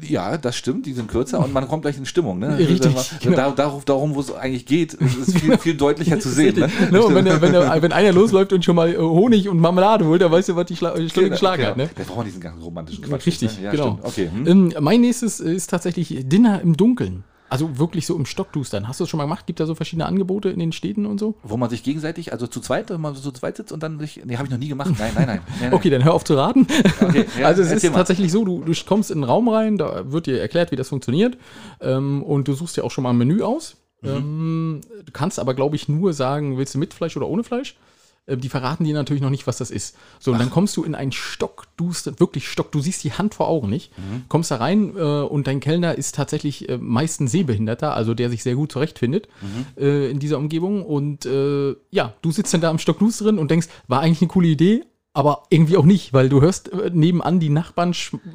ja, das stimmt, die sind kürzer und man kommt gleich in Stimmung, ne? Richtig, genau. Da, darum, darum wo es eigentlich geht, ist es viel, viel deutlicher zu sehen, ne? Ne, und wenn, der, wenn, der, wenn einer losläuft und schon mal äh, Honig und Marmelade holt, dann weißt du, was die Schla äh, Stunde geschlagen genau. hat. Ne? Da braucht man diesen ganzen romantischen Quatsch. Richtig, ne? Ja, genau. stimmt. Okay. Hm? Ähm, mein nächstes ist tatsächlich Dinner im Dunkeln. Also wirklich so im Stockdustern. Hast du das schon mal gemacht? Gibt da so verschiedene Angebote in den Städten und so? Wo man sich gegenseitig, also zu zweit, wenn man so zu zweit sitzt und dann sich, nee, habe ich noch nie gemacht. Nein, nein, nein. nein, nein. Okay, dann hör auf zu raten. Okay, ja, also es ist erzähl mal. tatsächlich so, du, du kommst in einen Raum rein, da wird dir erklärt, wie das funktioniert ähm, und du suchst dir auch schon mal ein Menü aus. Mhm. Ähm, du kannst aber, glaube ich, nur sagen, willst du mit Fleisch oder ohne Fleisch? Ähm, Die verraten dir natürlich noch nicht, was das ist. So, und dann kommst du in einen Stock, du wirklich Stock, du siehst die Hand vor Augen nicht, Mhm. kommst da rein äh, und dein Kellner ist tatsächlich äh, meistens Sehbehinderter, also der sich sehr gut zurechtfindet Mhm. äh, in dieser Umgebung. Und äh, ja, du sitzt dann da am Stock drin und denkst, war eigentlich eine coole Idee, aber irgendwie auch nicht, weil du hörst äh, nebenan die Nachbarn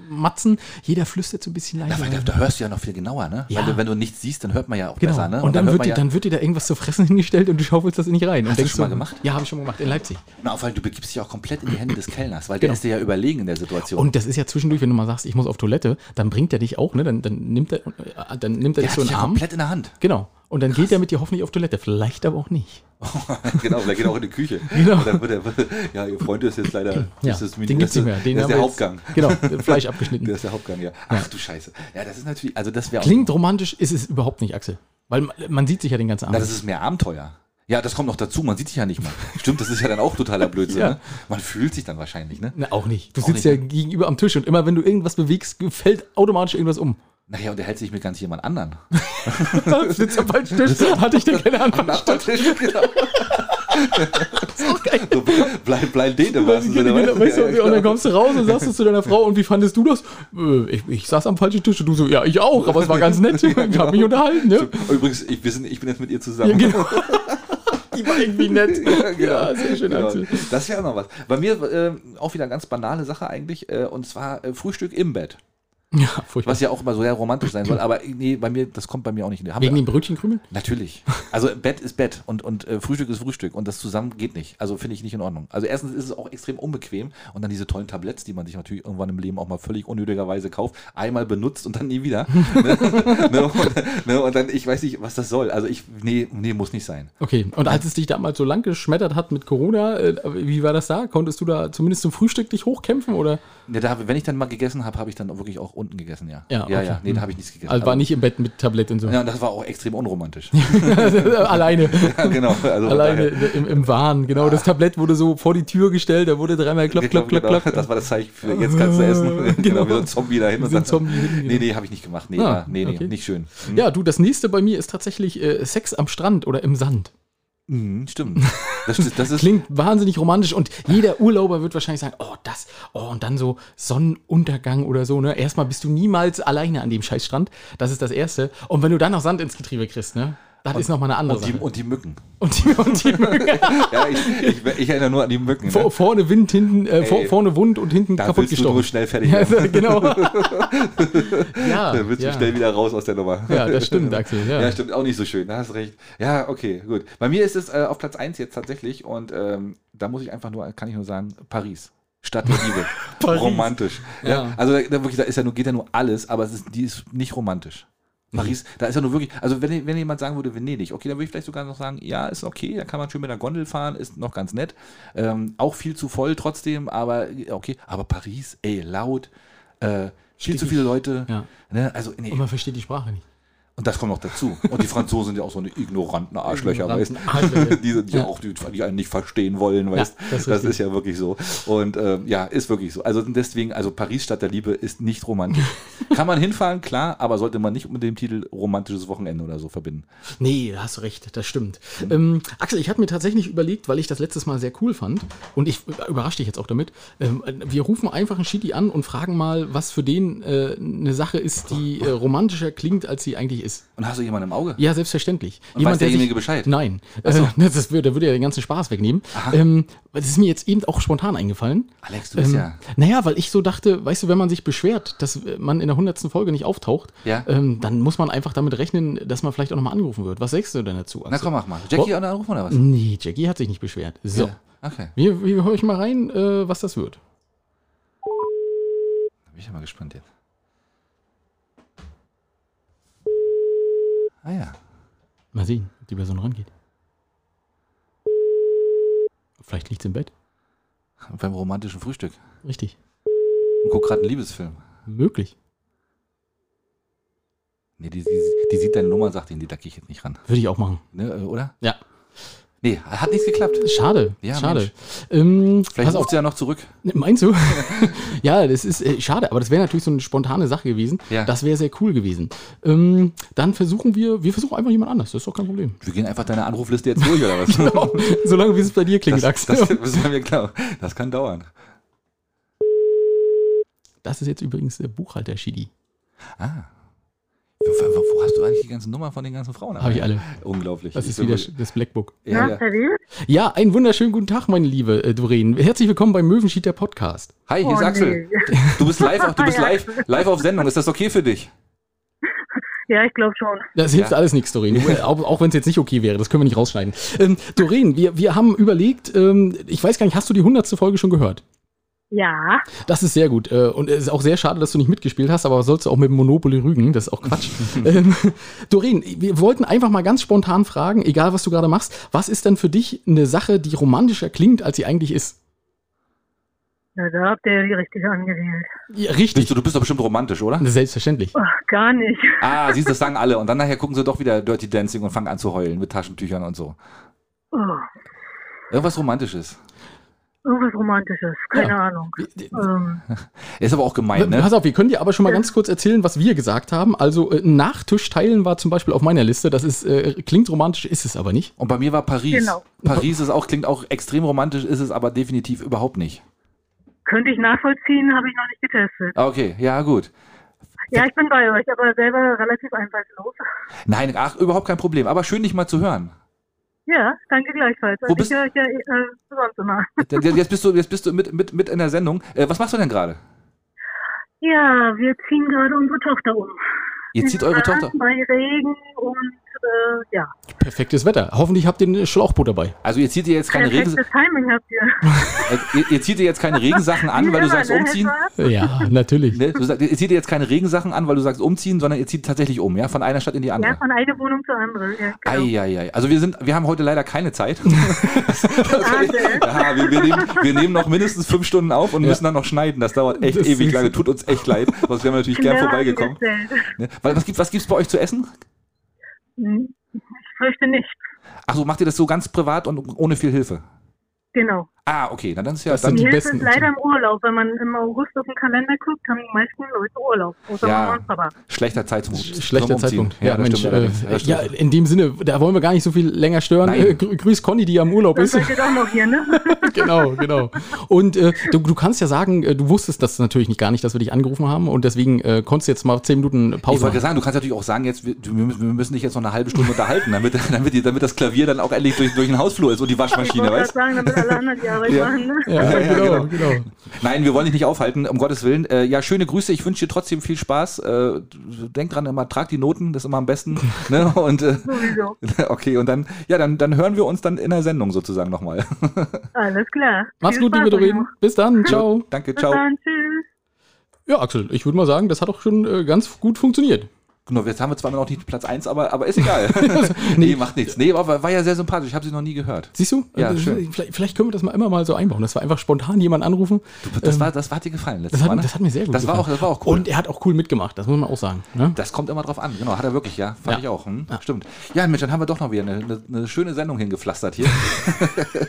schmatzen, jeder flüstert so ein bisschen Na, leise. weil da, da hörst du ja noch viel genauer, ne? Ja. Weil du, wenn du nichts siehst, dann hört man ja auch Genau. besser, ne? Und, dann, hört wird man dir, ja, dann wird dir da irgendwas zu fressen hingestellt und du schaufelst das in dich rein. und Hast du das schon mal so, gemacht? Ja, habe ich schon mal gemacht, in Leipzig. Na, vor allem, du begibst dich auch komplett in die Hände des Kellners, weil Genau. der ist dir ja überlegen in der Situation. Und das ist ja zwischendurch, wenn du mal sagst, ich muss auf Toilette, dann bringt er dich auch, ne? Dann, dann nimmt er, äh, dann nimmt er der dich so dich einen ja Arm. komplett in der Hand. Genau. Und dann geht er mit dir hoffentlich auf Toilette. Vielleicht aber auch nicht. genau, der geht auch in die Küche. Genau. Und Dann wird er, ja, ihr Freund ist jetzt leider. das ist, den gibt's nicht mehr. Den das ist der haben Hauptgang. wir jetzt- Genau, Fleisch Der abgeschnitten. ist der Hauptgang, ja. Ach du Scheiße. Ja, das ist natürlich, also das wäre auch. Klingt romantisch, ist es überhaupt nicht, Axel. Weil man, man sieht sich ja den ganzen Na, Abend. das ist mehr Abenteuer. Ja, das kommt noch dazu, man sieht sich ja nicht mal. Stimmt, das ist ja dann auch totaler Blödsinn. Ja. ne? Man fühlt sich dann wahrscheinlich, ne? Na, auch nicht. Du Auch sitzt nicht, ja ne? gegenüber am Tisch und immer wenn du irgendwas bewegst, fällt automatisch irgendwas um. Naja, und er hält sich mit ganz jemand anderen. Sitzt am falschen Tisch, hatte ich den keine Ahnung. Nachbartisch, genau. So, bleib, bleib den im wahrsten Sinne. Weißt du, Ja, ja, Und dann genau. kommst du raus und sagst es zu deiner Frau, und wie fandest du das? Äh, Ich, ich saß am falschen Tisch und du so, ja, ich auch, aber genau. es war ganz nett. Ich hab mich unterhalten, ne? Übrigens, ich, wir sind, ich bin jetzt mit ihr zusammen. Ja, genau. Die war irgendwie nett. genau. Ja, genau. Ja, sehr schön, Genau. Axel. Das ist ja auch noch was. Bei mir äh, auch wieder eine ganz banale Sache eigentlich, äh, und zwar äh, Frühstück im Bett. Ja, furchtbar. Was ja auch immer so sehr romantisch sein soll, aber nee, bei mir, das kommt bei mir auch nicht in Haben Wegen wir- den Brötchenkrümeln? Natürlich. Also Bett ist Bett und, und äh, Frühstück ist Frühstück und das zusammen geht nicht. Also finde ich nicht in Ordnung. Also erstens ist es auch extrem unbequem und dann diese tollen Tabletts, die man sich natürlich irgendwann im Leben auch mal völlig unnötigerweise kauft, einmal benutzt und dann nie wieder. ne? Ne? Und, ne? und dann, ich weiß nicht, was das soll. Also ich, nee, nee, muss nicht sein. Okay, und als es dich damals so lang geschmettert hat mit Corona, äh, wie war das da? Konntest du da zumindest zum Frühstück dich hochkämpfen oder? Ja, Ne, da, hab- wenn ich dann mal gegessen habe, habe ich dann wirklich auch unten gegessen, ja. Ja, ja, okay. ja. Nee, da habe ich nichts gegessen. Also war nicht im Bett mit Tablett und so. Ja, und das war auch extrem unromantisch. Alleine. ja, genau. Also von Alleine daher- im, im Wahn, genau. Das Tablett wurde so vor die Tür gestellt, da wurde dreimal klopp, klopp, klopp, Genau, klopp. Das war das Zeichen für jetzt kannst du essen. Genau. genau, wie so ein Zombie dahin. Wie so ein Zombie hin, nee, genau. nee, habe ich nicht gemacht. Nee, Ah, ah, nee, nee okay. nicht schön. Hm? Ja, du, das nächste bei mir ist tatsächlich äh, Sex am Strand oder im Sand. Mhm, stimmt. Das, ist- das ist Klingt wahnsinnig romantisch und jeder Urlauber wird wahrscheinlich sagen, oh, das, oh, und dann so Sonnenuntergang oder so, ne? Erstmal bist du niemals alleine an dem Scheißstrand. Das ist das Erste. Und wenn du dann noch Sand ins Getriebe kriegst, ne? Das ist nochmal eine andere und die, Sache. und die Mücken. Und die, und die Mücken. Ja, ich, ich, ich erinnere nur an die Mücken. Vor, Ne? vorne Wind, hinten, äh, vor, Ey, vorne Wund und hinten Da kaputt willst du nur schnell gestochen. fertig Ja, werden. genau. ja, Da willst ja. du schnell wieder raus aus der Nummer. Ja, das stimmt, Axel, ja. Ja, stimmt, auch nicht so schön, da hast recht. Ja, okay, gut. Bei mir ist es äh, auf Platz 1 jetzt tatsächlich und ähm, da muss ich einfach nur, kann ich nur sagen, Paris. Stadt der Liebe. Paris. Romantisch. Ja. Ja. Also da, da, wirklich, da ist ja nur, geht ja nur alles, aber es ist, die ist nicht romantisch. Paris, Mhm. da ist ja nur wirklich, also wenn, wenn jemand sagen würde, Venedig, okay, dann würde ich vielleicht sogar noch sagen, ja, ist okay, da kann man schön mit einer Gondel fahren, ist noch ganz nett. Ähm, auch viel zu voll trotzdem, aber okay, aber Paris, ey, laut, äh, viel zu Stickig. viele Leute. Ja. Ne? Also, nee. Und man versteht die Sprache nicht. Und das kommt noch dazu. Und die Franzosen sind ja auch so eine ignoranten Arschlöcher, Ignoranten weißt Arschlöcher. du? Die, sind ja Ja. auch, die, die einen nicht verstehen wollen, weißt Ja, du? das ist Das, richtig. ist ja wirklich so. Und ähm, ja, ist wirklich so. Also deswegen, also Paris Stadt der Liebe ist nicht romantisch. Kann man hinfahren, klar, aber sollte man nicht mit dem Titel romantisches Wochenende oder so verbinden. Nee, da hast du recht, das stimmt. Ähm, Axel, ich hatte mir tatsächlich überlegt, weil ich das letztes Mal sehr cool fand und ich überrasche dich jetzt auch damit. Ähm, wir rufen einfach einen Shitty an und fragen mal, was für den äh, eine Sache ist, die äh, romantischer klingt, als sie eigentlich ist. Und hast du jemanden im Auge? Ja, selbstverständlich. Und weiß derjenige Bescheid? Nein. Äh, das würde, der würde ja den ganzen Spaß wegnehmen. Ähm, das ist mir jetzt eben auch spontan eingefallen. Alex, du bist ja- Ähm, Naja, weil ich so dachte, weißt du, wenn man sich beschwert, dass äh, man in der hundertsten Folge nicht auftaucht, Ja. ähm, dann muss man einfach damit rechnen, dass man vielleicht auch nochmal angerufen wird. Was sagst du denn dazu? Na Axel? komm, mach mal. Jackie an anrufen oder was? Nee, Jackie hat sich nicht beschwert. So. Ja. Okay. Wir, wir hören euch mal rein, äh, was das wird. Da bin ich ja mal gespannt jetzt. Ah ja. Mal sehen, ob die Person rangeht. Vielleicht liegt's im Bett. Beim romantischen Frühstück. Richtig. Und guck gerade einen Liebesfilm. Möglich. Nee, die, die, die sieht deine Nummer, sagt ihnen, die da gehe ich jetzt nicht ran. Würde ich auch machen. Ne, äh, oder? Ja. Nee, hat nichts geklappt. Schade, Ja, schade. Ähm, Vielleicht pass auf, ruft sie ja noch zurück. meinst du? ja, das ist äh, schade, aber das wäre natürlich so eine spontane Sache gewesen. Ja. Das wäre sehr cool gewesen. Ähm, dann versuchen wir, wir versuchen einfach jemand anders, das ist doch kein Problem. Wir gehen einfach deine Anrufliste jetzt durch, oder was? Genau, Solange wie es bei dir klingt, das, das, Axel. das, Das, ist bei mir klar. das kann dauern. ist jetzt übrigens der Buchhalter Shidi. Ah. Wo, wo, wo hast du eigentlich die ganze Nummer von den ganzen Frauen? Hab ich alle. Unglaublich. Das Ich ist bin wieder wirklich- das Blackbook. Ja, ja. Ja, einen wunderschönen guten Tag, meine liebe äh, Doreen. Herzlich willkommen beim Möwenschied der Podcast. Hi, Oh, hier ist Axel. Du bist live, auf- du bist live, live auf Sendung. Ist das okay für dich? Ja, ich glaube schon. Das hilft alles nichts, Doreen. Du, Auch, auch wenn es jetzt nicht okay wäre, das können wir nicht rausschneiden. Ähm, Doreen, wir, wir haben überlegt, ähm, ich weiß gar nicht, hast du die hundertste Folge schon gehört? Ja, Das ist sehr gut. äh, Und es ist auch sehr schade, dass du nicht mitgespielt hast, aber sollst du auch mit Monopoly rügen, das ist auch Quatsch. ähm, Doreen, wir wollten einfach mal ganz spontan fragen, egal was du gerade machst, was ist denn für dich eine Sache, die romantischer klingt, als sie eigentlich ist? na, da habt ihr die richtige angewählt. Ja, Bist richtig. du, du bist doch bestimmt romantisch, oder? Selbstverständlich. Ach, gar nicht. Ah, siehst du, das sagen alle. Und dann nachher gucken sie doch wieder Dirty Dancing und fangen an zu heulen mit Taschentüchern und so. Oh, Irgendwas Romantisches. irgendwas Romantisches, keine Ja. Ahnung. Ähm, Ist aber auch gemein, ne? Äh, Pass auf, wir können dir aber schon mal ganz kurz erzählen, was wir gesagt haben. Also äh, Nachtisch teilen war zum Beispiel auf meiner Liste. Das ist äh, klingt romantisch, ist es aber nicht. Und bei mir war Paris. Genau. Paris ist auch, klingt auch extrem romantisch, ist es aber definitiv überhaupt nicht. könnte ich nachvollziehen, habe ich noch nicht getestet. Ah, Okay, ja, gut. Ja, ich bin bei euch, aber selber relativ einfallslos. Nein, ach, überhaupt kein Problem. Aber schön, dich mal zu hören. Ja, danke gleichfalls. Wo bist- ich höre euch ja äh, sonst immer. Jetzt bist du, jetzt bist du mit, mit, mit in der Sendung. Äh, was machst du denn gerade? Ja, wir ziehen gerade unsere Tochter um. Ihr zieht eure Bahn, Tochter. Bei Regen und äh, ja. Perfektes Wetter. Hoffentlich habt ihr einen Schlauchboot dabei. Also ihr zieht ihr jetzt keine Regen, Perfektes Timing habt ihr. äh, ihr, ihr zieht ihr jetzt keine Regensachen an, weil du Immer, sagst ne, umziehen. Helfer? Ja, natürlich. Ne? Du sagst, ihr zieht ihr jetzt keine Regensachen an, weil du sagst umziehen, sondern ihr zieht tatsächlich um, ja, von einer Stadt in die Ja, andere. von einer Wohnung zur anderen. Ja, genau. Eieiei. Also wir sind, wir haben heute leider keine Zeit. Schade. Ja, wir, wir, nehmen, wir nehmen noch mindestens fünf Stunden auf und müssen dann noch schneiden. Das dauert echt Das ewig ist- Genau, lange. Tut uns echt leid. Sonst wären wir natürlich gern Schnell vorbeigekommen. angestellt. Ne? Weil Was gibt was gibt's bei euch zu essen? Hm, Ich fürchte nicht. Achso, macht ihr das so ganz privat und ohne viel Hilfe? Genau. Ah, okay. Na, dann ist ja Das dann, sind Die Die Hilfe besten- ist leider im Urlaub. Wenn man im August auf den Kalender guckt, haben die meisten Leute Urlaub. Außer Ja. Mama und Papa. schlechter Zeitpunkt. Zum Schlechter Umziehen. Zeitpunkt. Ja, Ja, das Mensch. stimmt. Äh, allerdings. Ja, das ja, stimmt. in dem Sinne, da wollen wir gar nicht so viel länger stören. Nein. Äh, grü- grüß Conny, die ja im Urlaub Das ist. seid ihr doch noch hier, ne? genau, genau. Und äh, du, du kannst ja sagen, äh, du wusstest das natürlich nicht gar nicht, dass wir dich angerufen haben und deswegen äh, konntest du jetzt mal zehn Minuten Ich Pause wollte machen. sagen, du kannst natürlich auch sagen, jetzt wir, wir müssen wir müssen dich jetzt noch eine halbe Stunde unterhalten, damit, damit, die, damit das Klavier dann auch endlich durch, durch den Hausflur ist und die Ich Oh Waschmaschine, wollte gerade weißt sagen, damit alle anderen die Arbeit Ja. machen, ne? Ja, Ja, ja, genau, genau. Nein, wir wollen dich nicht aufhalten, um Gottes Willen. Äh, ja, schöne Grüße, ich wünsche dir trotzdem viel Spaß. Äh, denk dran, immer, trag die Noten, das ist immer am besten. ne? Und äh, Sowieso. okay, und dann, ja, dann, dann hören wir uns dann in der Sendung sozusagen nochmal. Alles klar. Mach's Viel gut, Spaß liebe euch Doreen. noch. Bis dann, ciao. Danke, Bis ciao. dann, tschüss. Ja, Axel, ich würde mal sagen, das hat auch schon äh, ganz gut funktioniert. Genau, jetzt haben wir zwar noch nicht Platz 1, aber, aber ist egal. nee, macht nichts. Nee, aber war, war ja sehr sympathisch, ich habe sie noch nie gehört. Siehst du? Ja, Äh, schön. Vielleicht, vielleicht können wir das mal immer mal so einbauen, dass wir einfach spontan jemanden anrufen. Das, Ähm, war, das hat dir gefallen letztes das, hat, Mal. ne? das hat mir sehr gut das war auch, gefallen. Das war auch cool. Und er hat auch cool mitgemacht, das muss man auch sagen. Ne? Das kommt immer drauf an, genau, hat er wirklich, ja, fand Ja. ich auch. Hm? Stimmt. Ja, Mensch, dann haben wir doch noch wieder eine, eine, eine schöne Sendung hingepflastert hier.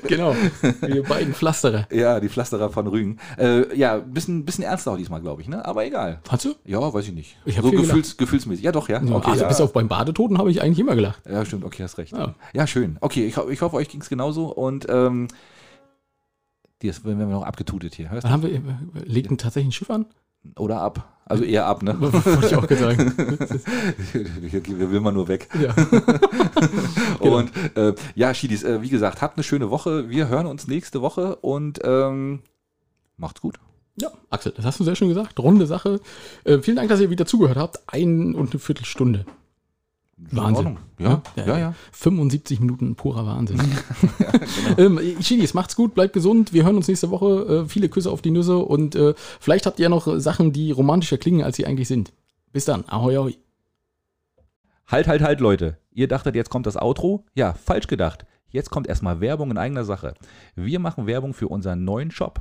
Genau, wir beiden Pflasterer. ja, die Pflasterer von Rügen. Äh, ja, bisschen, bisschen ernster auch diesmal, glaube ich, ne? Aber egal. Hast du? Ja, weiß ich nicht. Ich hab so viel gefühls, gefühlsmäßig. Ja, doch, ja. So, also ja. bis auf beim Badetoten habe ich eigentlich immer gelacht. ja, stimmt, okay, hast recht. Ja, Ja. schön. Okay, ich, ho- ich hoffe, euch ging es genauso und ähm, die ist, wenn wir noch abgetutet hier, hörst Dann haben wir, äh, legt ein tatsächlich ein Schiff an? du? Oder ab. Also eher ab, ne? Wollte ich auch gerade sagen. Hier will man nur weg. Ja. Genau. Und äh, ja, Schiedis, äh, wie gesagt, habt eine schöne Woche. Wir hören uns nächste Woche und ähm, macht's gut. ja, Axel, das hast du sehr schön gesagt. Runde Sache. Äh, vielen Dank, dass ihr wieder zugehört habt. Ein und eine Viertelstunde. Ist in Wahnsinn. Ordnung. Ja, ja, ja. ja. 75 Minuten purer Wahnsinn. ähm, Chidis, macht's gut, bleibt gesund. Wir hören uns nächste Woche. Äh, viele Küsse auf die Nüsse und äh, vielleicht habt ihr ja noch äh, Sachen, die romantischer klingen, als sie eigentlich sind. Bis dann. Ahoi, ahoi. Halt, halt, halt, Leute. Ihr dachtet, jetzt kommt das Outro? Ja, falsch gedacht. Jetzt kommt erstmal Werbung in eigener Sache. Wir machen Werbung für unseren neuen Shop.